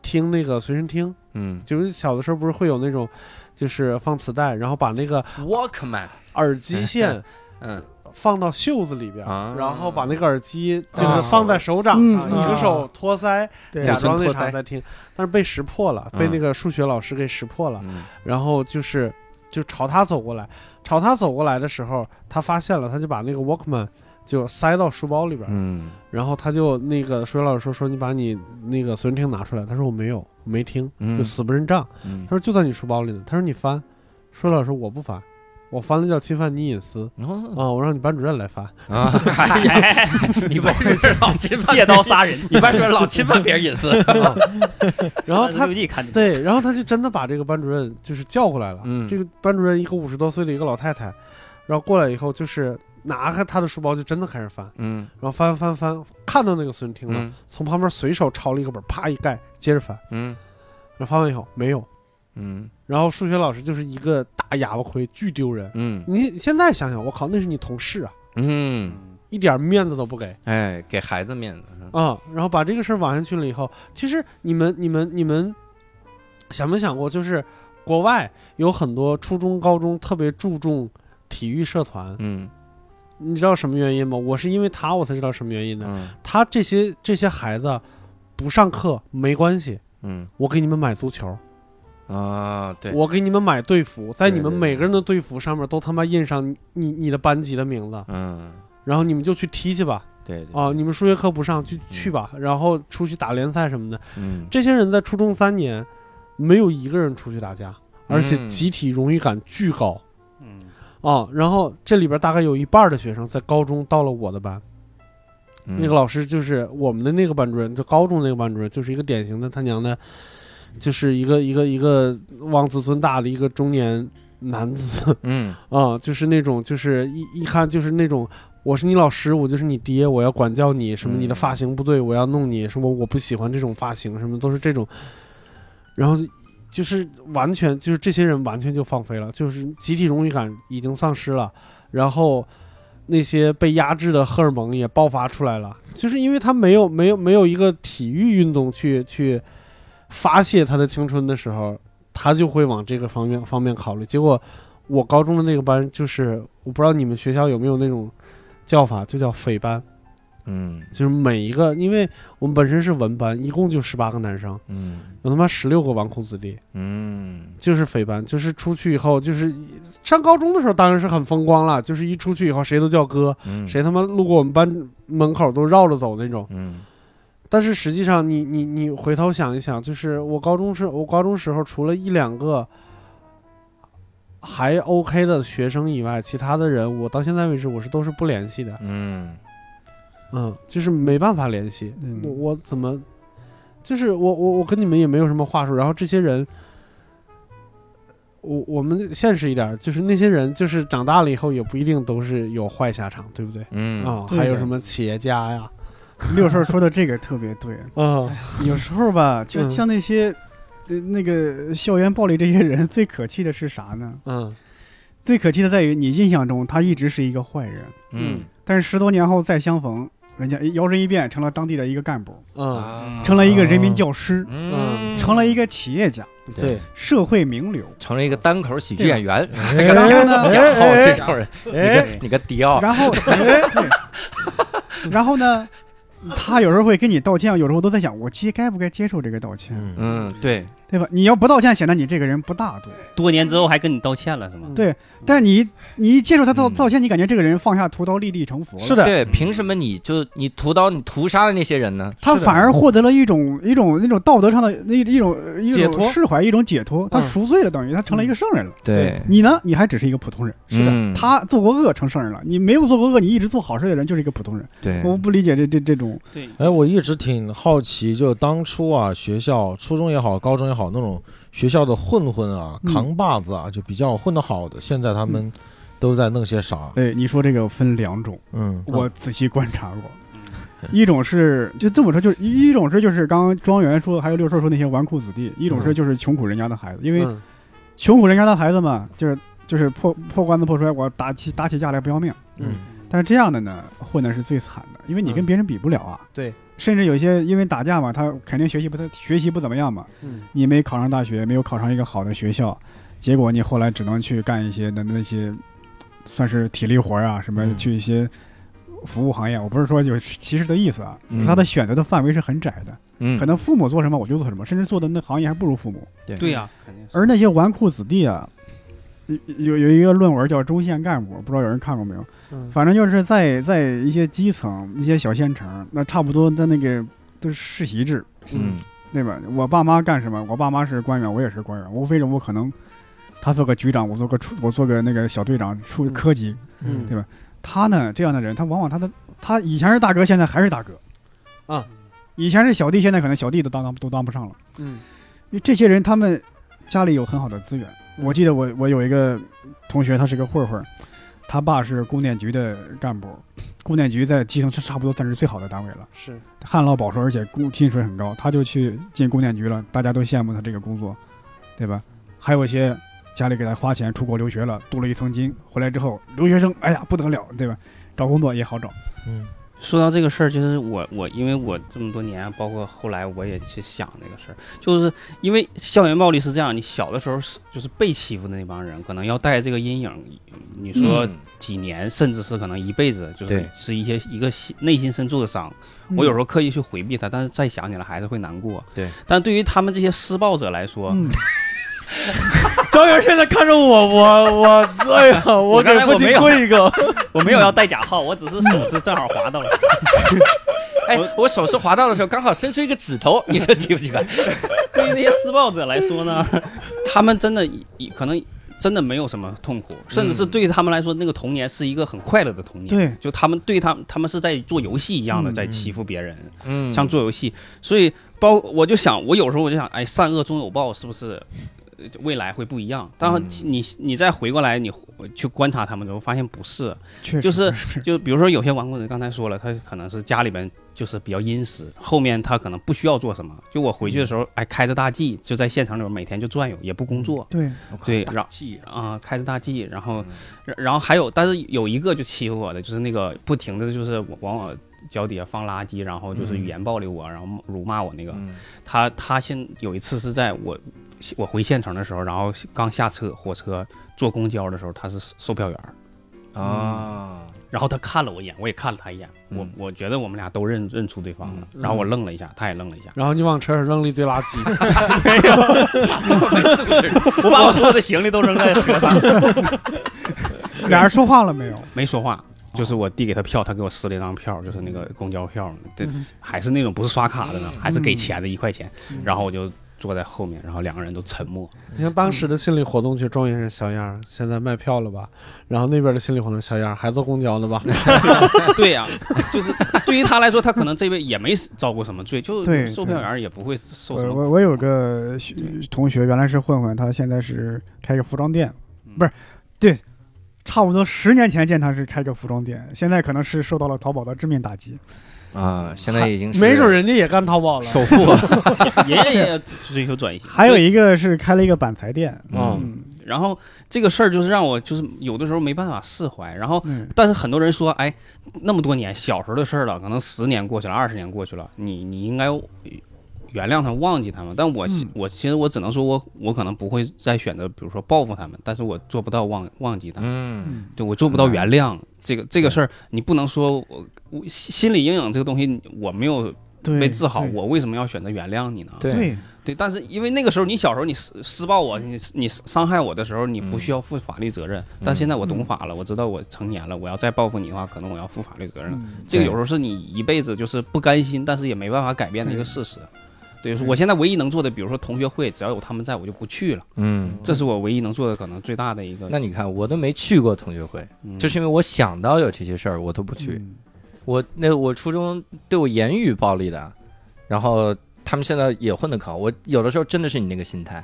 Speaker 3: 听那个随身听，
Speaker 1: 嗯
Speaker 3: 就是小的时候不是会有那种就是放磁带，然后把那个
Speaker 1: ，Walkman，
Speaker 3: 耳机线
Speaker 1: 嗯
Speaker 3: 放到袖子里边儿。
Speaker 1: 啊，
Speaker 3: 然后把那个耳机就是
Speaker 1: 啊
Speaker 3: 放在手掌
Speaker 2: 嗯
Speaker 3: 上，一个
Speaker 2: 啊
Speaker 3: 手托腮，
Speaker 2: 对
Speaker 3: 假装
Speaker 1: 五寸
Speaker 3: 那
Speaker 1: 托
Speaker 3: 啥
Speaker 1: 腮
Speaker 3: 在听，但是被识破了，被
Speaker 1: 嗯
Speaker 3: 那个数学老师给识破了。
Speaker 1: 嗯
Speaker 3: 然后就是就朝他走过来，朝他走过来的时候，他发现了，他就把那个 Walkman 就塞到书包里边儿，
Speaker 1: 嗯
Speaker 3: 然后他就那个数学老师说说你把你那个随身听拿出来，他说我没有，我没听，
Speaker 1: 嗯
Speaker 3: 就死不认账。
Speaker 1: 嗯
Speaker 3: 他，说就在你书包里呢，他说你翻，数学老师我不翻，我翻了叫侵犯你隐私
Speaker 1: 哦
Speaker 3: 啊、我让你班主任来翻。
Speaker 1: 啊，你不是老侵犯
Speaker 8: 借刀杀人，
Speaker 1: 你班主任老侵犯别人隐私，
Speaker 3: 然后他
Speaker 8: 六记看见，
Speaker 3: 对，然后他就真的把这个班主任就是叫过来了。
Speaker 1: 嗯
Speaker 3: 这个班主任一个五十多岁的一个老太太，然后过来以后就是拿开她的书包就真的开始翻，
Speaker 1: 嗯
Speaker 3: 然后翻翻翻，看到那个孙听了，
Speaker 1: 嗯
Speaker 3: 从旁边随手抄了一个本，啪一盖，接着翻，
Speaker 1: 嗯
Speaker 3: 然后翻完以后没有，
Speaker 1: 嗯
Speaker 3: 然后数学老师就是一个大哑巴亏，巨丢人。
Speaker 1: 嗯
Speaker 3: 你现在想想，我靠，那是你同事啊，
Speaker 1: 嗯，
Speaker 3: 一点面子都不给
Speaker 1: 哎，给孩子面子，
Speaker 3: 啊、然后把这个事儿往下去了以后，其实你们你们你们想没想过，就是国外有很多初中、高中特别注重体育社团，
Speaker 1: 嗯
Speaker 3: 你知道什么原因吗？我是因为他我才知道什么原因的。
Speaker 1: 嗯
Speaker 3: 他这些这些孩子不上课没关系，
Speaker 1: 嗯
Speaker 3: 我给你们买足球，
Speaker 1: 啊，对，
Speaker 3: 我给你们买队服，在你
Speaker 1: 对
Speaker 3: 们
Speaker 1: 对
Speaker 3: 每个人的队服上面都他妈印上你你的班级的名字，
Speaker 1: 嗯，
Speaker 3: 然后你们就去踢去吧。
Speaker 1: 对对，
Speaker 3: 啊，你们数学课不上就去吧，然后出去打联赛什么的。
Speaker 1: 嗯
Speaker 3: 这些人在初中三年，没有一个人出去打架，而且
Speaker 1: 嗯
Speaker 3: 集体荣誉感巨高
Speaker 8: 嗯，
Speaker 3: 啊。然后这里边大概有一半的学生在高中到了我的班，
Speaker 1: 嗯
Speaker 3: 那个老师就是我们的那个班主任，就高中那个班主任，就是一个典型的他娘的，就是一个一个一个望子孙大的一个中年男子
Speaker 1: 嗯
Speaker 3: 啊，就是那种就是一一看就是那种。我是你老师，我就是你爹，我要管教你，什么你的
Speaker 1: 嗯
Speaker 3: 发型不对，我要弄你，什么我不喜欢这种发型，什么都是这种，然后就是完全就是这些人完全就放飞了，就是集体荣誉感已经丧失了，然后那些被压制的荷尔蒙也爆发出来了，就是因为他没有没有没有一个体育运动去去发泄他的青春的时候，他就会往这个方面方面考虑。结果我高中的那个班就是我不知道你们学校有没有那种叫法，就叫匪班，
Speaker 1: 嗯
Speaker 3: 就是每一个，因为我们本身是文班，一共就十八个男生，
Speaker 1: 嗯
Speaker 3: 有他妈十六个纨绔子弟。
Speaker 1: 嗯
Speaker 3: 就是匪班，就是出去以后，就是上高中的时候当然是很风光了，就是一出去以后谁都叫哥，
Speaker 1: 嗯，
Speaker 3: 谁他妈路过我们班门口都绕着走那种。
Speaker 1: 嗯
Speaker 3: 但是实际上你，你你回头想一想，就是我高中时我高中时候除了一两个还 OK 的学生以外，其他的人我到现在为止我是都是不联系的，
Speaker 1: 嗯
Speaker 3: 嗯，就是没办法联系，
Speaker 2: 嗯
Speaker 3: 我我怎么，就是我我我跟你们也没有什么话说，然后这些人，我我们现实一点儿，就是那些人就是长大了以后也不一定都是有坏下场，对不对？
Speaker 1: 嗯
Speaker 3: 啊、
Speaker 2: 对
Speaker 3: 还有
Speaker 2: 的
Speaker 3: 什么企业家呀，
Speaker 2: 六兽说的这个特别对，
Speaker 3: 嗯
Speaker 2: 有时候吧，就
Speaker 1: 嗯
Speaker 2: 像那些。呃，那个校园暴力这些人最可气的是啥呢？
Speaker 3: 嗯
Speaker 2: 最可气的在于你印象中他一直是一个坏人，
Speaker 1: 嗯
Speaker 2: 但是十多年后再相逢，人家哎摇身一变成了当地的一个干部，
Speaker 3: 嗯，
Speaker 1: 啊
Speaker 2: 成了一个人民教师，
Speaker 1: 嗯
Speaker 2: 成了一个企业家，
Speaker 6: 嗯
Speaker 3: 对，
Speaker 2: 社会名流。
Speaker 1: 成了一个单口喜剧演员，
Speaker 7: 哎
Speaker 1: 那个
Speaker 2: 呢
Speaker 1: 贾浩这种人，
Speaker 7: 哎，
Speaker 1: 你个迪
Speaker 3: 哦
Speaker 1: 奥，
Speaker 2: 然 后，对，然后呢，他有时候会跟你道歉，有时候都在想，我接该不该接受这个道歉，
Speaker 7: 嗯
Speaker 1: 嗯，对，
Speaker 2: 对吧？你要不道歉，显得你这个人不大度；
Speaker 5: 多年之后还跟你道歉了是
Speaker 3: 嗯
Speaker 5: 吗？
Speaker 2: 对但是你你一接受他道
Speaker 1: 嗯
Speaker 2: 道歉，你感觉这个人放下屠刀立地成佛了。
Speaker 3: 是 的，
Speaker 1: 对，凭什么你就你屠刀你屠杀了那些人呢？
Speaker 2: 他
Speaker 3: 是的
Speaker 2: 反而获得了一种一种那种道德上的那一种一
Speaker 3: 解
Speaker 2: 种
Speaker 3: 脱
Speaker 2: 释怀，一种解脱。他
Speaker 3: 嗯
Speaker 2: 赎罪了，等于他成了一个圣人了。
Speaker 1: 对，
Speaker 2: 你呢？你还只是一个普通人。嗯
Speaker 1: 是的
Speaker 2: 他做过恶成圣人了，你没有做过恶，你一直做好事的人就是一个普通人。
Speaker 1: 对，
Speaker 2: 我不理解这这这种，
Speaker 5: 对，
Speaker 7: 哎，我一直挺好奇，就当初啊，学校初中也好，高中也好，那种学校的混混啊、
Speaker 2: 嗯
Speaker 7: 扛把子啊，就比较混得好的，现在他们都在弄些啥？
Speaker 2: 哎，你说这个分两种，
Speaker 7: 嗯，
Speaker 2: 我仔细观察过，一种是就这么说，就是一一种是就是刚刚庄园说的，还有六兽说那些纨绔子弟；一种是就是穷苦人家的孩子，因为
Speaker 3: 嗯
Speaker 2: 穷苦人家的孩子嘛，就是就是破破罐子破摔，我打起打起架来不要命。
Speaker 6: 嗯，
Speaker 2: 但是这样的呢，混的是最惨的，因为你跟
Speaker 3: 嗯
Speaker 2: 别人比不了啊。
Speaker 3: 对，
Speaker 2: 甚至有一些因为打架嘛，他肯定学习不太学习不怎么样嘛，
Speaker 3: 嗯
Speaker 2: 你没考上大学，没有考上一个好的学校，结果你后来只能去干一些那那些算是体力活儿啊，什么
Speaker 6: 嗯
Speaker 2: 去一些服务行业。我不是说有歧视的意思啊，
Speaker 6: 嗯
Speaker 2: 他的选择的范围是很窄的，
Speaker 6: 嗯
Speaker 2: 可能父母做什么我就做什么，甚至做的那行业还不如父母。
Speaker 5: 对呀，肯定是。
Speaker 2: 而那些纨绔子弟啊，有有有一个论文叫《中线干部》，不知道有人看过没有？
Speaker 3: 嗯
Speaker 2: 反正就是在在一些基层、一些小县城，那差不多的那个都是世袭制，
Speaker 6: 嗯
Speaker 2: 对吧？我爸妈干什么？我爸妈是官员，我也是官员，无非是我可能他做个局长，我做个处，我做个那个小队长，处
Speaker 3: 嗯
Speaker 2: 科级。
Speaker 3: 嗯
Speaker 2: 对他呢，这样的人，他往往他的他以前是大哥，现在还是大哥
Speaker 3: 啊，
Speaker 2: 以前是小弟，现在可能小弟都当当都当不上了。
Speaker 3: 嗯
Speaker 2: 因为这些人他们家里有很好的资源。
Speaker 5: 嗯
Speaker 2: 我记得我我有一个同学，他是个混混儿，他爸是供电局的干部，供电局在基层是差不多算是最好的单位了，
Speaker 3: 是
Speaker 2: 旱涝保收，而且工薪水很高，他就去进供电局了，大家都羡慕他这个工作，对吧？还有一些家里给他花钱出国留学了，镀了一层金，回来之后留学生，哎呀不得了，对吧？找工作也好找，
Speaker 6: 嗯
Speaker 5: 说到这个事儿，就是我我因为我这么多年，啊包括后来我也去想这个事儿，就是因为校园暴力是这样，你小的时候是就是被欺负的那帮人，可能要带这个阴影，你说几年，甚至是可能一辈子，就是
Speaker 6: 对
Speaker 5: 是一些一个心内心深处的伤。我有时候刻意去回避它，但是再想起来还是会难过。
Speaker 6: 对，
Speaker 5: 但对于他们这些施暴者来说，
Speaker 2: 嗯，
Speaker 7: 张元现在看着我，我我，哎呀，我给
Speaker 5: 刚才
Speaker 7: 父
Speaker 5: 我没
Speaker 7: 亲
Speaker 5: 有
Speaker 7: 跪一个。
Speaker 5: 我没有要带假号，我只是手是正好划到了。
Speaker 1: 哎，我手是滑到的时候，刚好伸出一个指头， 你说奇不奇怪？
Speaker 8: 对于那些施暴者来说呢，
Speaker 5: 他们真的以可能真的没有什么痛苦，甚至是
Speaker 8: 嗯
Speaker 5: 对他们来说，那个童年是一个很快乐的童年。
Speaker 2: 对，
Speaker 5: 就他们对他们他们是在做游戏一样的
Speaker 2: 嗯
Speaker 5: 在欺负别人，
Speaker 1: 嗯
Speaker 5: 像做游戏。所以包我就想，我有时候我就想，哎，善恶终有报，是不是？呃未来会不一样，但
Speaker 1: 嗯
Speaker 5: 是你你再回过来，你去观察他们的时候，发现不是，
Speaker 2: 确 实
Speaker 5: 就是就比如说有些顽固人，刚才说了，他可能是家里边就是比较殷实，后面他可能不需要做什么。就我回去的
Speaker 1: 嗯
Speaker 5: 时候，哎，开着大 G 就在县城里边每天就转悠，也不工作，
Speaker 2: 对，
Speaker 1: 嗯
Speaker 5: 对，
Speaker 1: 大
Speaker 5: 然
Speaker 1: 忌啊，嗯
Speaker 5: 啊、开着大 G，然后然然后还有，但是有一个就欺负我的，就是那个不停的就是往往我脚底下放垃圾，然后就是
Speaker 1: 嗯
Speaker 5: 语言暴力我，然后辱骂我那个，
Speaker 1: 嗯
Speaker 5: 他他现有一次是在我我回县城的时候，然后刚下车火车坐公交的时候，他是售票员儿。
Speaker 1: 啊，
Speaker 5: 然后他看了我一眼，我也看了他一眼，我
Speaker 1: 嗯
Speaker 5: 我觉得我们俩都认认出对方了，
Speaker 3: 嗯
Speaker 5: 然后我愣了一下，他也愣了一 下，
Speaker 3: 然后你往车上扔了一堆垃圾，
Speaker 5: 哎
Speaker 8: 我把我所有的行李都扔在车上，
Speaker 2: 俩人说话了没有？
Speaker 5: 没说话。就是我递给他票，他给我撕了一张票，就是那个公交票，对，还是那种不是刷卡的呢，还是给钱的一块钱。然后我就坐在后面，然后两个人都沉默。
Speaker 3: 你看当时的心理活动就庄园是小样儿，现在卖票了吧？然后那边的心理活动小样儿，还坐公交呢吧？
Speaker 5: 啊对呀、就是对于他来说，他可能这辈也没遭过什么罪，就
Speaker 2: 对
Speaker 5: 售票员也不会受什
Speaker 2: 我
Speaker 5: 么
Speaker 2: 我我有个学同学，原来是混混，他现在是开个服装店，不是，对，差不多十年前见他是开个服装店，现在可能是受到了淘宝的致命打击。
Speaker 6: 嗯
Speaker 1: 啊，现在已经是
Speaker 3: 没准人家也干淘宝了。
Speaker 1: 首富啊，
Speaker 5: 苦，人家也追求转型。
Speaker 2: 还有一个是开了一个板材店，
Speaker 1: 嗯
Speaker 2: 嗯
Speaker 5: 然后这个事儿就是让我就是有的时候没办法释怀，然后
Speaker 2: 嗯，
Speaker 5: 但是很多人说，哎，那么多年小时候的事儿了，可能十年过去了，二十年过去了，你你应该呃原谅他们，忘记他们。但我、
Speaker 2: 嗯
Speaker 5: 我其实我只能说我我可能不会再选择，比如说报复他们，但是我做不到忘忘记他们，
Speaker 1: 嗯
Speaker 5: 对我做不到原谅、这个这个事儿，你不能说我我心心理阴影这个东西我没有
Speaker 2: 对，
Speaker 5: 被治好，
Speaker 2: 对
Speaker 5: 我为什么要选择原谅你呢？
Speaker 1: 对
Speaker 2: 对
Speaker 5: 对，但是因为那个时候你小时候你施施暴我，你你伤害我的时候，你不需要负法律责任。但现在我懂法了，我知道我成年了，我要再报复你的话，可能我要负法律责任了。
Speaker 2: 嗯
Speaker 5: 这个有时候是你一辈子就是不甘心，但是也没办法改变的一个事实。对，
Speaker 2: 对
Speaker 5: 我现在唯一能做的，比如说同学会，只要有他们在，我就不去了。
Speaker 1: 嗯，
Speaker 5: 这是我唯一能做的，可能最大的一个。
Speaker 6: 那你看，我都没去过同学会，
Speaker 5: 嗯
Speaker 6: 就是因为我想到有这些事儿，我都不去。
Speaker 2: 嗯
Speaker 6: 我那我初中对我言语暴力的，然后他们现在也混得好。我有的时候真的是你那个心态。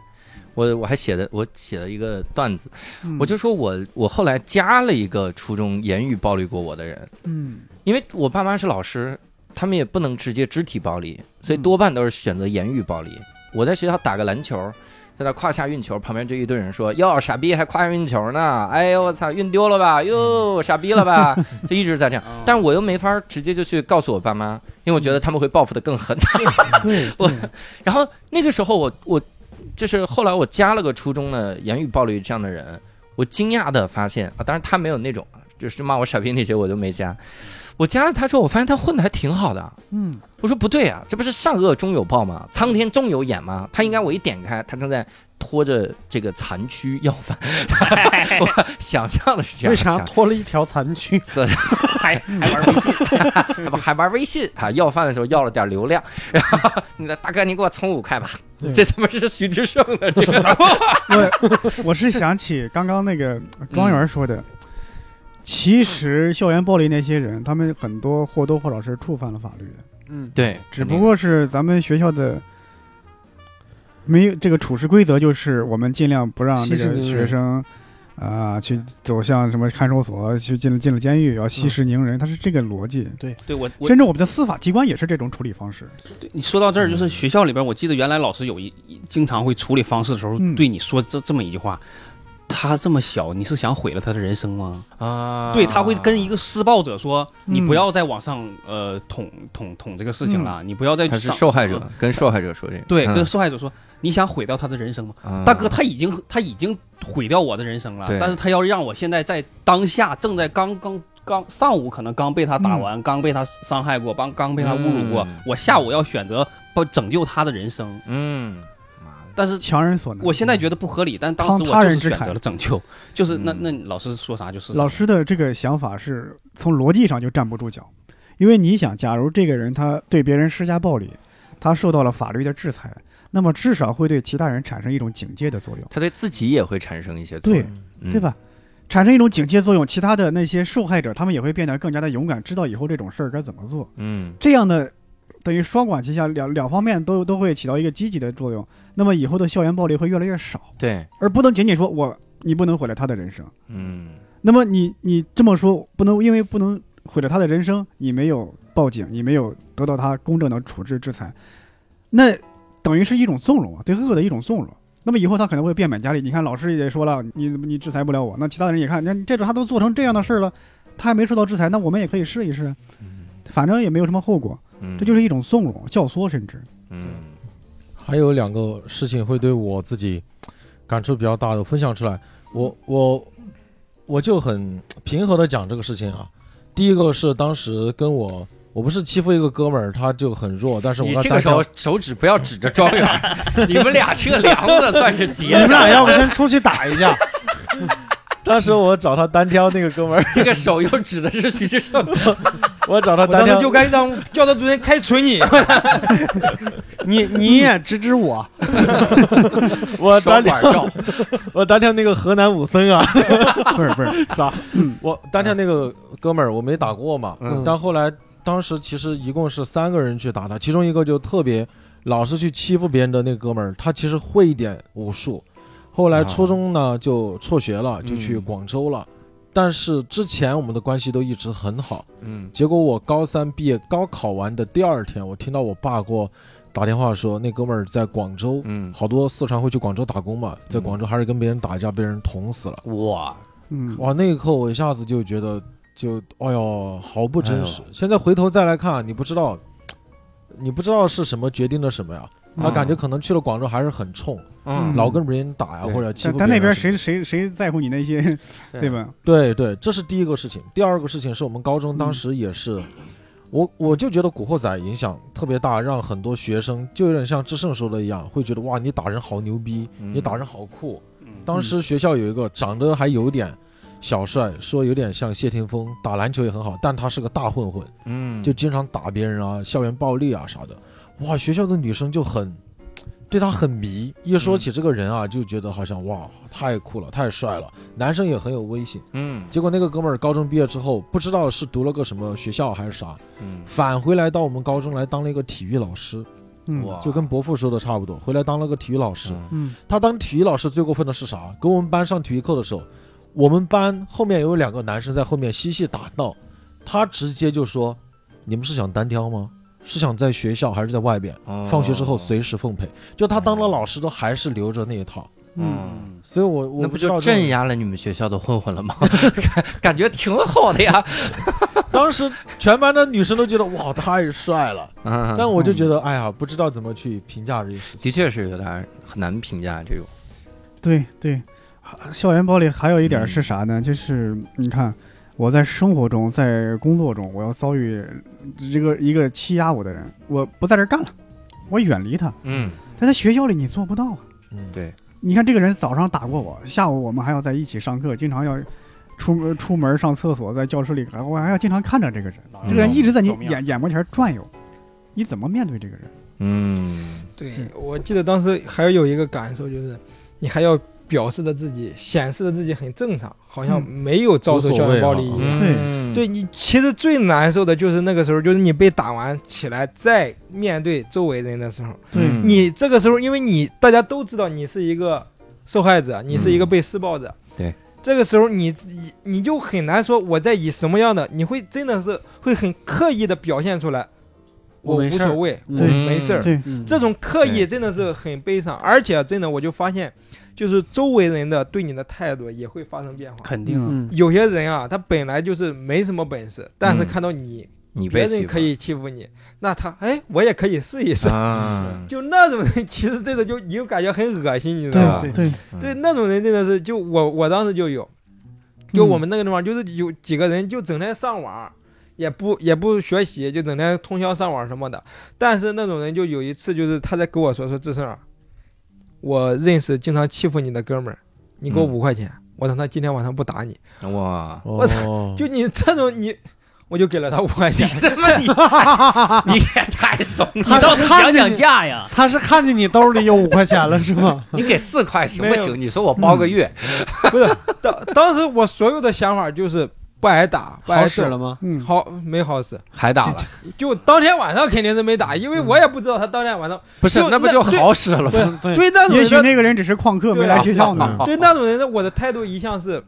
Speaker 6: 我我还写的我写了一个段子，
Speaker 2: 嗯
Speaker 6: 我就说我我后来加了一个初中言语暴力过我的人，
Speaker 2: 嗯
Speaker 6: 因为我爸妈是老师，
Speaker 1: 他们也不能直接肢体暴力，
Speaker 2: 嗯
Speaker 1: 所以多半都是选择言语暴力。我在学校打个篮球，在那胯下运球，旁边就一堆人说：“哟，傻逼还胯下运球呢！哎呦我操，运丢了吧？
Speaker 2: 嗯
Speaker 1: 哟，傻逼 了吧？”就一直在这样，
Speaker 2: 哦
Speaker 1: 但我又没法直接就去告诉我爸妈，因为我觉得他们会报复的更狠。
Speaker 2: 嗯 对，
Speaker 1: 我然后那个时候我我就是后来我加了个初中的言语暴力这样的人，我惊讶的发现啊，当然他没有那种就是骂我傻逼那些我就没加，我加了他之后，我发现他混的还挺好的。
Speaker 2: 嗯，
Speaker 1: 我说不对啊，这不是善恶终有报吗？苍天终有眼吗？他应该我一点开，他正在拖着这个残躯要 饭，我想象的是这样。
Speaker 3: 为啥
Speaker 1: 想
Speaker 3: 拖了一条残躯？
Speaker 5: 还还玩微信，
Speaker 1: 还 不还玩微信啊？要饭的时候要了点流量，然后你的大哥，你给我充五块吧。
Speaker 2: 对
Speaker 1: 这他妈是徐志胜的这 个。
Speaker 2: 我是想起刚刚那个庄园说的，其实校园暴力那些人，他们很多或多或少是触犯了法律的，
Speaker 3: 嗯，
Speaker 1: 对，
Speaker 2: 只不过是咱们学校的没有这个处事规则，就是我们尽量不让这
Speaker 3: 息事
Speaker 2: 个
Speaker 3: 宁人
Speaker 2: 学生啊、去走向什么看守所，去进了进了监狱，要息事宁人，他是这个逻辑。
Speaker 5: 对嗯我我
Speaker 2: 甚至我们的司法机关也是这种处理方式。
Speaker 5: 你说到这儿，就是学校里边，我记得原来老师有一一经常会处理方式的时候
Speaker 2: 嗯，
Speaker 5: 对你说这这么一句话：他这么小，你是想毁了他的人生吗？
Speaker 1: 啊，
Speaker 5: 对，他会跟一个施暴者说：“你
Speaker 2: 嗯
Speaker 5: 不要再往上呃捅捅捅这个事情了，你不要再
Speaker 1: 嗯他是
Speaker 5: 上
Speaker 1: 受害者
Speaker 5: 嗯，
Speaker 1: 跟受害者说这个，
Speaker 5: 对，
Speaker 1: 嗯
Speaker 5: 跟受害者说：“你想毁掉他的人生吗？”
Speaker 1: 嗯
Speaker 5: 大哥，他已经他已经毁掉我的人生了
Speaker 1: 对，
Speaker 5: 但是他要让我现在在当下正在刚刚刚上午可能刚被他打完，刚被他伤害过，刚刚被他侮辱过，
Speaker 1: 嗯
Speaker 5: 我下午要选择不拯救他的人生，
Speaker 1: 嗯，
Speaker 5: 但是
Speaker 2: 强人所难。嗯
Speaker 5: 我现在觉得不合理，但当时我就是选择了拯救，就是那
Speaker 1: 嗯
Speaker 5: 那老师说啥就是啥
Speaker 2: 老师的这个想法是从逻辑上就站不住脚，因为你想，假如这个人他对别人施加暴力，他受到了法律的制裁，那么至少会对其他人产生一种警戒的作用，
Speaker 1: 他对自己也会产生一些作
Speaker 2: 对
Speaker 1: 用，嗯
Speaker 2: 对？吧？产生一种警戒作用，其他的那些受害者他们也会变得更加的勇敢，知道以后这种事儿该怎么做。
Speaker 1: 嗯，
Speaker 2: 这样的等于双管齐下，两两方面都都会起到一个积极的作用。那么以后的校园暴力会越来越少，
Speaker 1: 对，
Speaker 2: 而不能仅仅说我你不能毁了他的人生。
Speaker 1: 嗯，
Speaker 2: 那么你你这么说不能，因为不能毁了他的人生，你没有报警，你没有得到他公正的处置制裁，那等于是一种纵容啊，对恶的一种纵容。那么以后他可能会变本加厉。你看，老师也说了，你你制裁不了我，那其他人也看，那这种他都做成这样的事儿了，他还没受到制裁，那我们也可以试一试，反正也没有什么后果。
Speaker 1: 嗯
Speaker 2: 这就是一种纵容、教唆，甚至
Speaker 1: 嗯
Speaker 7: 还有两个事情会对我自己感触比较大的分享出来，我我我就很平和的讲这个事情啊。第一个是当时跟我，我不是欺负一个哥们儿，他就很弱，但是我
Speaker 1: 你
Speaker 7: 跟
Speaker 1: 这
Speaker 7: 他
Speaker 1: 个
Speaker 7: 单
Speaker 1: 时候
Speaker 7: 挑，
Speaker 1: 手指不要指着庄 园，你们俩这个梁子算 是
Speaker 3: 你
Speaker 1: 结
Speaker 3: 们俩
Speaker 1: 下了，
Speaker 3: 要不先出去打一 架？
Speaker 7: 当时我找他单挑那个哥们儿，
Speaker 1: 这个手又指的是徐志胜，
Speaker 7: 我找他
Speaker 9: 我
Speaker 7: 单
Speaker 9: 当
Speaker 7: 挑
Speaker 9: 时就该让叫他昨天开除你。
Speaker 3: 你你也指指我，
Speaker 7: 我
Speaker 1: 双
Speaker 7: 单挑
Speaker 1: 管照，
Speaker 7: 我单挑那个河南武僧啊，
Speaker 2: 不是不是，
Speaker 7: 啥
Speaker 2: 嗯？
Speaker 7: 我单挑那个哥们儿，我没打过嘛。
Speaker 1: 嗯
Speaker 7: 但后来当时其实一共是三个人去打他，其中一个就特别老是去欺负别人的那哥们儿，他其实会一点武术。后来初中呢就辍学了，就去
Speaker 1: 啊嗯
Speaker 7: 广州了。但是之前我们的关系都一直很好。
Speaker 1: 嗯
Speaker 7: 结果我高三毕业，高考完的第二天，我听到我爸给我打电话说，那哥们儿在广州，
Speaker 1: 嗯，
Speaker 7: 好多四川会去广州打工嘛，在广州还是跟别人打架，被人捅死了。
Speaker 5: 哇，
Speaker 2: 嗯，
Speaker 7: 哇，那一刻我一下子就觉得就，哎呦，毫不真实。
Speaker 1: 哎
Speaker 7: 现在回头再来看，你不知道，你不知道是什么决定了什么呀？他感觉可能去了广州还是很冲，
Speaker 2: 嗯
Speaker 1: 嗯
Speaker 7: 老跟别人打呀，
Speaker 1: 对
Speaker 7: 或者欺
Speaker 2: 但
Speaker 7: 负
Speaker 2: 但
Speaker 7: 别
Speaker 2: 那边
Speaker 7: 人什么
Speaker 2: 谁谁谁在乎你那些，对？吧？
Speaker 7: 对对，这是第一个事情。第二个事情是我们高中当时也是，我我就觉得《古惑仔》影响特别大，让很多学生就有点像志胜说的一样，会觉得哇，你打人好牛逼，你打人好酷。当时学校有一个长得还有点小帅，说有点像谢霆锋，打篮球也很好，但他是个大混混，
Speaker 1: 嗯，
Speaker 7: 就经常打别人啊，校园暴力啊啥的。哇，学校的女生就很对他很迷，一说
Speaker 1: 嗯
Speaker 7: 起这个人啊，就觉得好像哇太酷了，太帅了，男生也很有威信。
Speaker 1: 嗯
Speaker 7: 结果那个哥们儿高中毕业之后，不知道是读了个什么学校还是啥，
Speaker 1: 嗯，
Speaker 7: 返回来到我们高中来当了一个体育老师，
Speaker 2: 嗯
Speaker 1: 哇
Speaker 7: 就跟伯父说的差不多，回来当了个体育老师。
Speaker 1: 嗯
Speaker 2: 嗯
Speaker 7: 他当体育老师最过分的是啥？给我们班上体育课的时候，我们班后面有两个男生在后面嬉戏打闹，他直接就说：“你们是想单挑吗？是想在学校还是在外边？
Speaker 1: 哦
Speaker 9: 哦
Speaker 7: 放学之后随时奉陪，就他当了老师都还是留着那一套，
Speaker 2: 嗯，
Speaker 7: 所以我我
Speaker 1: 那不
Speaker 7: 知
Speaker 1: 就
Speaker 7: 道这
Speaker 1: 镇压了你们学校的混混了吗？ 感觉挺好的呀。
Speaker 7: 当时全班的女生都觉得哇太帅了，
Speaker 1: 嗯，
Speaker 7: 但我就觉得哎呀不知道怎么去评价这个事
Speaker 1: 的
Speaker 7: 情。
Speaker 1: 确是有点很难评价这种。
Speaker 2: 对对，啊校园暴力还有一点是啥呢？就是你看我在生活中，在工作中，我要遭遇这个一个欺压我的人，我不在这儿干了，我远离他。
Speaker 1: 嗯，
Speaker 2: 但在学校里你做不到啊。
Speaker 7: 嗯，
Speaker 1: 对
Speaker 2: 你看这个人早上打过我，下午我们还要在一起上课，经常要出门出门上厕所，在教室里，我还要经常看着这个人，
Speaker 3: 嗯
Speaker 2: 这个人一直在你
Speaker 8: 走面
Speaker 2: 眼眼膜前转悠，你怎么面对这个人？
Speaker 1: 嗯，
Speaker 9: 对
Speaker 2: 对，
Speaker 9: 我记得当时还有一个感受就是，你还要表示的自己，显示的自己很正常，好像
Speaker 2: 嗯
Speaker 9: 没有遭受
Speaker 3: 啊
Speaker 7: 无所
Speaker 9: 校
Speaker 7: 谓
Speaker 9: 园暴
Speaker 7: 哈
Speaker 9: 力一样。
Speaker 2: 嗯对
Speaker 9: 对你其实最难受的就是那个时候，就是你被打完起来，再面对周围人的时候，
Speaker 2: 对
Speaker 1: 嗯
Speaker 9: 你这个时候，因为你大家都知道你是一个受害者，你是一个被施暴者，
Speaker 1: 对，
Speaker 9: 这个时候你你你就很难说我在以什么样的，你会真的是会很刻意的表现出来，
Speaker 1: 我
Speaker 9: 我
Speaker 1: 没
Speaker 9: 无
Speaker 1: 事儿
Speaker 9: 所谓，
Speaker 3: 嗯
Speaker 9: 我
Speaker 2: 对
Speaker 9: 没事儿，
Speaker 2: 对
Speaker 9: 嗯这种刻意
Speaker 1: 对
Speaker 9: 真的是很悲伤，而且真的我就发现，就是周围人的对你的态度也会发生变化。
Speaker 5: 肯定啊，
Speaker 3: 嗯
Speaker 9: 有些人啊，他本来就是没什么本事，但是
Speaker 1: 嗯
Speaker 9: 看到你，
Speaker 1: 你
Speaker 9: 别
Speaker 1: 被欺
Speaker 9: 人
Speaker 1: 负
Speaker 9: 可以欺负你，那他哎，我也可以试一 试。
Speaker 1: 啊，
Speaker 9: 就那种人，其实真的就你就感觉很恶心，你知道吧？
Speaker 2: 对啊对，
Speaker 9: 对，那种人真的是，就我我当时就有，就我们那个地方就是有几个人就整天上网，也不也不学习，就整天通宵上网什么的。但是那种人就有一次，就是他在跟我说说志胜啊，我认识经常欺负你的哥们儿，你给我
Speaker 1: 嗯
Speaker 9: 五块钱，我让他今天晚上不打你。
Speaker 1: 哇，
Speaker 9: 我
Speaker 7: 哦，
Speaker 9: 就你这种你，我就给 了他五块钱。
Speaker 1: 他妈你 你也太怂了，
Speaker 8: 你倒是讲讲价呀，
Speaker 3: 他是看见你兜里有五块钱了是吗？
Speaker 1: 你给四块行
Speaker 9: 没
Speaker 1: 不
Speaker 9: 有
Speaker 1: 行？你说我包个月，
Speaker 9: 不是，当当时我所有的想法就是不挨打，不挨
Speaker 3: 好使
Speaker 9: 揍
Speaker 3: 了。吗？
Speaker 2: 嗯，
Speaker 9: 好，没好使。
Speaker 1: 还打了？
Speaker 9: 就当天晚上肯定是没打，因为我也不知道他当天晚上。
Speaker 1: 不是
Speaker 9: 就，
Speaker 1: 那不就
Speaker 9: 那对
Speaker 1: 好使了吗？
Speaker 3: 对
Speaker 9: 所以那种
Speaker 2: 也许
Speaker 9: 人的，
Speaker 2: 那个人只是旷课没来学校
Speaker 6: 啊
Speaker 2: 呢。
Speaker 9: 对那种人的我的态度一向是，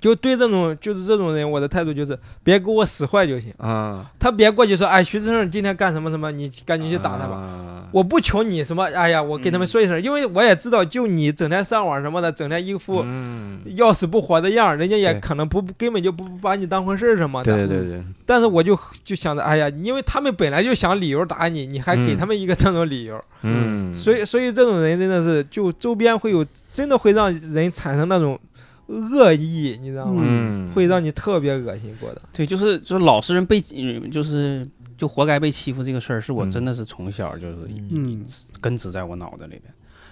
Speaker 9: 就对这种就是这种人，我的态度就是别给我使坏就行。
Speaker 1: 啊，
Speaker 9: 他别过去说，哎，徐志胜今天干什么什么，你赶紧
Speaker 1: 你
Speaker 9: 去打他吧。
Speaker 1: 吧。
Speaker 9: 我不求你什么，哎呀，我给他们说一声，因为我也知道，就你整天上网什么的，整天一副
Speaker 1: 嗯，
Speaker 9: 要死不活的样儿，人家也
Speaker 1: 对
Speaker 9: 可能不根本就不不把你当回事儿什么的。
Speaker 1: 对对对
Speaker 9: 但是我就就想着，哎呀，因为他们本来就想理由打你，你还给
Speaker 1: 嗯
Speaker 9: 他们一个这种理由，
Speaker 1: 嗯，
Speaker 9: 所以所以这种人真的是就周边会有，真的会让人产生那种恶意，你知道吗？
Speaker 1: 嗯，
Speaker 9: 会让你特别恶心过的。
Speaker 5: 对，就是就是老实人被嗯就是就活该被欺负这个事儿，是我
Speaker 1: 嗯
Speaker 5: 真的是从小就是一
Speaker 2: 嗯，
Speaker 5: 根植在我脑子里边，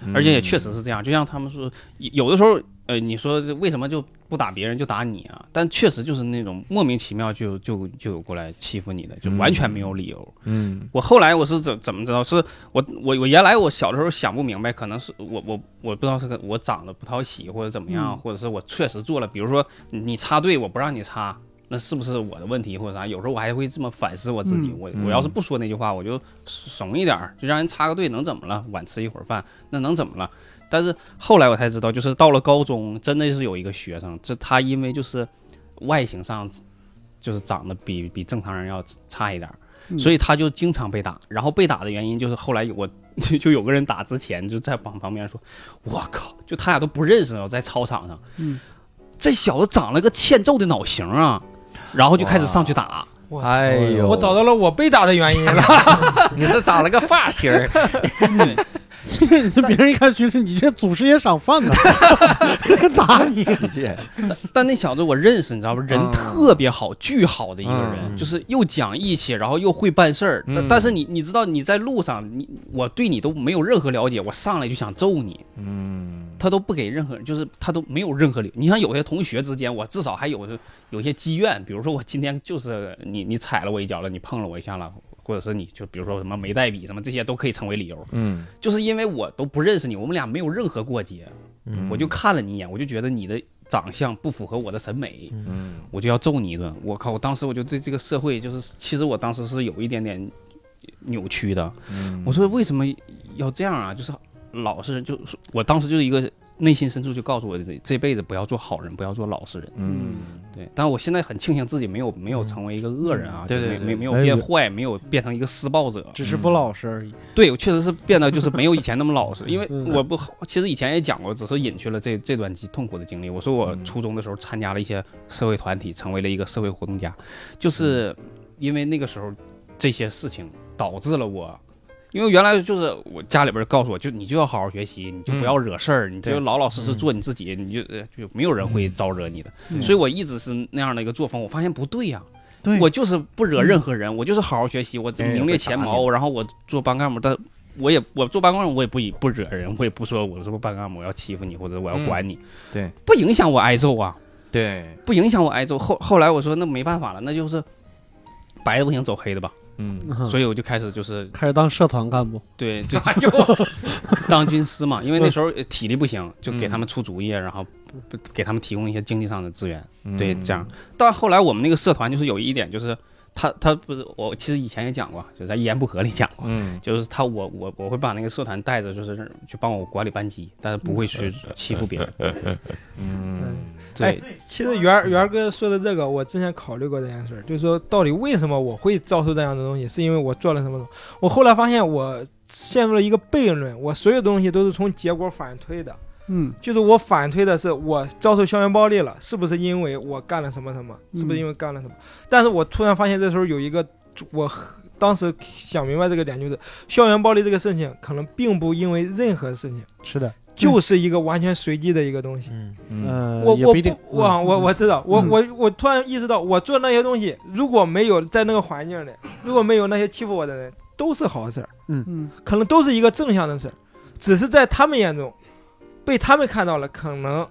Speaker 1: 嗯，
Speaker 5: 而且也确实是这样。就像他们说，有有的时候呃，你说这为什么就不打别人就打你啊？但确实就是那种莫名其妙就就就有过来欺负你的，就完全没有理由。
Speaker 1: 嗯，
Speaker 5: 我后来我是怎怎么知道？是我我我原来我小的时候想不明白，可能是我我我不知道是个我长得不讨喜或者怎么样，
Speaker 2: 嗯
Speaker 5: 或者是我确实做了，比如说你你插队我不让你插，那是不是我的问题或者啥？有时候我还会这么反思我自己。
Speaker 2: 嗯
Speaker 5: 我
Speaker 1: 嗯
Speaker 5: 我要是不说那句话，我就怂一点儿，就让人插个队能怎么了？晚吃一会儿饭那能怎么了？但是后来我才知道，就是到了高中，真的是有一个学生，这他因为就是外形上就是长得比比正常人要差一点儿，
Speaker 2: 嗯
Speaker 5: 所以他就经常被打。然后被打的原因就是后来我 就就有个人打之前就在旁旁边说：“我靠！”就他俩都不认识了，在操场上，
Speaker 2: 嗯
Speaker 5: 这小子长了个欠揍的脑型啊，然后就开始上去打。
Speaker 9: 哇，
Speaker 1: 哎呦，
Speaker 9: 我找到了我被打的原因了。
Speaker 1: 你是长了个发型 儿，
Speaker 3: 别人一看徐志，你这祖师爷赏饭 呢， 打你。
Speaker 1: 谢谢，
Speaker 5: 但那小子我认识，你知道吧？人
Speaker 1: 嗯
Speaker 5: 特别好，巨好的一个人，
Speaker 1: 嗯嗯
Speaker 5: 就是又讲义气，然后又会办事儿。但
Speaker 1: 嗯
Speaker 5: 但是你你知道你在路上，你我对你都没有任何了解，我上来就想揍你，
Speaker 1: 嗯，
Speaker 5: 他都不给任何，就是他都没有任何理。你像有些同学之间，我至少还有有些积怨，比如说我今天就是你你踩了我一脚了，你碰了我一下了，或者是你就比如说什么没带笔什么这些都可以成为理由，
Speaker 1: 嗯，
Speaker 5: 就是因为我都不认识你，我们俩没有任何过节，
Speaker 1: 嗯
Speaker 5: 我就，看了你一眼，我就觉得你的长相不符合我的审美，
Speaker 1: 嗯
Speaker 5: 我就要揍你一顿。我靠！我当时我就对这个社会，就是其实我当时是有一点点扭曲的。
Speaker 1: 嗯，
Speaker 5: 我说为什么要这样啊？就是老实人，就是我当时就是一个内心深处就告诉我自己，这辈子不要做好人，不要做老实人。
Speaker 1: 嗯，
Speaker 5: 对，但我现在很庆幸自己没有没有成为一个恶人啊，
Speaker 1: 对
Speaker 5: 就
Speaker 1: 对
Speaker 5: 没
Speaker 1: 对
Speaker 5: 没没有
Speaker 7: 哎
Speaker 5: 变
Speaker 7: 我
Speaker 5: 坏，没有变成一个施暴者。
Speaker 3: 只是不老实而已。
Speaker 5: 对我确实是变得就是没有以前那么老实，因为
Speaker 3: 嗯
Speaker 5: 我不其实以前也讲过，只是隐去了这这段经痛苦的经历。我说我
Speaker 6: 嗯
Speaker 5: 初中的时候参加了一些社会团体，成为了一个社会活动家，就是因为那个时候这些事情导致了我。因为原来就是我家里边告诉我，就你就要好好学习，你就不要惹事儿，你就
Speaker 1: 对
Speaker 5: 老老实实做你自己，你就呃就没有人会招惹你的。所以我一直是那样的一个作风，我发现不对呀、
Speaker 2: 嗯对
Speaker 5: 我就是不惹任何
Speaker 1: 嗯
Speaker 5: 人，我就是好好学习，我
Speaker 1: 哎
Speaker 5: 名列前茅，然后我做班干部，但我也我做班干部，我也不以不惹人，我也不说我是不是班干部，我要欺负你或者我要管你，
Speaker 1: 嗯对，
Speaker 5: 不影响我挨揍啊，
Speaker 1: 对，
Speaker 5: 不影响我挨揍。后后来我说那没办法了，那就是白的不行走黑的吧，
Speaker 1: 嗯，哎
Speaker 5: 所以我就开始就是
Speaker 3: 开始当社团干部，
Speaker 5: 对， 就当军师嘛，因
Speaker 1: 嗯
Speaker 5: 为那时候呃体力不行，就给他们出主意，然后不给他们提供一些经济上的资源。
Speaker 1: 嗯
Speaker 9: 嗯
Speaker 5: 对，这样。到后来我们那个社团就是有一点，就是他他不是我，其实以前也讲过，就在一言不合里讲过，
Speaker 1: 嗯，
Speaker 5: 就是他我我我会把那个社团带着，就是去帮我管理班级，但是不
Speaker 9: 嗯
Speaker 5: 会去欺负别 人。
Speaker 1: 嗯
Speaker 5: 对，
Speaker 9: 其实元儿元儿哥说的这个，我之前考虑过这件事儿，就是说到底为什么我会遭受这样的东西，是因为我做了什么东西？我后来发现我陷入了一个悖论，我所有东西都是从结果反推的，
Speaker 2: 嗯，
Speaker 9: 就是我反推的是我遭受校园暴力了，是不是因为我干了什么什么？
Speaker 3: 嗯
Speaker 9: 是不是因为干了什么？但是我突然发现这时候有一个我。当时想明白这个点，就是校园暴力这个事情，可能并不因为任何事情，
Speaker 3: 是的，
Speaker 9: 就是一个完全随机的一个东西。
Speaker 1: 嗯
Speaker 3: 呃，
Speaker 9: 我
Speaker 3: 也
Speaker 9: 我
Speaker 3: 不一定
Speaker 9: 不。我
Speaker 3: 嗯
Speaker 9: 我我知道，我我我突然意识到，我做那些东西，如果没有在那个环境里，如果没有那些欺负我的人，都是好事儿，
Speaker 2: 嗯，
Speaker 9: 可能都是一个正向的事儿，只是在他们眼中，被他们看到了，可能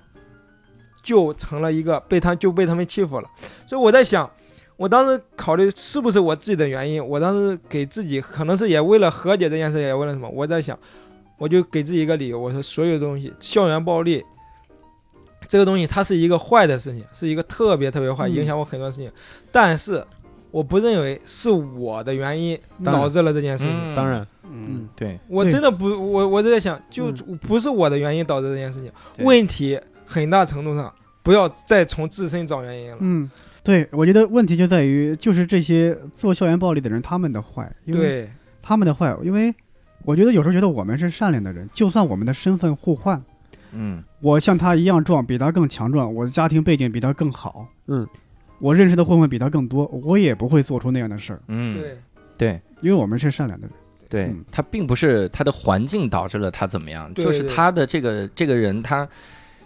Speaker 9: 就成了一个被他就被他们欺负了。所以我在想，我当时考虑是不是我自己的原因，我当时给自己可能是也为了和解这件事，也为了什么，我在想，我就给自己一个理由，我说所有东西，校园暴力。这个东西它是一个坏的事情，是一个特别特别坏，
Speaker 2: 嗯
Speaker 9: 影响我很多事情。但是我不认为是我的原因
Speaker 3: 当然
Speaker 9: 导致了这件事情，
Speaker 1: 嗯，
Speaker 3: 当然，
Speaker 5: 嗯，
Speaker 1: 对，
Speaker 9: 我
Speaker 2: 对
Speaker 9: 真的不，我我就在想，就不是我的原因导致这件事情，问题很大程度上不要再从自身找原因了。
Speaker 2: 嗯，对，我觉得问题就在于，就是这些做校园暴力的人他们的坏，因为
Speaker 9: 对，
Speaker 2: 他们的坏，因为我觉得有时候觉得我们是善良的人，就算我们的身份互换，
Speaker 1: 嗯
Speaker 2: 我像他一样壮，比他更强壮，我的家庭背景比他更好，
Speaker 3: 嗯，
Speaker 2: 我认识的混混比他更多，我也不会做出那样的事儿，
Speaker 1: 嗯，
Speaker 9: 对，
Speaker 1: 对
Speaker 2: 因为我们是善良的人。
Speaker 1: 对
Speaker 2: 嗯，
Speaker 1: 他并不是他的环境导致了他怎么样，
Speaker 9: 对
Speaker 1: 就是
Speaker 9: 对
Speaker 1: 他的这个这个人他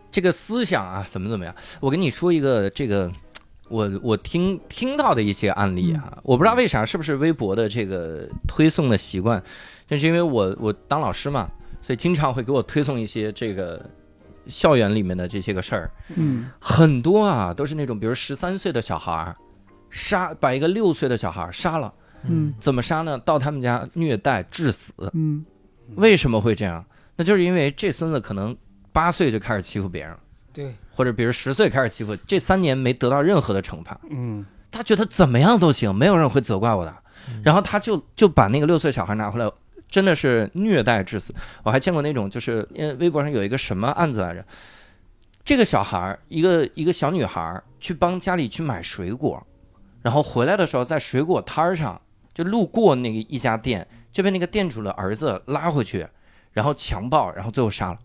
Speaker 1: 这个思想啊，怎么怎么样。我跟你说一个这个。我我听听到的一些案例啊，
Speaker 9: 嗯
Speaker 1: 我不知道为啥，是不是微博的这个推送的习惯，就是因为我我当老师嘛，所以经常会给我推送一些这个校园里面的这些个事儿。
Speaker 2: 嗯
Speaker 1: 很多啊，都是那种，比如十三岁的小孩儿杀，把一个六岁的小孩儿杀了，
Speaker 2: 嗯
Speaker 1: 怎么杀呢？到他们家虐待致死。
Speaker 2: 嗯
Speaker 1: 为什么会这样？那就是因为这孙子可能八岁就开始欺负别人，
Speaker 9: 对，
Speaker 1: 或者比如十岁开始欺负，这三年没得到任何的惩罚，
Speaker 5: 嗯，
Speaker 1: 他觉得怎么样都行，没有人会责怪我的。然后他就就把那个六岁小孩拿回来，真的是虐待致死。我还见过那种，就是呃，微博上有一个什么案子来着，这个小孩儿一个一个小女孩儿去帮家里去买水果，然后回来的时候在水果摊儿上就路过那个一家店，就被那个店主的儿子拉回去，然后强暴，然后最后杀了。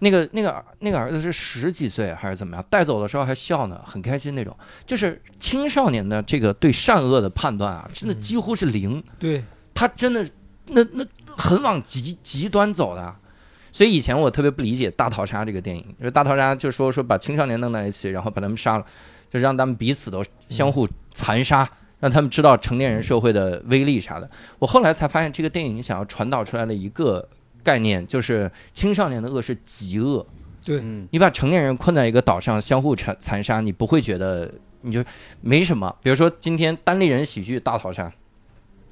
Speaker 1: 那个、那个、那个儿子是十几岁还是怎么样？带走的时候还笑呢，很开心那种。就是青少年的这个对善恶的判断啊，真的几乎是零。
Speaker 9: 对，
Speaker 1: 他真的那那很往极极端走的。啊所以以前我特别不理解《大逃杀》这个电影，因为《大逃杀》就说说把青少年弄在一起，然后把他们杀了，就让他们彼此都相互残杀，让他们知道成年人社会的威力啥的。我后来才发现，这个电影想要传导出来的一个概念就是青少年的恶是极恶，
Speaker 9: 对，
Speaker 1: 你把成年人困在一个岛上相互残残杀，你不会觉得你就没什么。比如说今天单立人喜剧大逃杀，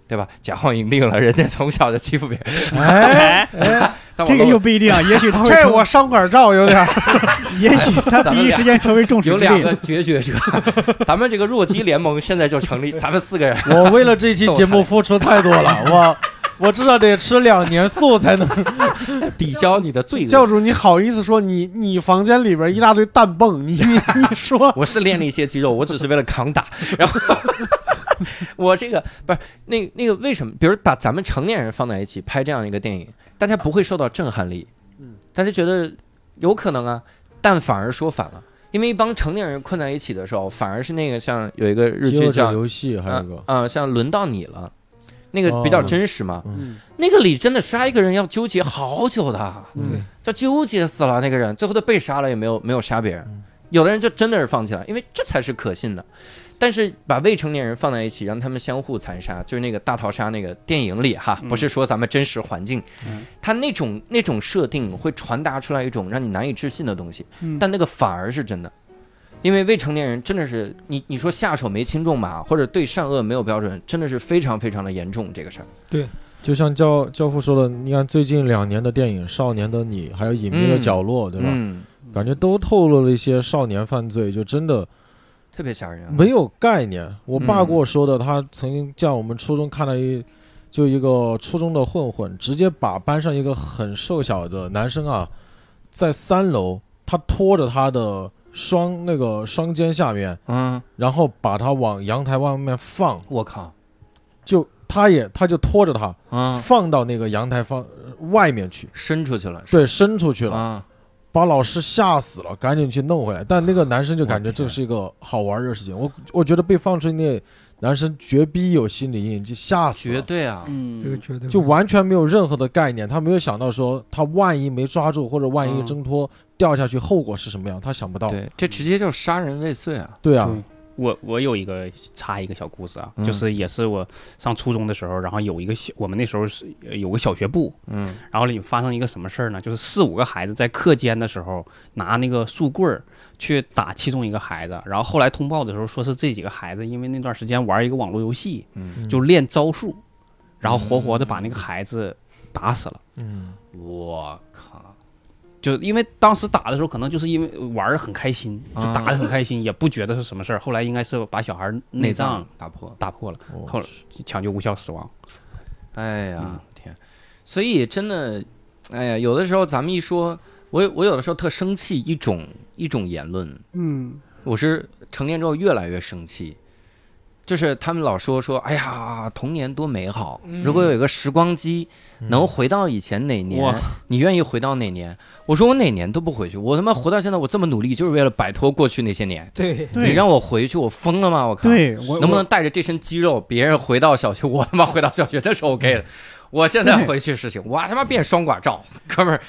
Speaker 1: 对吧？贾浩赢定了，人家从小就欺负别人。
Speaker 3: 哎，哎
Speaker 1: 但我
Speaker 2: 这个
Speaker 1: 跟
Speaker 2: 又不一定啊，也许他会
Speaker 3: 这
Speaker 2: 成
Speaker 3: 我伤管照有 点儿。
Speaker 2: 也许他第一时间成为众矢
Speaker 1: 有
Speaker 2: 之
Speaker 1: 两
Speaker 2: 的。
Speaker 1: 个决绝者，咱们这个弱鸡联盟现在就成立，咱们四个人。
Speaker 7: 我为了这期节目付出太多了，我我至少得吃两年素才能。
Speaker 1: 抵消你的罪
Speaker 3: 教
Speaker 1: 恶。
Speaker 3: 主，你好意思说你你房间里边一大堆蛋泵，你你你 说
Speaker 1: 我是练了一些肌肉，我只是为了扛打。然后我这个不是那那个为什么？比如把咱们成年人放在一起拍这样一个电影，大家不会受到震撼力，
Speaker 3: 嗯，
Speaker 1: 大家觉得有可能啊，但反而说反了。因为一帮成年人困在一起的时候，反而是那个像有一个日剧
Speaker 7: 饥饿者
Speaker 1: 叫
Speaker 7: 游戏还有一
Speaker 1: 嗯
Speaker 7: 个，
Speaker 1: 嗯，像轮到你了，那个比较真实嘛。
Speaker 3: 哦嗯
Speaker 1: 那个里真的杀一个人要纠结好久的，
Speaker 3: 嗯
Speaker 1: 就纠结死了那个人，最后他被杀了也没有没有杀别人。
Speaker 3: 嗯
Speaker 1: 有的人就真的是放弃了，因为这才是可信的。但是把未成年人放在一起，让他们相互残杀，就是那个大逃杀那个电影里哈，不是说咱们真实环境，他那种那种设定会传达出来一种让你难以置信的东西，
Speaker 2: 嗯
Speaker 1: 但那个反而是真的，因为未成年人真的是你你说下手没轻重吧，或者对善恶没有标准，真的是非常非常的严重这个事儿。
Speaker 7: 就像教教父说的，你看最近两年的电影《少年的你》还有《隐秘的
Speaker 1: 嗯
Speaker 7: 角落》，对吧？
Speaker 1: 嗯，
Speaker 7: 感觉都透露了一些少年犯罪，就真的
Speaker 1: 特别吓人、啊。
Speaker 7: 没有概念。我爸
Speaker 1: 嗯
Speaker 7: 跟我说的，他曾经在我们初中看到一，就一个初中的混混，直接把班上一个很瘦小的男生啊，在三楼，他拖着他的双那个双肩下面，
Speaker 1: 嗯，
Speaker 7: 然后把他往阳台外面放，
Speaker 1: 我靠，
Speaker 7: 就他也他就拖着他
Speaker 1: 嗯，
Speaker 7: 放到那个阳台方呃外面去，
Speaker 1: 伸出去了，
Speaker 7: 对，伸出去了。
Speaker 1: 啊，
Speaker 7: 把老师吓死了，赶紧去弄回来。但那个男生就感觉
Speaker 1: 我天啊
Speaker 7: 这是一个好玩儿的事情，我我觉得被放出去那男生绝逼有心理阴影，就吓死
Speaker 1: 绝
Speaker 7: 了，
Speaker 1: 对啊，
Speaker 8: 嗯，
Speaker 9: 这个绝对
Speaker 7: 就完全没有任何的概念，他没有想到说他万一没抓住或者万一
Speaker 1: 嗯
Speaker 7: 挣脱、掉下去后果是什么样，他想不到。
Speaker 1: 对，这直接就杀人未遂啊，
Speaker 7: 对啊
Speaker 5: 对，我我有一个插一个小故事啊，
Speaker 1: 嗯
Speaker 5: 就是也是我上初中的时候，然后有一个小我们那时候是呃有个小学部，
Speaker 1: 嗯，
Speaker 5: 然后里发生一个什么事儿呢？就是四五个孩子在课间的时候拿那个树棍儿去打其中一个孩子，然后后来通报的时候说是这几个孩子因为那段时间玩一个网络游戏，
Speaker 1: 嗯
Speaker 5: 就练招数，然后活活的把那个孩子打死了。
Speaker 7: 嗯，
Speaker 5: 我靠！就因为当时打的时候，可能就是因为玩的很开心，就
Speaker 1: 啊
Speaker 5: 打的很开心，也不觉得是什么事儿。后来应该是把小孩内
Speaker 1: 内
Speaker 5: 脏
Speaker 1: 脏打破，
Speaker 5: 打破了，
Speaker 1: 哦
Speaker 7: 我
Speaker 5: 后来抢救无效死亡。
Speaker 1: 哎呀、
Speaker 5: 嗯
Speaker 1: 天，所以真的，哎呀，有的时候咱们一说，我我有的时候特生气一种一种言论，
Speaker 2: 嗯，
Speaker 1: 我是成年之后越来越生气。就是他们老说说，哎呀，童年多美好！
Speaker 2: 嗯
Speaker 1: 如果有一个时光机，能回到以前哪年
Speaker 5: 哇，
Speaker 1: 你愿意回到哪年？我说我哪年都不回去，我他妈活到现在，我这么努力就是为了摆脱过去那些年。
Speaker 9: 对
Speaker 1: 你
Speaker 2: 对
Speaker 1: 让我回去，我疯了吗？我靠！
Speaker 2: 对，我
Speaker 1: 能不能带着这身肌肉，别人回到小学，我他妈回到小学那是 OK
Speaker 2: 嗯
Speaker 1: 的。我现在回去事情，我他妈变双寡照，哥们儿，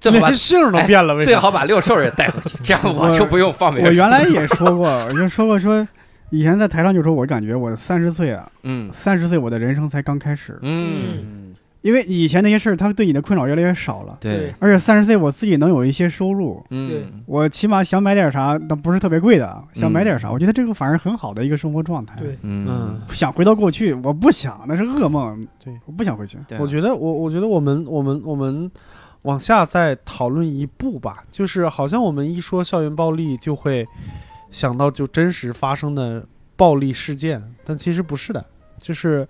Speaker 1: 最好把
Speaker 3: 连姓儿都变了，为
Speaker 1: 哎最
Speaker 3: 啥？
Speaker 1: 好把六兽也带回去，这样我
Speaker 2: 我
Speaker 1: 就不用放
Speaker 2: 我
Speaker 1: 别
Speaker 2: 我
Speaker 1: 人。
Speaker 2: 原来也说过， 我就说过说，以前在台上就说，我感觉我三十岁啊，
Speaker 1: 嗯
Speaker 2: 三十岁我的人生才刚开始，
Speaker 1: 嗯，
Speaker 2: 因为以前那些事儿，他对你的困扰越来越少了，
Speaker 1: 对，
Speaker 2: 而且三十岁我自己能有一些收入。
Speaker 9: 对
Speaker 1: 嗯
Speaker 2: 我起码想买点啥，但不是特别贵的啊，想
Speaker 1: 嗯
Speaker 2: 买点啥，我觉得这个反而很好的一个生活状态。
Speaker 9: 对，
Speaker 1: 嗯，
Speaker 3: 嗯，
Speaker 2: 想回到过去，我不想，那是噩梦。
Speaker 3: 对，
Speaker 2: 我不想回去。
Speaker 1: 对啊
Speaker 3: 我觉得我我觉得我们我们我们往下再讨论一步吧，就是好像我们一说校园暴力就会想到就真实发生的暴力事件，但其实不是的，就是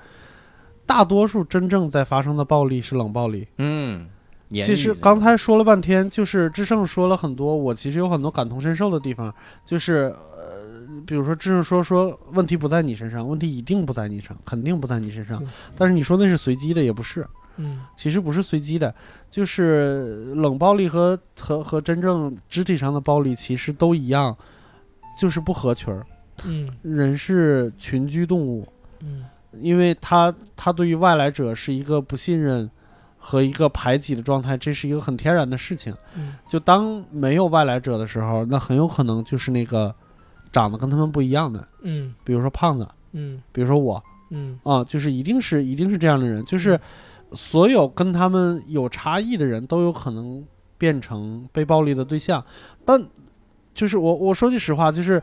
Speaker 3: 大多数真正在发生的暴力是冷暴力。
Speaker 1: 嗯，言
Speaker 3: 其
Speaker 1: 语
Speaker 3: 实
Speaker 1: 的
Speaker 3: 刚才说了半天，就是志胜说了很多，我其实有很多感同身受的地方，就是呃，比如说志胜说说问题不在你身上，问题一定不在你身上，肯定不在你身上
Speaker 1: 嗯
Speaker 9: 对，
Speaker 3: 但是你说那是随机的，也不是，
Speaker 9: 嗯，
Speaker 3: 其实不是随机的，就是冷暴力和和和真正肢体上的暴力其实都一样，就是不合群儿，
Speaker 9: 嗯
Speaker 3: 人是群居动物，
Speaker 9: 嗯
Speaker 3: 因为他他对于外来者是一个不信任和一个排挤的状态，这是一个很天然的事情。
Speaker 9: 嗯
Speaker 3: 就当没有外来者的时候，那很有可能就是那个长得跟他们不一样的，
Speaker 9: 嗯
Speaker 3: 比如说胖子，
Speaker 9: 嗯
Speaker 3: 比如说我
Speaker 9: 嗯
Speaker 3: 啊，就是一定是一定是这样的人，就是所有跟他们有差异的人都有可能变成被暴力的对象。但就是我我说句实话，就是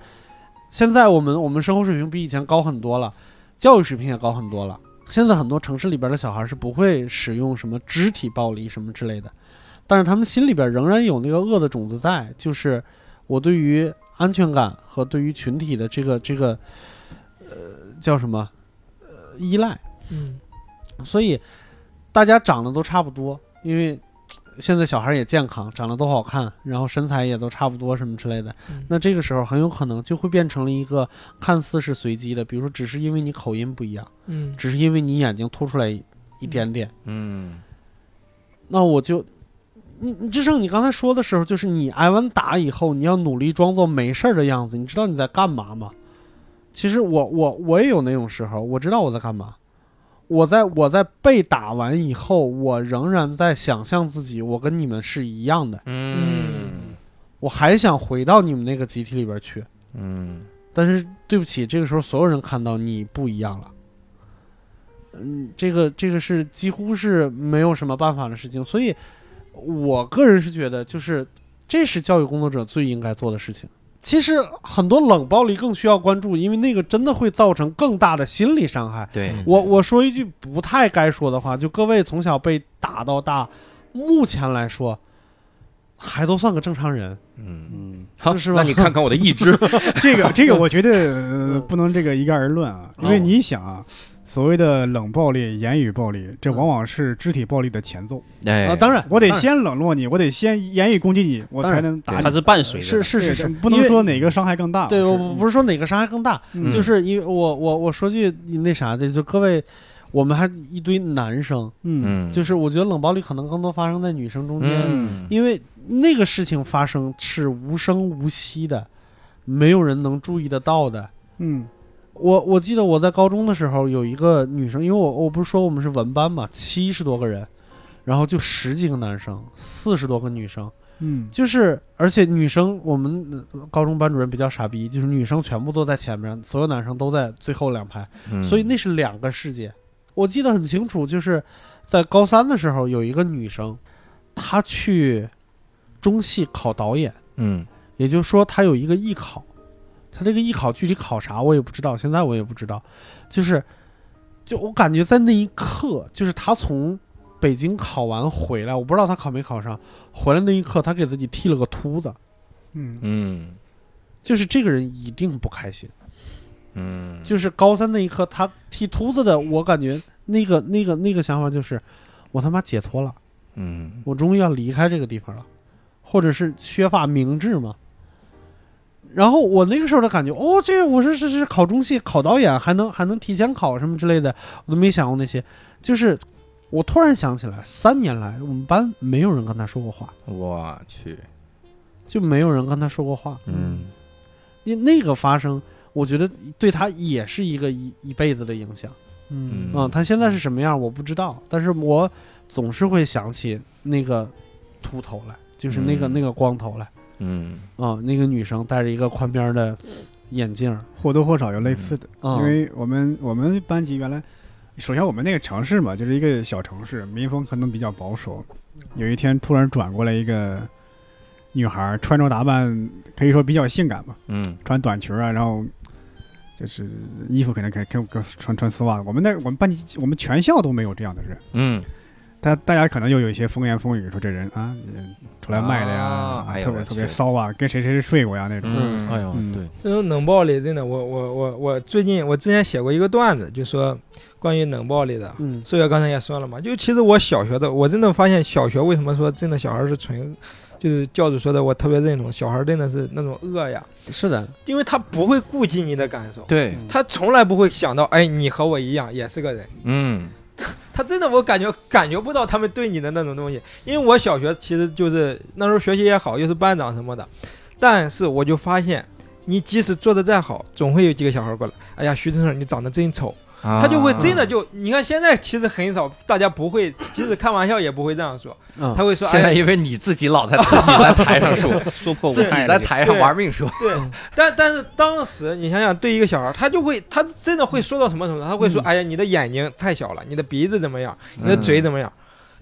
Speaker 3: 现在我们我们生活水平比以前高很多了，教育水平也高很多了。现在很多城市里边的小孩是不会使用什么肢体暴力什么之类的，但是他们心里边仍然有那个恶的种子在，就是我对于安全感和对于群体的这个这个，呃，叫什么，呃，依赖。
Speaker 9: 嗯，
Speaker 3: 所以大家长得都差不多，因为现在小孩也健康，长得都好看，然后身材也都差不多什么之类的。那这个时候很有可能就会变成了一个看似是随机的，比如说只是因为你口音不一样，
Speaker 9: 嗯
Speaker 3: 只是因为你眼睛凸出来一点点，
Speaker 1: 嗯
Speaker 3: 那我就。你你志胜，你刚才说的时候，就是你挨完打以后，你要努力装作没事儿的样子。你知道你在干嘛吗？其实我我我也有那种时候，我知道我在干嘛。我在我在被打完以后，我仍然在想象自己，我跟你们是一样的，
Speaker 1: 嗯
Speaker 3: 我还想回到你们那个集体里边去。
Speaker 1: 嗯
Speaker 3: 但是对不起，这个时候所有人看到你不一样了。嗯，这个这个是几乎是没有什么办法的事情，所以我个人是觉得，就是这是教育工作者最应该做的事情。其实很多冷暴力更需要关注，因为那个真的会造成更大的心理伤害。
Speaker 1: 对，
Speaker 3: 我我说一句不太该说的话，就各位从小被打到大，目前来说还都算个正常人。
Speaker 1: 嗯，
Speaker 5: 嗯，
Speaker 1: 好，
Speaker 3: 是吧
Speaker 1: 那你看看我的意志，
Speaker 2: 这个这个，我觉得、呃不能这个一概而论啊，因为
Speaker 1: 嗯
Speaker 2: 你想啊，所谓的冷暴力、言语暴力，这往往是肢体暴力的前奏。
Speaker 1: 哎
Speaker 3: 啊，当然，
Speaker 2: 我得
Speaker 3: 当然
Speaker 2: 先冷落你，我得先言语攻击你，我
Speaker 3: 当然
Speaker 2: 才能打
Speaker 1: 啊
Speaker 5: 它
Speaker 2: 你。
Speaker 5: 是伴随着
Speaker 3: 是
Speaker 5: 的
Speaker 3: 是是
Speaker 2: 对
Speaker 3: 是，
Speaker 2: 不
Speaker 3: 因
Speaker 2: 能
Speaker 3: 为
Speaker 2: 说哪个伤害更大。
Speaker 3: 对，我
Speaker 2: 我
Speaker 1: 嗯
Speaker 3: 不不是说哪个伤害更大，
Speaker 2: 嗯
Speaker 3: 就是因为我我我说句那啥的，就各位，我们还一堆男生，
Speaker 2: 嗯
Speaker 1: 嗯，
Speaker 3: 就是我觉得冷暴力可能更多发生在女生中间，
Speaker 1: 嗯
Speaker 3: 因为那个事情发生是无声无息的，没有人能注意得到的。
Speaker 2: 嗯
Speaker 3: 我我记得我在高中的时候有一个女生，因为我我不是说我们是文班嘛，七十多个人，然后就十几个男生，四十多个女生，
Speaker 2: 嗯
Speaker 3: 就是，而且女生，我们呃高中班主任比较傻逼，就是女生全部都在前面，所有男生都在最后两排，
Speaker 1: 嗯
Speaker 3: 所以那是两个世界。我记得很清楚，就是在高三的时候，有一个女生，她去中戏考导演，
Speaker 1: 嗯
Speaker 3: 也就是说她有一个艺考，她这个艺考具体考啥我也不知道，现在我也不知道，就是，就我感觉在那一刻，就是她从北京考完回来，我不知道她考没考上，回来那一刻，她给自己剃了个秃子。
Speaker 2: 嗯
Speaker 1: 嗯
Speaker 3: 就是这个人一定不开心。
Speaker 1: 嗯，
Speaker 3: 就是高三那一刻，他剃秃子的，我感觉那个那个那个想法就是，我他妈解脱了，
Speaker 1: 嗯
Speaker 3: 我终于要离开这个地方了，或者是削发明志嘛。然后我那个时候的感觉，哦，这我是是是考中戏、考导演，还能还能提前考什么之类的，我都没想过那些。就是我突然想起来，三年来我们班没有人跟他说过话，
Speaker 1: 我去，
Speaker 3: 就没有人跟他说过话。
Speaker 1: 嗯
Speaker 3: 因为那个发生，我觉得对他也是一个一一辈子的影响
Speaker 1: 嗯
Speaker 3: 啊、他现在是什么样我不知道，但是我总是会想起那个秃头来，就是那个、
Speaker 1: 嗯
Speaker 3: 那个光头来
Speaker 1: 嗯
Speaker 3: 啊、那个女生戴着一个宽边儿的眼镜儿
Speaker 2: 或多或少有类似的，嗯
Speaker 3: 啊，
Speaker 2: 因为我们我们班级原来，首先我们那个城市嘛，就是一个小城市，民风可能比较保守。有一天突然转过来一个女孩，穿着打扮可以说比较性感吧，
Speaker 1: 嗯
Speaker 2: 穿短裙啊，然后就是衣服可能可可可穿穿丝袜。我们那我们班级我们全校都没有这样的人，
Speaker 1: 嗯，
Speaker 2: 大大家可能又有一些风言风语，说这人啊嗯出来卖的呀，
Speaker 1: 啊哎呀
Speaker 2: 特
Speaker 1: 我
Speaker 2: 别
Speaker 1: 去
Speaker 2: 特别骚啊，跟谁谁谁睡过呀那种。
Speaker 1: 嗯
Speaker 7: 哎呦，
Speaker 2: 嗯
Speaker 7: 对，
Speaker 9: 这种冷暴力真的，我我我我最近我之前写过一个段子，就说关于冷暴力的。
Speaker 3: 嗯
Speaker 9: 这个刚才也说了嘛，就其实我小学的，我真的发现小学为什么说真的小孩是纯，就是教主说的，我特别认同，小孩真的是那种恶呀，
Speaker 3: 是的，
Speaker 9: 因为他不会顾及你的感受，
Speaker 1: 对，
Speaker 9: 他从来不会想到，哎，你和我一样也是个人，
Speaker 1: 嗯
Speaker 9: 他真的我感觉感觉不到他们对你的那种东西，因为我小学其实就是那时候学习也好，又是班长什么的，但是我就发现，你即使做的再好，总会有几个小孩过来，哎呀，徐先生你长得真丑，
Speaker 1: 他
Speaker 9: 他就会真的就，你看现在其实很少，大家不会，即使开玩笑也不会这样说，
Speaker 3: 嗯
Speaker 9: 他会说，
Speaker 1: 啊现在
Speaker 9: 哎，
Speaker 1: 因为你自己老在自己在台上说，
Speaker 5: 说破无
Speaker 1: 自己
Speaker 5: 害
Speaker 1: 在
Speaker 5: 了这个
Speaker 1: 台上玩命说，
Speaker 9: 对，但但是当时你想想，对一个小孩，他就会，他真的会说到什么程度？他会说，哎呀，你的眼睛太小了，你的鼻子怎么样，你的嘴怎么样？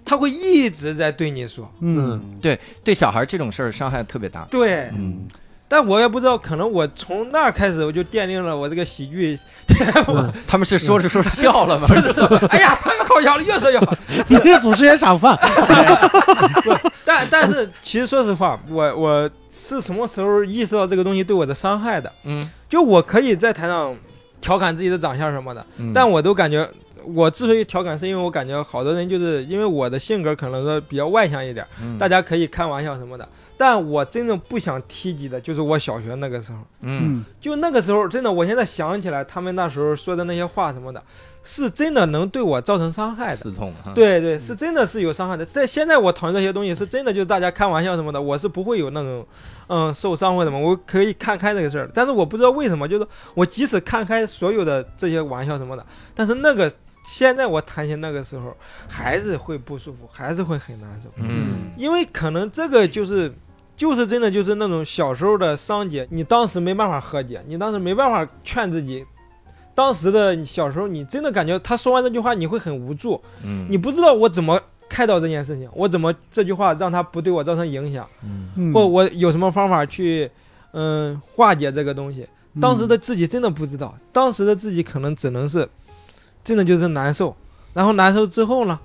Speaker 9: 他会一直在对你说，
Speaker 2: 嗯，
Speaker 3: 嗯
Speaker 1: 对小孩这种事儿伤害特别大。
Speaker 9: 对，
Speaker 5: 嗯，
Speaker 9: 但我也不知道，可能我从那儿开始，我就奠定了我这个喜剧，
Speaker 1: 嗯他们是说着说着笑了吗？
Speaker 9: 哎呀，他要搞笑了，越说越好。
Speaker 3: 你这主持人赏饭，
Speaker 9: 但但是其实说实话，我我是什么时候意识到这个东西对我的伤害的？
Speaker 1: 嗯，嗯
Speaker 9: 就我可以在台上调侃自己的长相什么的，但我都感觉我之所以调侃，是因为我感觉好多人就是因为我的性格可能说比较外向一点，
Speaker 1: 嗯
Speaker 9: 大家可以开玩笑什么的。但我真正不想提及的就是我小学那个时候，
Speaker 1: 嗯，
Speaker 2: 嗯，
Speaker 9: 就那个时候，真的，我现在想起来他们那时候说的那些话什么的，是真的能对我造成伤害的。
Speaker 1: 刺痛啊哈，
Speaker 9: 对对，是真的是有伤害的。在现在我讨论这些东西，是真的就是大家开玩笑什么的，我是不会有那种，嗯，受伤或什么，我可以看开这个事儿。但是我不知道为什么，就是我即使看开所有的这些玩笑什么的，但是那个现在我谈起那个时候，还是会不舒服，还是会很难受。
Speaker 1: 嗯，
Speaker 9: 因为可能这个就是，就是真的就是那种小时候的伤解，你当时没办法和解，你当时没办法劝自己。当时的你小时候，你真的感觉他说完这句话，你会很无助，
Speaker 1: 嗯，
Speaker 9: 你不知道我怎么开导这件事情，我怎么这句话让他不对我造成影响，
Speaker 1: 嗯
Speaker 2: 嗯
Speaker 9: 或我有什么方法去，嗯，化解这个东西。
Speaker 2: 嗯
Speaker 9: 当时的自己真的不知道，当时的自己可能只能是，真的就是难受，然后难受之后呢，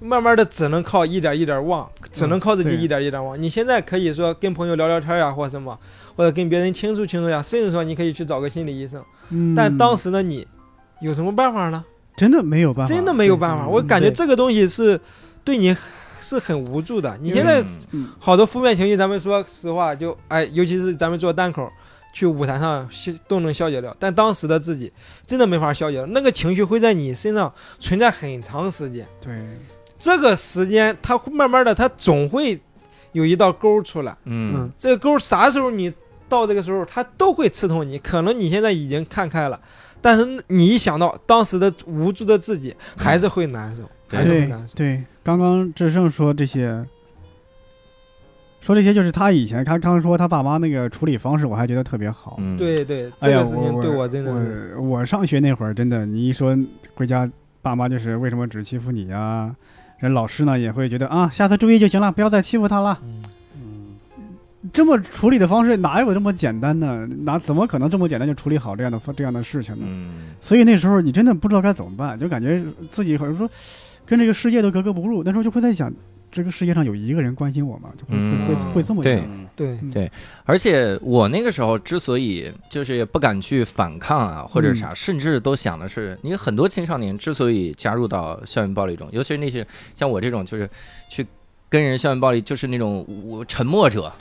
Speaker 9: 慢慢的只能靠一点一点忘，只能靠自
Speaker 2: 嗯
Speaker 9: 己
Speaker 2: 对
Speaker 9: 一点一点忘。你现在可以说跟朋友聊聊天呀，啊或什么，或者跟别人倾诉倾诉呀，甚至说你可以去找个心理医生。
Speaker 2: 嗯
Speaker 9: 但当时的你，有什么办法呢？
Speaker 2: 真的没有办法，
Speaker 9: 真的没有办法。
Speaker 2: 对嗯
Speaker 9: 我感觉
Speaker 2: 对
Speaker 9: 这个东西是对你是很无助的。你现在好多负面情绪，咱们说实话就哎，尤其是咱们做单口，去舞台上消都能消解掉，但当时的自己真的没法消解了，那个情绪会在你身上存在很长时间。
Speaker 2: 对，
Speaker 9: 这个时间，它会慢慢的，它总会有一道沟出来。
Speaker 1: 嗯
Speaker 9: 这个沟啥时候你到这个时候，它都会刺痛你。可能你现在已经看开了，但是你一想到当时的无助的自己，还是会难受，
Speaker 1: 对
Speaker 9: 还是会
Speaker 2: 对
Speaker 9: 难受。
Speaker 2: 对，刚刚志胜说这些，说这些就是他以前他刚说他爸妈那个处理方式，我还觉得特别好。
Speaker 1: 嗯，
Speaker 9: 对对，
Speaker 2: 哎
Speaker 9: 这
Speaker 2: 呀，
Speaker 9: 个事情
Speaker 2: 我
Speaker 9: 对
Speaker 2: 我
Speaker 9: 我真的是，
Speaker 2: 我我上学那会儿真的，你一说回家，爸妈就是为什么只欺负你呀、啊人老师呢也会觉得啊，下次注意就行了，不要再欺负他了。
Speaker 5: 嗯，
Speaker 2: 这么处理的方式哪有这么简单呢？哪怎么可能这么简单就处理好这样的这样的事情呢？
Speaker 1: 嗯，
Speaker 2: 所以那时候你真的不知道该怎么办，就感觉自己好像说跟这个世界都格格不入。那时候就会在想，这个世界上有一个人关心我吗？就会、
Speaker 1: 嗯
Speaker 2: 会会这么
Speaker 1: 对
Speaker 2: 想。
Speaker 9: 对
Speaker 1: 而且我那个时候之所以就是也不敢去反抗啊，或者
Speaker 9: 嗯
Speaker 1: 啥，甚至都想的是，你很多青少年之所以加入到校园暴力中，尤其是那些像我这种，就是去跟人校园暴力，就是那种我沉默者，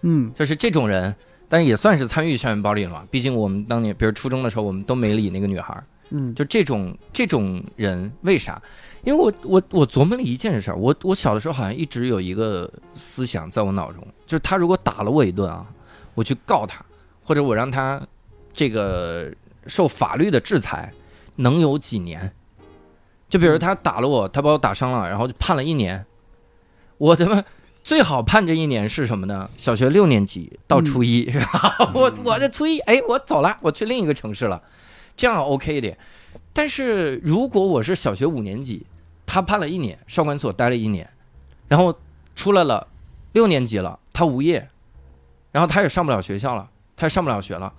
Speaker 2: 嗯，
Speaker 1: 就是这种人，但也算是参与校园暴力了嘛。毕竟我们当年，比如初中的时候，我们都没理那个女孩儿。
Speaker 2: 嗯
Speaker 1: 就这种这种人，为啥？因为我我我琢磨了一件事儿，我我小的时候好像一直有一个思想在我脑中，就是他如果打了我一顿啊，我去告他，或者我让他这个受法律的制裁，能有几年？就比如他打了我，他把我打伤了，然后就判了一年，我他妈。最好判这一年是什么呢？小学六年级到初一，
Speaker 5: 嗯
Speaker 1: 是 吧？我我这初一，哎，我走了，我去另一个城市了，这样 OK 一点。但是如果我是小学五年级，他判了一年，少管所待了一年，然后出来了，六年级了，他无业，然后他也上不了学校了，他也上不了学了，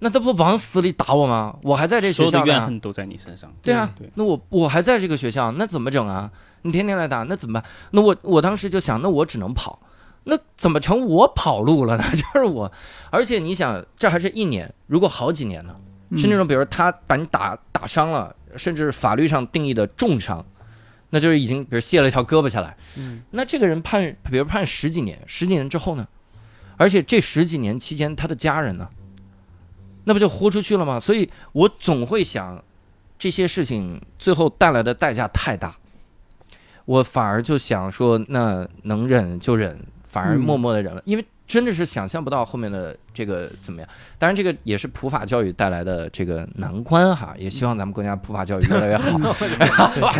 Speaker 1: 那他不往死里打我吗？我还在这
Speaker 5: 所
Speaker 1: 学
Speaker 5: 有的
Speaker 1: 校
Speaker 5: 怨
Speaker 1: 呢，
Speaker 5: 恨都在你身上。
Speaker 1: 对啊
Speaker 5: 对，
Speaker 1: 那我我还在这个学校，那怎么整啊？你天天来打，那怎么办？那我我当时就想，那我只能跑，那怎么成我跑路了呢？ 就是我，而且你想，这还是一年，如果好几年呢？
Speaker 2: 嗯
Speaker 1: 是那种比如他把你打打伤了，甚至法律上定义的重伤，那就是已经比如卸了一条胳膊下来，
Speaker 2: 嗯
Speaker 1: 那这个人判，比如判十几年，十几年之后呢？而且这十几年期间，他的家人呢，那不就豁出去了吗？所以我总会想，这些事情最后带来的代价太大，我反而就想说，那能忍就忍，反而
Speaker 2: 嗯
Speaker 1: 默默的忍了，因为真的是想象不到后面的这个怎么样。当然，这个也是普法教育带来的这个难关哈，也希望咱们国家普法教育越来越好，是吧？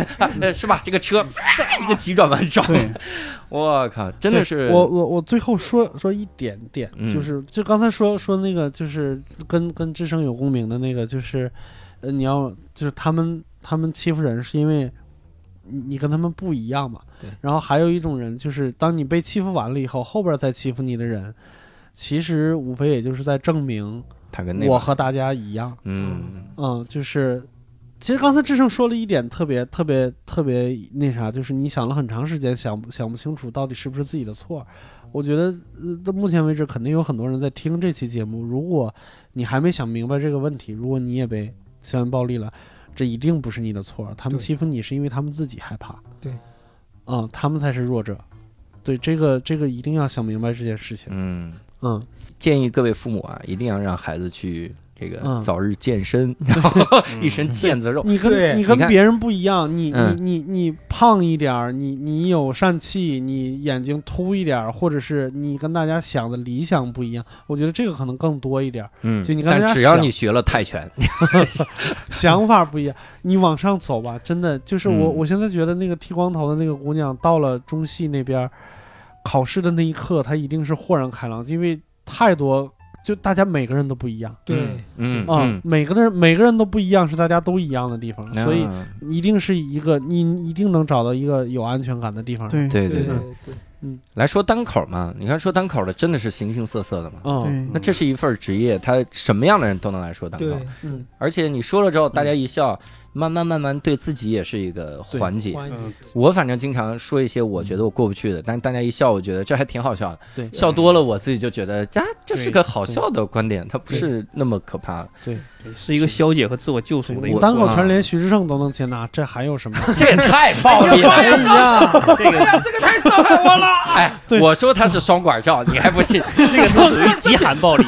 Speaker 1: 是吧？这个车一个急转弯撞，
Speaker 2: 对，
Speaker 1: 我靠，真的是
Speaker 3: 我我我最后说说一点点，
Speaker 1: 嗯
Speaker 3: 就是就刚才说说那个，就是跟跟智生有共鸣的那个，就是呃，你要就是他们他们欺负人是因为你你跟他们不一样嘛。
Speaker 1: 对。
Speaker 3: 然后还有一种人，就是当你被欺负完了以后，后边再欺负你的人，其实无非也就是在证明
Speaker 1: 他跟那
Speaker 3: 我
Speaker 1: 把
Speaker 3: 和大家一样。
Speaker 1: 嗯
Speaker 3: 嗯，就是，其实刚才志胜说了一点特别特别特别那啥，就是你想了很长时间想不想不清楚到底是不是自己的错儿。我觉得呃到目前为止，肯定有很多人在听这期节目。如果你还没想明白这个问题，如果你也被校园暴力了，这一定不是你的错，他们
Speaker 9: 对
Speaker 3: 欺负你是因为他们自己害怕。
Speaker 9: 对，
Speaker 3: 嗯，他们才是弱者。对，这个这个一定要想明白这件事情。
Speaker 10: 嗯，
Speaker 3: 嗯，
Speaker 1: 建议各位父母啊，一定要让孩子去这个
Speaker 3: 嗯
Speaker 1: 早日健身，然后一身腱子肉。
Speaker 3: 你
Speaker 9: 对
Speaker 3: 跟你
Speaker 1: 你
Speaker 3: 跟
Speaker 1: 看
Speaker 3: 别人不一样，你
Speaker 1: 嗯
Speaker 3: 你你你胖一点儿，你你有疝气，你眼睛凸一点儿，或者是你跟大家想的理想不一样，我觉得这个可能更多一点儿，
Speaker 1: 嗯
Speaker 3: 就你，刚才
Speaker 1: 但只要
Speaker 3: 想
Speaker 1: 你学了泰拳，
Speaker 3: 想法不一样，你往上走吧，真的就是我、
Speaker 1: 嗯
Speaker 3: 我现在觉得那个剃光头的那个姑娘到了中戏那边儿考试的那一刻，她一定是豁然开朗，因为太多就大家每个人都不一样。
Speaker 9: 对，
Speaker 1: 嗯
Speaker 3: 啊、每个人每个人都不一样，是大家都一样的地方，哦所以
Speaker 1: 嗯
Speaker 3: 一定是一个你一定能找到一个有安全感的地方。，
Speaker 2: 对
Speaker 1: 对
Speaker 9: 对
Speaker 1: 对对，
Speaker 9: 对，
Speaker 1: 来说单口嘛，你看说单口的真的是形形色色的嘛。
Speaker 3: 嗯，
Speaker 2: 对
Speaker 1: 哦那这是一份职业，他什么样的人都能来说单口，
Speaker 9: 对
Speaker 3: 嗯，
Speaker 1: 而且你说了之后，大家一笑，慢慢慢慢对自己也是一个缓解。嗯
Speaker 3: 欢迎
Speaker 5: 嗯
Speaker 1: 我反正经常说一些我觉得我过不去的，但是大家一笑，我觉得这还挺好笑的。
Speaker 3: 对
Speaker 1: 笑多了，我自己就觉得呀，这是个好笑的观点，它不是那么可 怕。
Speaker 5: 是一个消解和自我救赎的一
Speaker 1: 我
Speaker 5: 个
Speaker 3: 单口
Speaker 5: 过程。
Speaker 3: 圈连徐志胜都能接纳，这还有 什么？
Speaker 1: 这也太暴 力了！
Speaker 5: 哎这个
Speaker 10: 这个太伤害我了。
Speaker 1: 哎，我说他是双管照，你还不 信？
Speaker 5: 这个是属于极寒 暴力，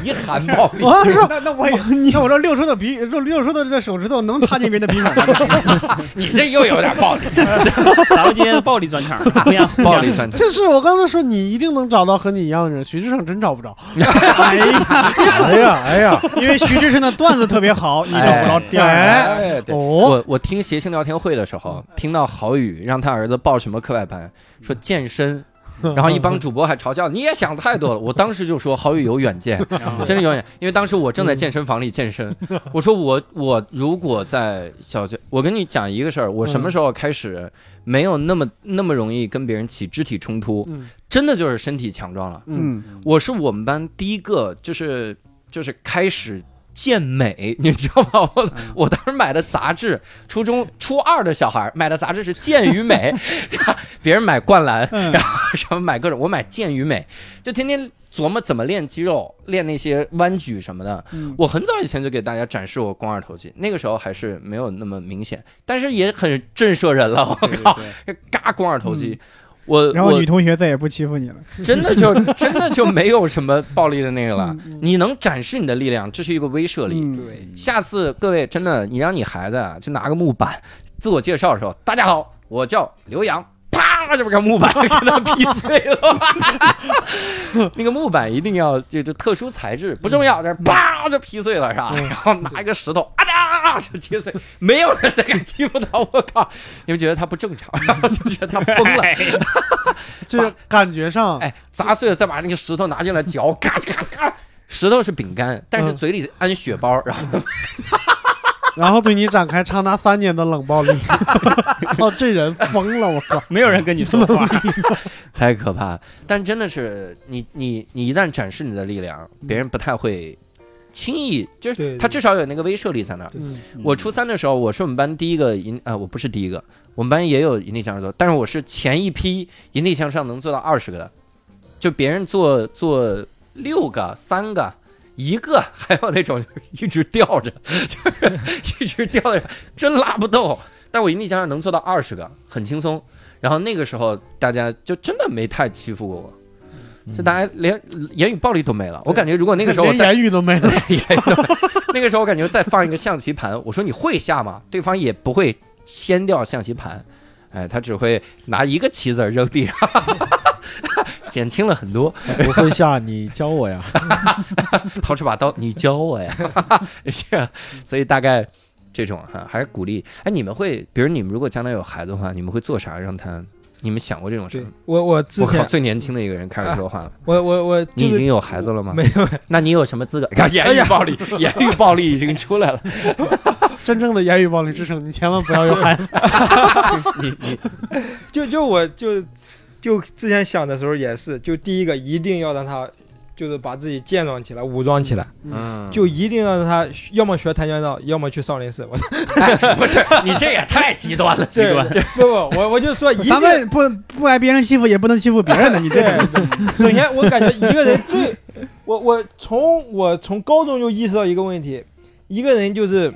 Speaker 1: 极寒暴力。
Speaker 3: 我说
Speaker 2: 那那我
Speaker 1: 哦
Speaker 2: 也，那我这六叔的鼻，这六叔的这手指头能插进别人的鼻孔吗？
Speaker 1: 你这又有点暴 力，
Speaker 5: 咱们今天的暴力专 场不一样，不一样
Speaker 1: 暴力算
Speaker 3: 这是我刚才说，你一定能找到和你一样的人。徐志胜真找不着，
Speaker 2: 哎呀，
Speaker 7: 哎呀哎呀，
Speaker 2: 因为徐志胜的段子特别好，你找不着第二个。
Speaker 1: 哎，对。
Speaker 3: 哦，嗯
Speaker 1: 我我听谐星聊天会的时候，听到郝宇让他儿子报什么课外班，说 健身，然后一帮主播还嘲笑你也想太多了。我当时就说郝宇有远 见，
Speaker 3: 嗯
Speaker 1: 真是有远见，因为当时我正在健身房里健身，我说我我如果在小学，我跟你讲一个事儿，我什么时候开始没有那么那么容易跟别人起肢体冲突，
Speaker 3: 嗯
Speaker 1: 真的就是身体强壮了。
Speaker 3: 嗯，
Speaker 1: 我是我们班第一个，就是就是开始健美， 你知道
Speaker 2: 嗯
Speaker 1: 吗？我我当时买的杂志，初中初二的小孩买的杂志是《健与 美》，别人买《灌篮》，
Speaker 2: 嗯
Speaker 1: 然后什么买各种，我买《健与美》，就天天琢磨怎么练肌肉，练那些弯举什么的。
Speaker 2: 嗯
Speaker 1: 我很早以前就给大家展示我肱二头肌，那个时候还是没有那么明显，但是也很震慑人了。我靠，嘎肱二头肌。
Speaker 2: 嗯
Speaker 1: 我
Speaker 2: 然后
Speaker 1: 我
Speaker 2: 女同学再也不欺负你了。
Speaker 1: 真的就真的就没有什么暴力的那个了。你能展示你的力量，这是一个威慑力。
Speaker 2: 嗯，
Speaker 1: 下次各位真的，你让你孩子啊，就拿个木板自我介绍的时候，大家好，我叫刘洋。啪，这不个木板 给他劈碎了， 那个木板一定要就就特殊材质不重要，但是啪就劈碎了是吧？然后拿一个石头啊哒就击碎，没有人再敢欺负他，我靠！你们觉得他不正常， 然后就觉得他疯了，
Speaker 3: 这感觉上，
Speaker 1: 哎，砸碎了再把那个石头拿进来嚼，嘎嘎嘎。石头是饼干，但是嘴里安血包，然后
Speaker 3: 然后对你展开长达三年的冷 暴力，操，这人疯了，我靠！
Speaker 5: 没有人跟你说话，
Speaker 1: 太可怕了。但真的是你你你一旦展示你的力量，别人不太会轻易，就是
Speaker 9: 对
Speaker 1: 他至少有那个威慑力在那儿。
Speaker 3: 嗯
Speaker 1: 我初三的时候，我是我们班第一个引啊、我不是第一个，我们班也有引力向上做，但是我是前一批引力向上能做到二十个的，就别人做做六个、三个、一个， 还有那种就是一直吊着， 就是一直吊着，真拉不动。但我引力向上能做到二十个，很轻松。然后那个时候大家就真的没太欺负过我，就大家连言语暴力都没了。我感觉如果那个 时候我
Speaker 3: 连
Speaker 1: 再
Speaker 3: 言语都没了，
Speaker 1: 也 那个时候我感觉再放一个象棋盘，我说你会下吗？对方也不会掀掉象棋盘，哎，他只会拿一个棋子儿扔地上， 减轻了很多。
Speaker 7: 不会下你教我呀？
Speaker 1: 掏出把刀，你教我呀， 这样，所以大概这种哈、还是鼓励。哎，你们会，比如你们如果将来有孩子的话，你们会做啥让他？你们想过这种事
Speaker 9: 对
Speaker 1: 吗？
Speaker 9: 我我之
Speaker 1: 我靠，
Speaker 9: 前
Speaker 1: 最年轻的一个人开始说话了。
Speaker 9: 我我我
Speaker 1: 你
Speaker 9: 就
Speaker 1: 已
Speaker 9: 是
Speaker 1: 经有孩子了吗？
Speaker 9: 没哎有，
Speaker 1: 那你有什么资格？
Speaker 5: 哎
Speaker 1: 言语暴力，言语暴力已经出来了。
Speaker 3: 真正的言语暴力支撑，你千万不要有孩 子。
Speaker 1: 你你
Speaker 9: 就就我就就之前想的时候也是，就第一个一定要让他就是把自己健壮起来、武装起来，
Speaker 1: 嗯，
Speaker 9: 就一定要让他要么学跆拳道，要么去少林寺。我
Speaker 1: 哎，不是，你这也太极端了。
Speaker 9: 这这 不不，我我就说一定
Speaker 2: 咱们不不挨别人欺负，也不能欺负别人的，你这
Speaker 9: 对
Speaker 2: 个，
Speaker 9: 首先我感觉一个人最，我我从我从高中就意识到一个问题，一个人就是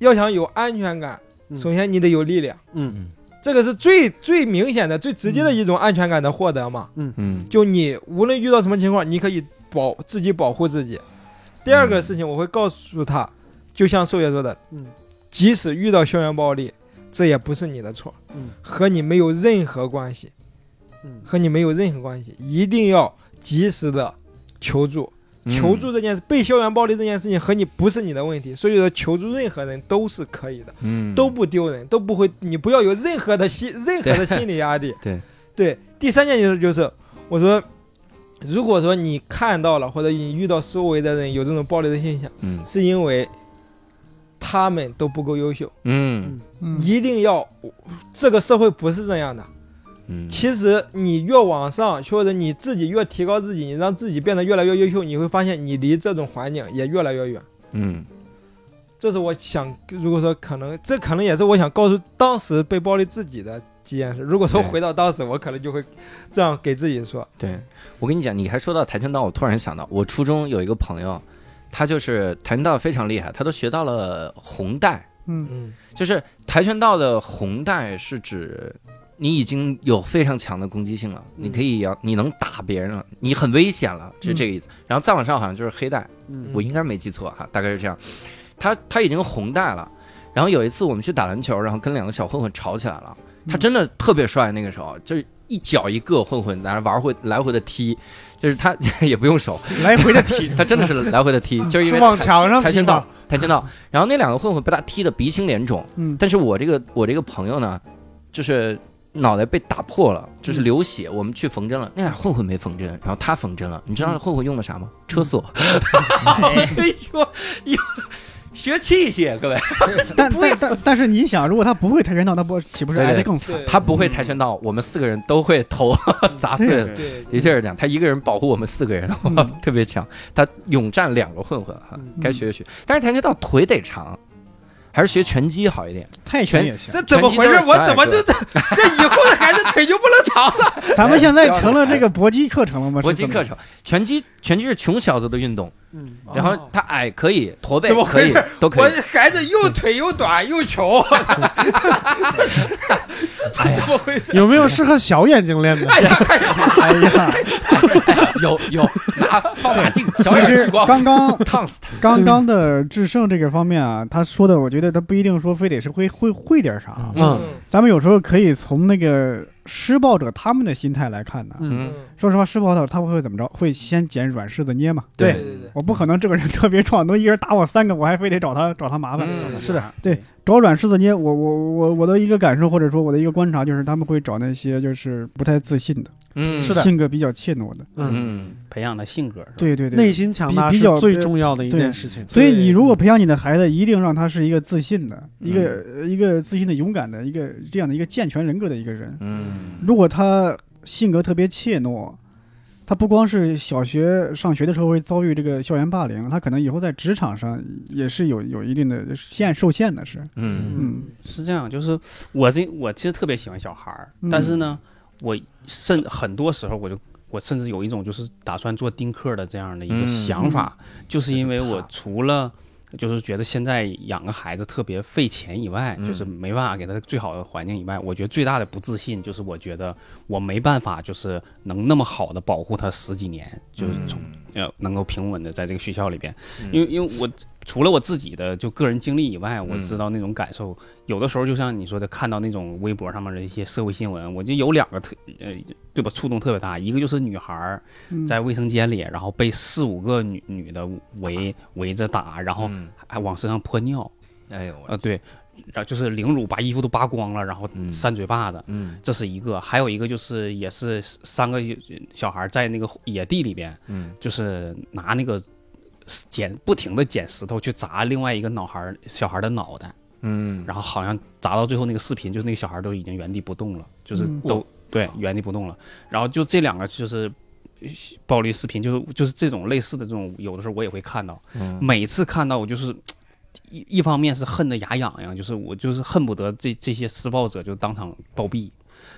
Speaker 9: 要想有安全感，
Speaker 3: 嗯
Speaker 9: 首先你得有力量，
Speaker 1: 嗯
Speaker 9: 这个是最最明显的、最直接的一种安全感的获得嘛。
Speaker 1: 嗯
Speaker 9: 就你无论遇到什么情况，你可以保自己保护自己。第二个
Speaker 1: 嗯
Speaker 9: 事情，我会告诉他，就像兽爷说的，
Speaker 3: 嗯，
Speaker 9: 即使遇到校园暴力，这也不是你的错，
Speaker 3: 嗯，
Speaker 9: 和你没有任何关系，
Speaker 3: 嗯
Speaker 9: 和你没有任何关系，一定要及时的求助。
Speaker 1: 嗯
Speaker 9: 求助这件事，被校园暴力这件事情和你不是你的问题，所以说求助任何人都是可以的。
Speaker 1: 嗯
Speaker 9: 都不丢人，都不会，你不要有任何的心任何的心理压力。
Speaker 1: 对
Speaker 9: 对，第三件就是就是，我说，如果说你看到了或者你遇到周围的人有这种暴力的现象，
Speaker 1: 嗯
Speaker 9: 是因为他们都不够优秀，
Speaker 1: 嗯
Speaker 2: 嗯
Speaker 9: 一定要这个社会不是这样的。
Speaker 1: 嗯
Speaker 9: 其实你越往上，或者你自己越提高自己，你让自己变得越来越优秀，你会发现你离这种环境也越来越远。
Speaker 1: 嗯
Speaker 9: 这是我想，如果说可能，这可能也是我想告诉当时被暴力自己的几件事。如果说
Speaker 1: 对
Speaker 9: 回到当时，我可能就会这样给自己说，
Speaker 1: 对，我跟你讲，你还说到跆拳道，我突然想到，我初中有一个朋友，他就是跆拳道非常厉害，他都学到了红带。
Speaker 2: 嗯
Speaker 9: 嗯
Speaker 1: 就是跆拳道的红带是指你已经有非常强的攻击性了，你
Speaker 3: 嗯
Speaker 1: 可以要你能打别人了，你很危险了，是这个意思。然后再往上好像就是黑带，
Speaker 3: 嗯
Speaker 1: 我应该没记错哈，大概是这样。他他已经红带了，然后有一次我们去打篮球，然后跟两个小混混吵起来了。
Speaker 3: 嗯
Speaker 1: 他真的特别帅，那个时候就是一脚一个混混在那玩会来回的踢，就是他 也不用手，
Speaker 2: 来回的踢，
Speaker 1: 他真的是来回 的踢，就是因
Speaker 3: 是
Speaker 1: 为
Speaker 3: 往墙上
Speaker 1: 跆
Speaker 3: 踢
Speaker 1: 拳道
Speaker 3: 吧，
Speaker 1: 跆拳道。然后那两个混混被他踢得鼻青脸肿，
Speaker 2: 嗯
Speaker 1: 但是我这个我这个朋友呢，就是脑袋被打破了，就是流血，我们去缝针了。那俩混混没缝针，然后他缝针了。你知道混混用的啥吗？车锁。 哎呦，有学器械，各位，
Speaker 2: 但但但但是你想，如果他不会跆拳道，那不岂不是
Speaker 1: 对
Speaker 2: 挨得
Speaker 1: 对
Speaker 2: 更惨？
Speaker 9: 对
Speaker 1: 他不会跆拳道，我们四个人都会头 砸碎了。
Speaker 5: 对
Speaker 9: 对
Speaker 1: 的确是这样，他一个人保护我们四个人， 哇
Speaker 2: 嗯
Speaker 1: 特别强。他勇战两个混混哈，该学学。但是跆拳道腿得长，还是学拳击好一点。
Speaker 2: 泰拳也行。
Speaker 9: 这怎么回事？我怎么就这 这以后的孩子腿就不能长了？
Speaker 2: 咱们现在成了这个搏击课程了吗？
Speaker 1: 搏
Speaker 2: 是
Speaker 1: 击
Speaker 2: 怎么
Speaker 1: 课程，拳击拳击是穷小子的运动。
Speaker 3: 嗯，
Speaker 1: 然后他矮可以，驼背
Speaker 9: 怎么
Speaker 1: 可
Speaker 9: 回
Speaker 1: 以
Speaker 9: 事，
Speaker 1: 都可
Speaker 9: 我
Speaker 1: 以。
Speaker 9: 孩子又腿又短又穷，这 这怎么回事？
Speaker 3: 有没有适合小眼睛练的？
Speaker 9: 哎呀，哎呀
Speaker 3: 哎呀，
Speaker 1: 有有拿放大镜，小
Speaker 2: 其
Speaker 1: 眼
Speaker 2: 实
Speaker 1: 聚 光，
Speaker 2: 刚刚
Speaker 1: 烫死他。
Speaker 2: 刚刚的制胜这个方面啊，他说的，我觉得他不一定说非得是会会会点啥，
Speaker 3: 嗯
Speaker 2: 咱们有时候可以从那个施暴者他们的心态来看的。
Speaker 3: 嗯，
Speaker 9: 嗯，
Speaker 2: 说实话，施暴者他们会怎么着？会先捡软柿子捏嘛？
Speaker 9: 对
Speaker 3: 对
Speaker 9: 对对，
Speaker 2: 我不可能这个人特别壮，能一人打我三个，我还非得找他找他麻烦。
Speaker 1: 嗯
Speaker 5: 哎
Speaker 3: 是的，
Speaker 2: 对找软柿子捏，我我我我的一个感受或者说我的一个观察就是，他们会找那些就是不太自信的，
Speaker 1: 嗯，
Speaker 3: 是的
Speaker 2: 性格比较怯懦的。
Speaker 3: 嗯，
Speaker 1: 嗯，
Speaker 5: 培养他性格。是吧，
Speaker 2: 对对对，
Speaker 3: 内心强大
Speaker 2: 比
Speaker 3: 是
Speaker 2: 比较
Speaker 3: 最重要的一件事情。
Speaker 2: 所以你
Speaker 9: 对
Speaker 2: 如果培养你的孩子，一定让他是一个自信的、一个呃一个自信的、勇敢的、一个这样的一个健全人格的一个人。
Speaker 1: 嗯
Speaker 2: 如果他性格特别怯懦，他不光是小学上学的时候会遭遇这个校园霸凌，他可能以后在职场上也是有有一定的限受限的是。
Speaker 1: 嗯
Speaker 2: 嗯
Speaker 5: 是这样，就是我这我其实特别喜欢小孩儿，
Speaker 2: 嗯
Speaker 5: 但是呢，我甚很多时候我就我甚至有一种就是打算做丁克的这样的一个
Speaker 1: 嗯
Speaker 5: 想法，就是因为
Speaker 1: 就是怕
Speaker 5: 我除了。就是觉得现在养个孩子特别费钱以外，
Speaker 1: 嗯
Speaker 5: 就是没办法给他最好的环境以外，我觉得最大的不自信就是我觉得我没办法就是能那么好的保护他十几年，就是
Speaker 1: 嗯
Speaker 5: 从呃能够平稳的在这个学校里边，因为因为我除了我自己的就个人经历以外，我
Speaker 1: 嗯
Speaker 5: 知道那种感受，有的时候就像你说的，看到那种微博上面的一些社会新闻，我就有两个特呃对吧触动特别大，一个就是女孩儿
Speaker 2: 嗯，
Speaker 5: 在卫生间里，然后被四五个女女的围围着打，然后
Speaker 1: 啊嗯
Speaker 5: 还往身上泼尿，
Speaker 1: 哎呦我
Speaker 5: 呃对，然后就是凌辱，把衣服都扒光了，然后
Speaker 1: 嗯
Speaker 5: 扇嘴巴子。
Speaker 1: 嗯
Speaker 5: 这是一个，还有一个就是也是三个小孩在那个野地里边，
Speaker 1: 嗯
Speaker 5: 就是拿那个捡不停的捡石头去砸另外一个脑孩儿小孩的脑袋，
Speaker 1: 嗯，
Speaker 5: 然后好像砸到最后那个视频，就是那个小孩都已经原地不动了，就是
Speaker 2: 嗯
Speaker 1: 哦
Speaker 5: 都、对原地不动了。然后就这两个就是呃暴力视频，就是就是这种类似的这种，有的时候我也会看到，
Speaker 1: 嗯
Speaker 5: 每次看到我就是。一一方面是恨得牙痒痒，就是我就是恨不得这这些施暴者就当场暴毙，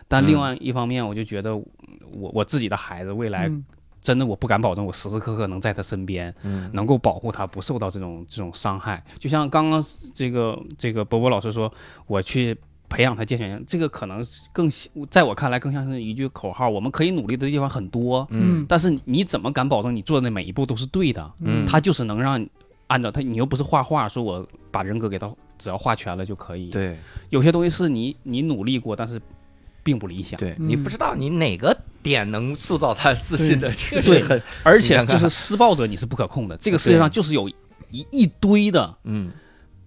Speaker 5: 但另
Speaker 1: 嗯
Speaker 5: 外一方面我就觉得我我自己的孩子未来
Speaker 2: 嗯
Speaker 5: 真的我不敢保证我时时刻刻能在他身边，
Speaker 1: 嗯
Speaker 5: 能够保护他不受到这种这种伤害。就像刚刚这个这个波波老师说，我去培养他健全，这个可能更像在我看来更像是一句口号。我们可以努力的地方很多，
Speaker 1: 嗯
Speaker 5: 但是你怎么敢保证你做的每一步都是对的？
Speaker 1: 嗯
Speaker 5: 他就是能让你按照他，你又不是画画，说我把人格给他只要画全了就可以。，
Speaker 1: 对
Speaker 5: 有些东西是你你努力过，但是并不理想。
Speaker 1: 对，
Speaker 2: 嗯
Speaker 1: 你不知道你哪个点能塑造他自信的，这个是
Speaker 5: 对
Speaker 1: 很
Speaker 5: 而
Speaker 1: 你
Speaker 5: 且
Speaker 1: 看看
Speaker 5: 就是施暴者你是不可控的，这个世界上就是有一一堆的
Speaker 1: 嗯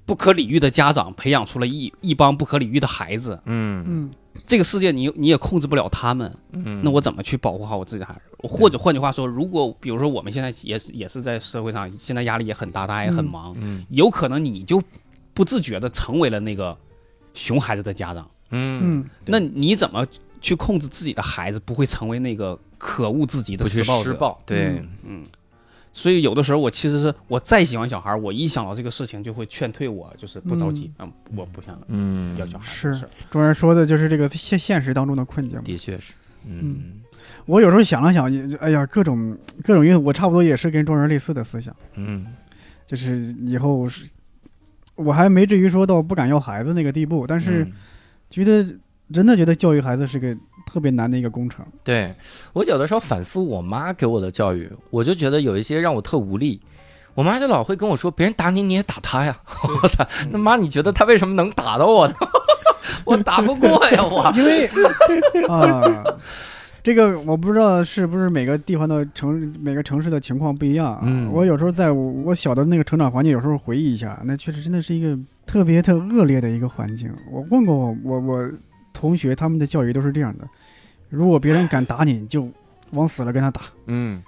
Speaker 5: 不可理喻的家长培养出了一一帮不可理喻的孩子，
Speaker 1: 嗯
Speaker 2: 嗯
Speaker 5: 这个世界你你也控制不了他们，
Speaker 1: 嗯
Speaker 5: 那我怎么去保护好我自己的孩子？或者换句话说，如果比如说我们现在也是也是在社会上，现在压力也很大，大家也很忙，
Speaker 1: 嗯
Speaker 5: 有可能你就不自觉的成为了那个熊孩子的家长，
Speaker 1: 嗯
Speaker 2: 嗯
Speaker 5: 那你怎么去控制自己的孩子不会成为那个可恶至极的
Speaker 1: 不去
Speaker 5: 施暴者？
Speaker 1: 施暴，对
Speaker 2: 嗯
Speaker 5: 嗯，所以有的时候我其实是我再喜欢小孩儿，我一想到这个事情就会劝退我，就是不着急，嗯，我不想
Speaker 1: 嗯
Speaker 5: 要小孩
Speaker 2: 是
Speaker 5: 儿的事儿。
Speaker 2: 中原说的就是这个现现实当中的困境。
Speaker 1: 的确是嗯
Speaker 2: 嗯我有时候想了想，也就哎呀，各种各种因素，我差不多也是跟中原类似的思想，
Speaker 1: 嗯
Speaker 2: 就是以后是，我还没至于说到不敢要孩子那个地步，但是
Speaker 1: 嗯
Speaker 2: 觉得真的觉得教育孩子是个特别难的一个工程。
Speaker 1: 对我有的时候反思我妈给我的教育，我就觉得有一些让我特无力。我妈就老会跟我说：“别人打你，你也打他呀！” 我操，那妈，你觉得他为什么能打到我呢？ 我打不过呀， 我。
Speaker 2: 因为 啊，这个我不知道是不是每个地方的城每个城市的情况不一样、啊。
Speaker 1: 嗯
Speaker 2: 我有时候在我我小的那个成长环境，有时候回忆一下，那确实真的是一个特别特恶劣的一个环境。我问过我我我同学，他们的教育都是这样的：如果别人敢打你，你就往死了跟他打。
Speaker 1: 嗯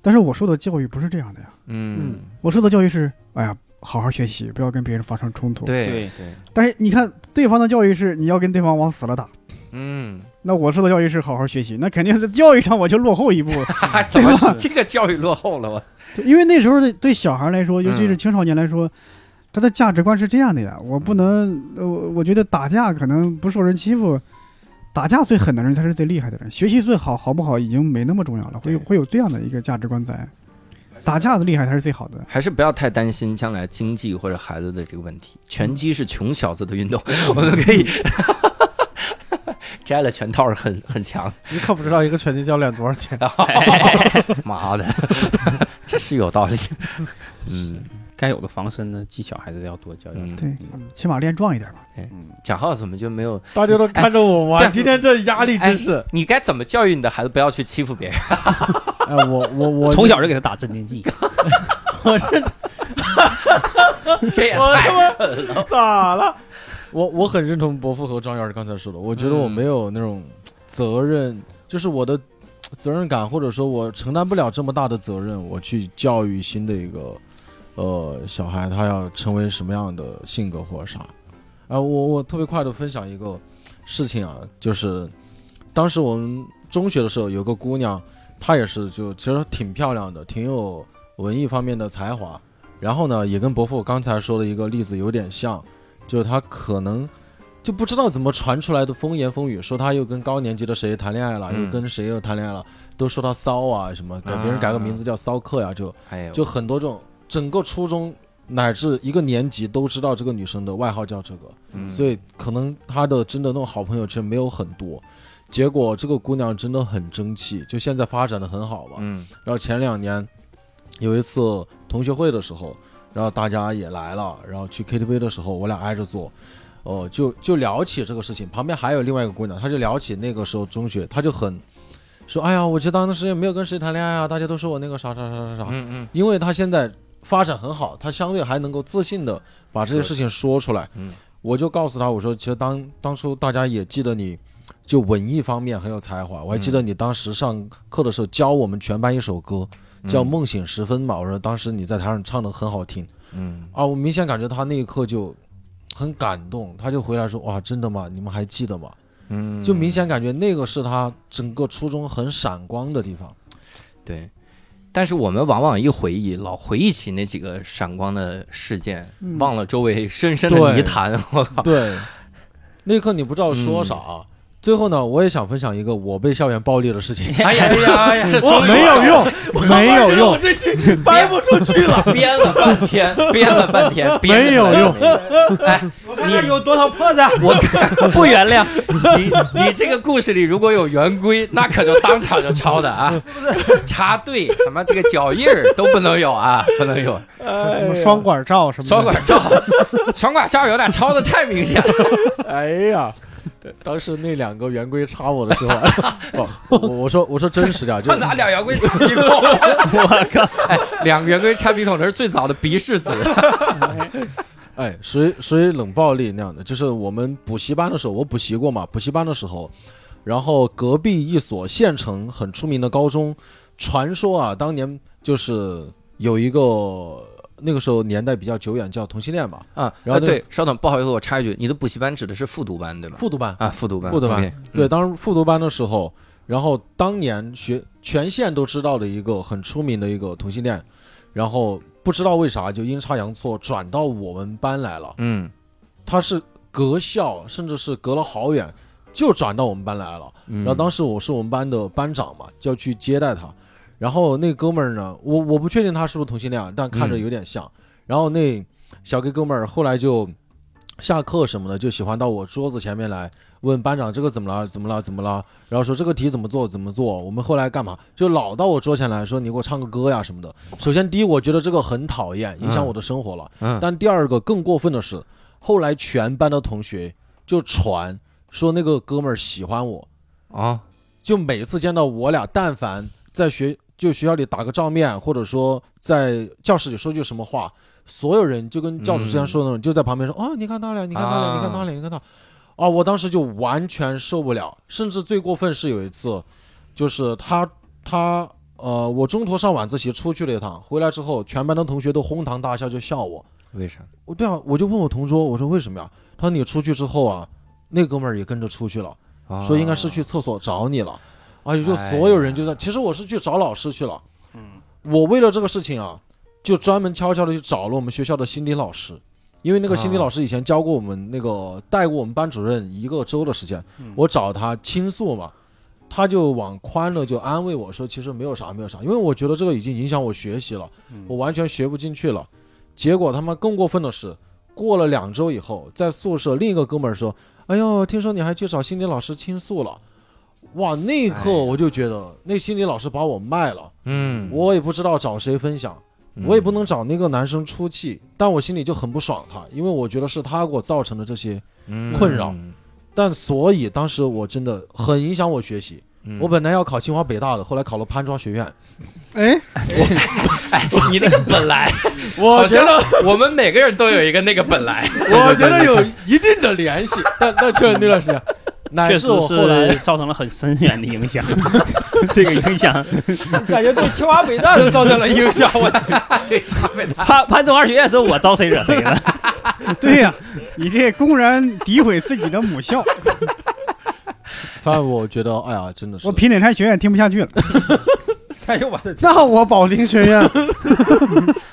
Speaker 2: 但是我受的教育不是这样的呀，
Speaker 1: 嗯，
Speaker 2: 我受的教育是，哎呀。好好学习，不要跟别人发生冲突。
Speaker 1: 对对，
Speaker 2: 但是你看，对方的教育是你要跟对方往死了打，
Speaker 1: 嗯，
Speaker 2: 那我受的教育是好好学习，那肯定是教育上我就落后一 步，
Speaker 1: 啊，怎 么这个教育落后了？我
Speaker 2: 对因为那时候的对小孩来说，
Speaker 1: 嗯
Speaker 2: 尤其是青少年来说，他的价值观是这样的呀，我不能，呃我我觉得打架可能不受人欺负，打架最狠的人才是最厉害的人，学习最好好不好已经没那么重要了，会有
Speaker 1: 对
Speaker 2: 会有这样的一个价值观在，打架的厉害才是最好的，
Speaker 1: 还是不要太担心将来经济或者孩子的这个问题。拳击是穷小子的运动， 我们可以摘了拳套很很 强。
Speaker 7: 你可不知道一个拳击教练多少 钱。
Speaker 1: 妈的， 这是有道理。嗯，
Speaker 5: 该有的防身的技巧还是要多教教。
Speaker 1: 嗯
Speaker 2: 对，起码练壮一点吧。
Speaker 5: 嗯，
Speaker 1: 蒋浩怎么就没 有？
Speaker 3: 大家都看着我
Speaker 1: 哎对
Speaker 3: 玩，今天这压力真是。
Speaker 1: 你该怎么教育你的孩子不要去欺负别 人？
Speaker 7: 哎，我我我
Speaker 5: 从小就给他打镇定 剂，
Speaker 1: 这也
Speaker 3: 我
Speaker 1: 太……
Speaker 3: 他妈咋了？
Speaker 7: 我我很认同伯父和张院刚才说的，我觉得我没有那种责任，就是我的责任感，或者说我承担不了这么大的责任，我去教育新的一个呃小孩，他要成为什么样的性格或者啥。啊，我我特别快的分享一个事情啊，就是当时我们中学的时候，有个姑娘，她也是就其实挺漂亮的，挺有文艺方面的才华。然后呢，也跟伯父刚才说的一个例子有点像，就是他可能就不知道怎么传出来的风言风语，说他又跟高年级的谁谈恋爱了，
Speaker 1: 嗯
Speaker 7: 又跟谁又谈恋爱了，都说他骚啊什么，给别人改个名字叫骚客呀、就
Speaker 1: 哎呦，
Speaker 7: 就很多这种，整个初中乃至一个年级都知道这个女生的外号叫这个，
Speaker 1: 嗯
Speaker 7: 所以可能她的真的那种好朋友圈没有很多。结果这个姑娘真的很争气，就现在发展的很好吧。
Speaker 1: 嗯
Speaker 7: 然后前两年有一次同学会的时候，然后大家也来了，然后去 KTV 的时候，我俩挨着坐，哦、就就聊起这个事情。旁边还有另外一个姑娘，她就聊起那个时候中学，她就很说：“哎呀，我觉得当时也没有跟谁谈恋爱啊，大家都说我那个啥啥啥啥啥。
Speaker 1: 嗯嗯
Speaker 7: 因为她现在发展很好，她相对还能够自信的把这些事情说出来。
Speaker 1: 嗯
Speaker 7: 我就告诉她，我说其实当当初大家也记得你，就文艺方面很有才华。我还记得你当时上课的时候教我们全班一首歌，
Speaker 1: 嗯
Speaker 7: 叫《梦醒时分》嘛。我说当时你在台上唱的很好听
Speaker 1: 嗯
Speaker 7: 啊，我明显感觉她那一刻就很感动，她就回来说哇，真的吗？你们还记得吗？
Speaker 1: 嗯
Speaker 7: 就明显感觉那个是她整个初中很闪光的地方。
Speaker 1: 对。但是我们往往一回忆，老回忆起那几个闪光的事件，
Speaker 2: 嗯
Speaker 1: 忘了周围深深的
Speaker 7: 对啊
Speaker 1: 泥潭。我靠，
Speaker 7: 对，那一刻你不知道说啥，最后呢，我也想分享一个我被校园暴力的事 情。
Speaker 1: 哎呀哎呀哎呀，这
Speaker 7: 我
Speaker 1: 终于
Speaker 7: 没有用，没有用，
Speaker 3: 这期掰不出去 了。
Speaker 1: 编了半天，编了半天，编
Speaker 7: 没有用。
Speaker 1: 哎，你有多少破
Speaker 3: 啊
Speaker 1: 绽？ 我看不原谅你。你这个故事里如果有圆规，那可就当场就抄的啊！插队什么这个脚印儿都不能有啊，不能有。
Speaker 3: 什么双管照什么的？
Speaker 1: 双管照，双管照有点抄的太明 显了。
Speaker 7: 哎呀，当时那两个圆规插我的时候， 哦我我说我说真实 点，就
Speaker 1: 他拿两圆规插鼻 孔，我靠！ 哎，两个圆规插鼻孔这是最早的鄙视 词。
Speaker 7: 啊哎，属于属于冷暴力那样的，就是我们补习班的时候，我补习过嘛，补习班的时候，然后隔壁一所县城很出名的高中，传说啊，当年就是有一个那个时候年代比较久远，叫同性恋嘛，
Speaker 1: 啊，
Speaker 7: 然后
Speaker 1: 呃
Speaker 7: 那
Speaker 1: 对，稍等，不好意思，我插一句，你的补习班指的是复读班对吧？
Speaker 7: 复读班，
Speaker 1: 啊，复读班，
Speaker 7: 复读班
Speaker 1: OK，
Speaker 7: 对，
Speaker 1: 嗯
Speaker 7: 当时复读班的时候，然后当年学全县都知道的一个很出名的一个同性恋，然后不知道为啥就阴差阳错转到我们班来了。
Speaker 1: 嗯
Speaker 7: 他是隔校，甚至是隔了好远，就转到我们班来了。
Speaker 1: 嗯，
Speaker 7: 然后当时我是我们班的班长嘛，就要去接待他。然后那哥们儿呢，我我不确定他是不是同性恋啊，但看着
Speaker 1: 嗯
Speaker 7: 有点像。然后那小 gay 哥们儿后来就下课什么的，就喜欢到我桌子前面来问班长这个怎么了，怎么了，怎么了，然后说这个题怎么做，怎么做。我们后来干嘛？就老到我桌前来说你给我唱个歌呀什么的。首先第一，我觉得这个很讨厌，影响我的生活了。
Speaker 1: 嗯
Speaker 7: 但第二个更过分的是，后来全班的同学就传说那个哥们儿喜欢我，
Speaker 1: 啊，
Speaker 7: 就每次见到我俩，但凡在学就学校里打个照面，或者说在教室里说句什么话，所有人就跟教主之前说的那种，就在旁边说：“哦，你看他俩，你看他俩，
Speaker 1: 啊
Speaker 7: 你看他俩，你看他。”啊，我当时就完全受不了，甚至最过分是有一次，就是他他呃，我中途上晚自习出去了一趟，回来之后，全班的同学都哄堂大笑，就笑我。
Speaker 1: 为啥？
Speaker 7: 我对啊，我就问我同桌，我说为什么呀？他说你出去之后啊，那哥们儿也跟着出去了，说应该
Speaker 6: 哦
Speaker 7: 是去厕所找你了，啊，也就所有人就在。其实我是去找老师去了，嗯，我为了这个事情啊，就专门悄悄的去找了我们学校的心理老师，因为那个心理老师以前教过我们那个带过我们班主任一个周的时间，我找他倾诉嘛。他就往宽了，就安慰我说：“其实没有啥，没有啥，因为我觉得这个已经影响我学习了，我完全学不进去了。”结果他妈更过分的是，过了两周以后，在宿舍另一个哥们儿说：“哎呦，听说你还去找心理老师倾诉了。”哇，那一刻我就觉得那心理老师把我卖了，
Speaker 1: 嗯，
Speaker 7: 我也不知道找谁分享，
Speaker 1: 嗯
Speaker 7: 我也不能找那个男生出气，但我心里就很不爽他，因为我觉得是他给我造成的这些，困扰
Speaker 1: 嗯
Speaker 7: 但所以当时我真的很影响我学习。
Speaker 1: 嗯
Speaker 7: 我本来要考清华北大的，后来考了潘庄学院。
Speaker 2: 哎，
Speaker 1: 哎， 你那个本来，
Speaker 7: 我
Speaker 1: 好像我们每个人都有一个那个本来，
Speaker 7: 我觉得有一定的联系，但但确实那段 时间，乃
Speaker 5: 确
Speaker 7: 至
Speaker 5: 实
Speaker 7: 我后来
Speaker 5: 是造成了很深远的影响。
Speaker 8: 这个影响，
Speaker 9: 感觉对清华北大都造成了影响。 我
Speaker 1: 对，他们俩
Speaker 8: 潘潘总二学院说我招谁惹谁了？
Speaker 2: 对呀、你这公然诋毁自己的母 校，
Speaker 7: 反正我觉得，哎呀，真的是
Speaker 2: 我平顶山学院听不下去了。
Speaker 9: 哎呦我 的
Speaker 3: 那我保龄学院，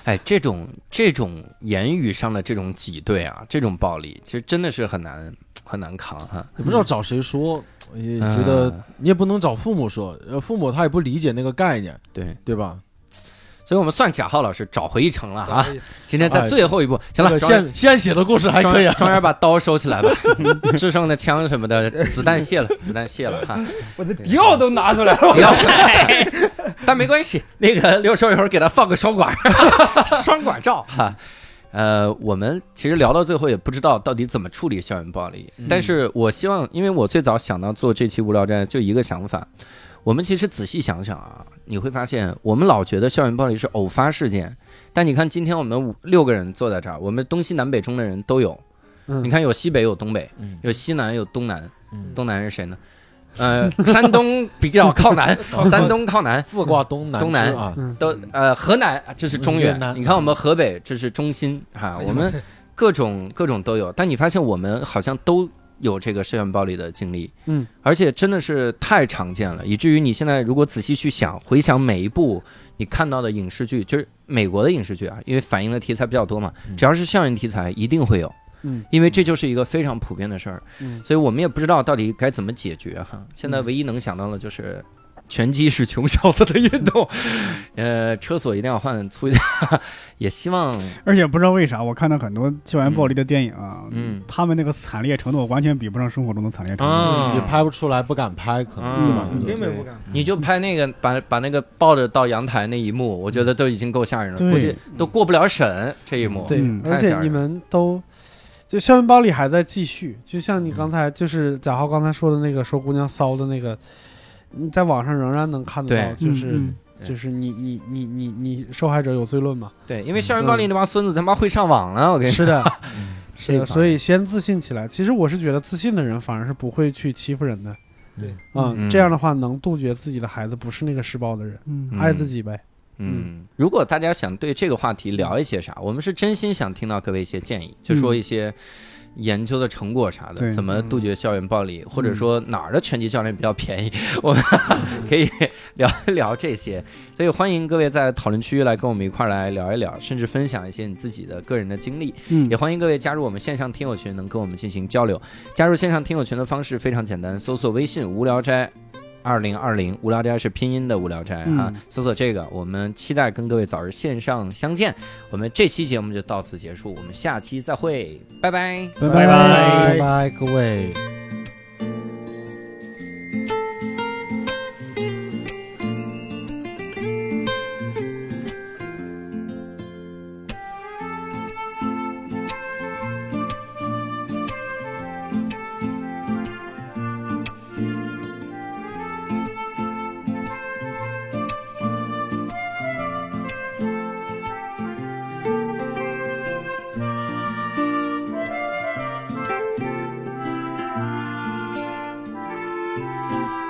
Speaker 1: 哎，这种这种言语上的这种挤兑啊，这种暴力，其实真的是很难很难扛哈。
Speaker 7: 也不知道找谁说，也觉得
Speaker 1: 嗯
Speaker 7: 你也不能找父母说，呃，父母他也不理解那个概念，
Speaker 1: 对，
Speaker 7: 对吧？
Speaker 1: 所以我们算贾浩老师找回一程了啊。今天在最后一步，行了，
Speaker 7: 哎这个
Speaker 1: 庄园
Speaker 7: 现现写的故事还
Speaker 1: 庄
Speaker 7: 可以
Speaker 1: 园
Speaker 7: 啊。
Speaker 1: 庄园把刀收起 来吧，智胜的枪什么的，子弹卸了，子弹卸了哈。
Speaker 9: 我的迪奥都拿出来了，
Speaker 1: 不要，哎但没关系，那个六叔一会儿给他放个双管儿， 双管照哈。呃，我们其实聊到最后也不知道到底怎么处理校园暴力，但是我希望，因为我最早想到做这期无聊斋就一个想法，我们其实仔细想想啊，你会发现我们老觉得校园暴力是偶发事件，但你看今天我们五六个人坐在这儿，我们东西南北中的人都有，
Speaker 3: 嗯
Speaker 1: 你看有西北有东北，
Speaker 7: 嗯
Speaker 1: 有西南有东南，
Speaker 7: 嗯
Speaker 1: 东南是谁呢？呃，山东比较靠南，山东靠南，
Speaker 7: 自挂东南
Speaker 1: 东南
Speaker 7: 枝啊，
Speaker 1: 都呃河南这是中
Speaker 7: 嗯越
Speaker 1: 原
Speaker 7: 南，
Speaker 1: 你看我们河北这是中心哈，我们各种各种都有，但你发现我们好像都有这个校园暴力的经历，
Speaker 3: 嗯，
Speaker 1: 而且真的是太常见了，以至于你现在如果仔细去想，回想每一部你看到的影视剧，就是美国的影视剧啊，因为反映的题材比较多嘛，
Speaker 7: 嗯
Speaker 1: 只要是校园题材一定会有，
Speaker 3: 嗯
Speaker 1: 因为这就是一个非常普遍的事儿，
Speaker 3: 嗯
Speaker 1: 所以我们也不知道到底该怎么解决哈。现
Speaker 2: 嗯
Speaker 1: 在唯一能想到的就是，拳击是穷小子的运 动，呃，车锁一定要换粗一点，也希望
Speaker 2: 而且不知道为啥，我看到很多校园暴力的电影啊，
Speaker 1: 嗯
Speaker 2: 他们那个惨烈程度完全比不上生活中的惨烈程度。
Speaker 1: 啊
Speaker 7: 也，拍不出来，不敢拍，可能对吧
Speaker 1: 嗯？
Speaker 7: 对
Speaker 11: 根本不敢。
Speaker 1: 你就拍那个把把那个抱着到阳台那一幕，我觉得都已经够吓人了，
Speaker 2: 嗯对
Speaker 1: 估计都过不了审这一幕。
Speaker 3: 对，
Speaker 2: 嗯
Speaker 3: 而
Speaker 1: 太吓
Speaker 3: 且
Speaker 1: 人
Speaker 3: 你们都就校园暴力还在继续，就像你刚才就是贾浩刚才说的那个说姑娘骚的那个，你在网上仍然能看得到，
Speaker 1: 对
Speaker 3: 就是、
Speaker 2: 嗯
Speaker 1: 嗯
Speaker 3: 就是你你你你你受害者有罪论嘛？
Speaker 1: 对，因
Speaker 2: 嗯
Speaker 1: 为校园暴力那帮孙子他妈会上网啊了，我跟你说。
Speaker 3: 是的，
Speaker 1: 这
Speaker 3: 是的，
Speaker 1: 个
Speaker 3: 所以先自信起来。其实我是觉得自信的人反而是不会去欺负人的。
Speaker 7: 对
Speaker 3: 嗯，
Speaker 1: 嗯
Speaker 3: 这样的话能杜绝自己的孩子不是那个施暴的人，
Speaker 2: 嗯
Speaker 1: 嗯
Speaker 3: 爱自己呗。
Speaker 1: 嗯，如果大家想对这个话题聊一些啥，我们是真心想听到各位一些建议，就说一些研究的成果啥
Speaker 2: 嗯
Speaker 1: 的，
Speaker 2: 对嗯
Speaker 1: 怎么杜绝校园暴力，或者说哪儿的拳击教练比较便宜，我们 可以聊 一聊这些。所以欢迎各位在讨论区来跟我们一块儿来聊一聊，甚至分享一些你自己的个人的经历。
Speaker 2: 嗯
Speaker 1: 也，欢迎各位加入我们线上听友群，能跟我们进行交流。加入线上听友群的方式非常简单，搜索微信“无聊斋”。二零二零无聊斋是拼音的无聊斋啊
Speaker 2: 嗯，
Speaker 1: 搜索这个，我们期待跟各位早日线上相见。我们这期节目就到此结束，我们下期再会，拜拜。
Speaker 2: 拜
Speaker 12: 拜拜
Speaker 7: 拜拜，各位。
Speaker 13: Thank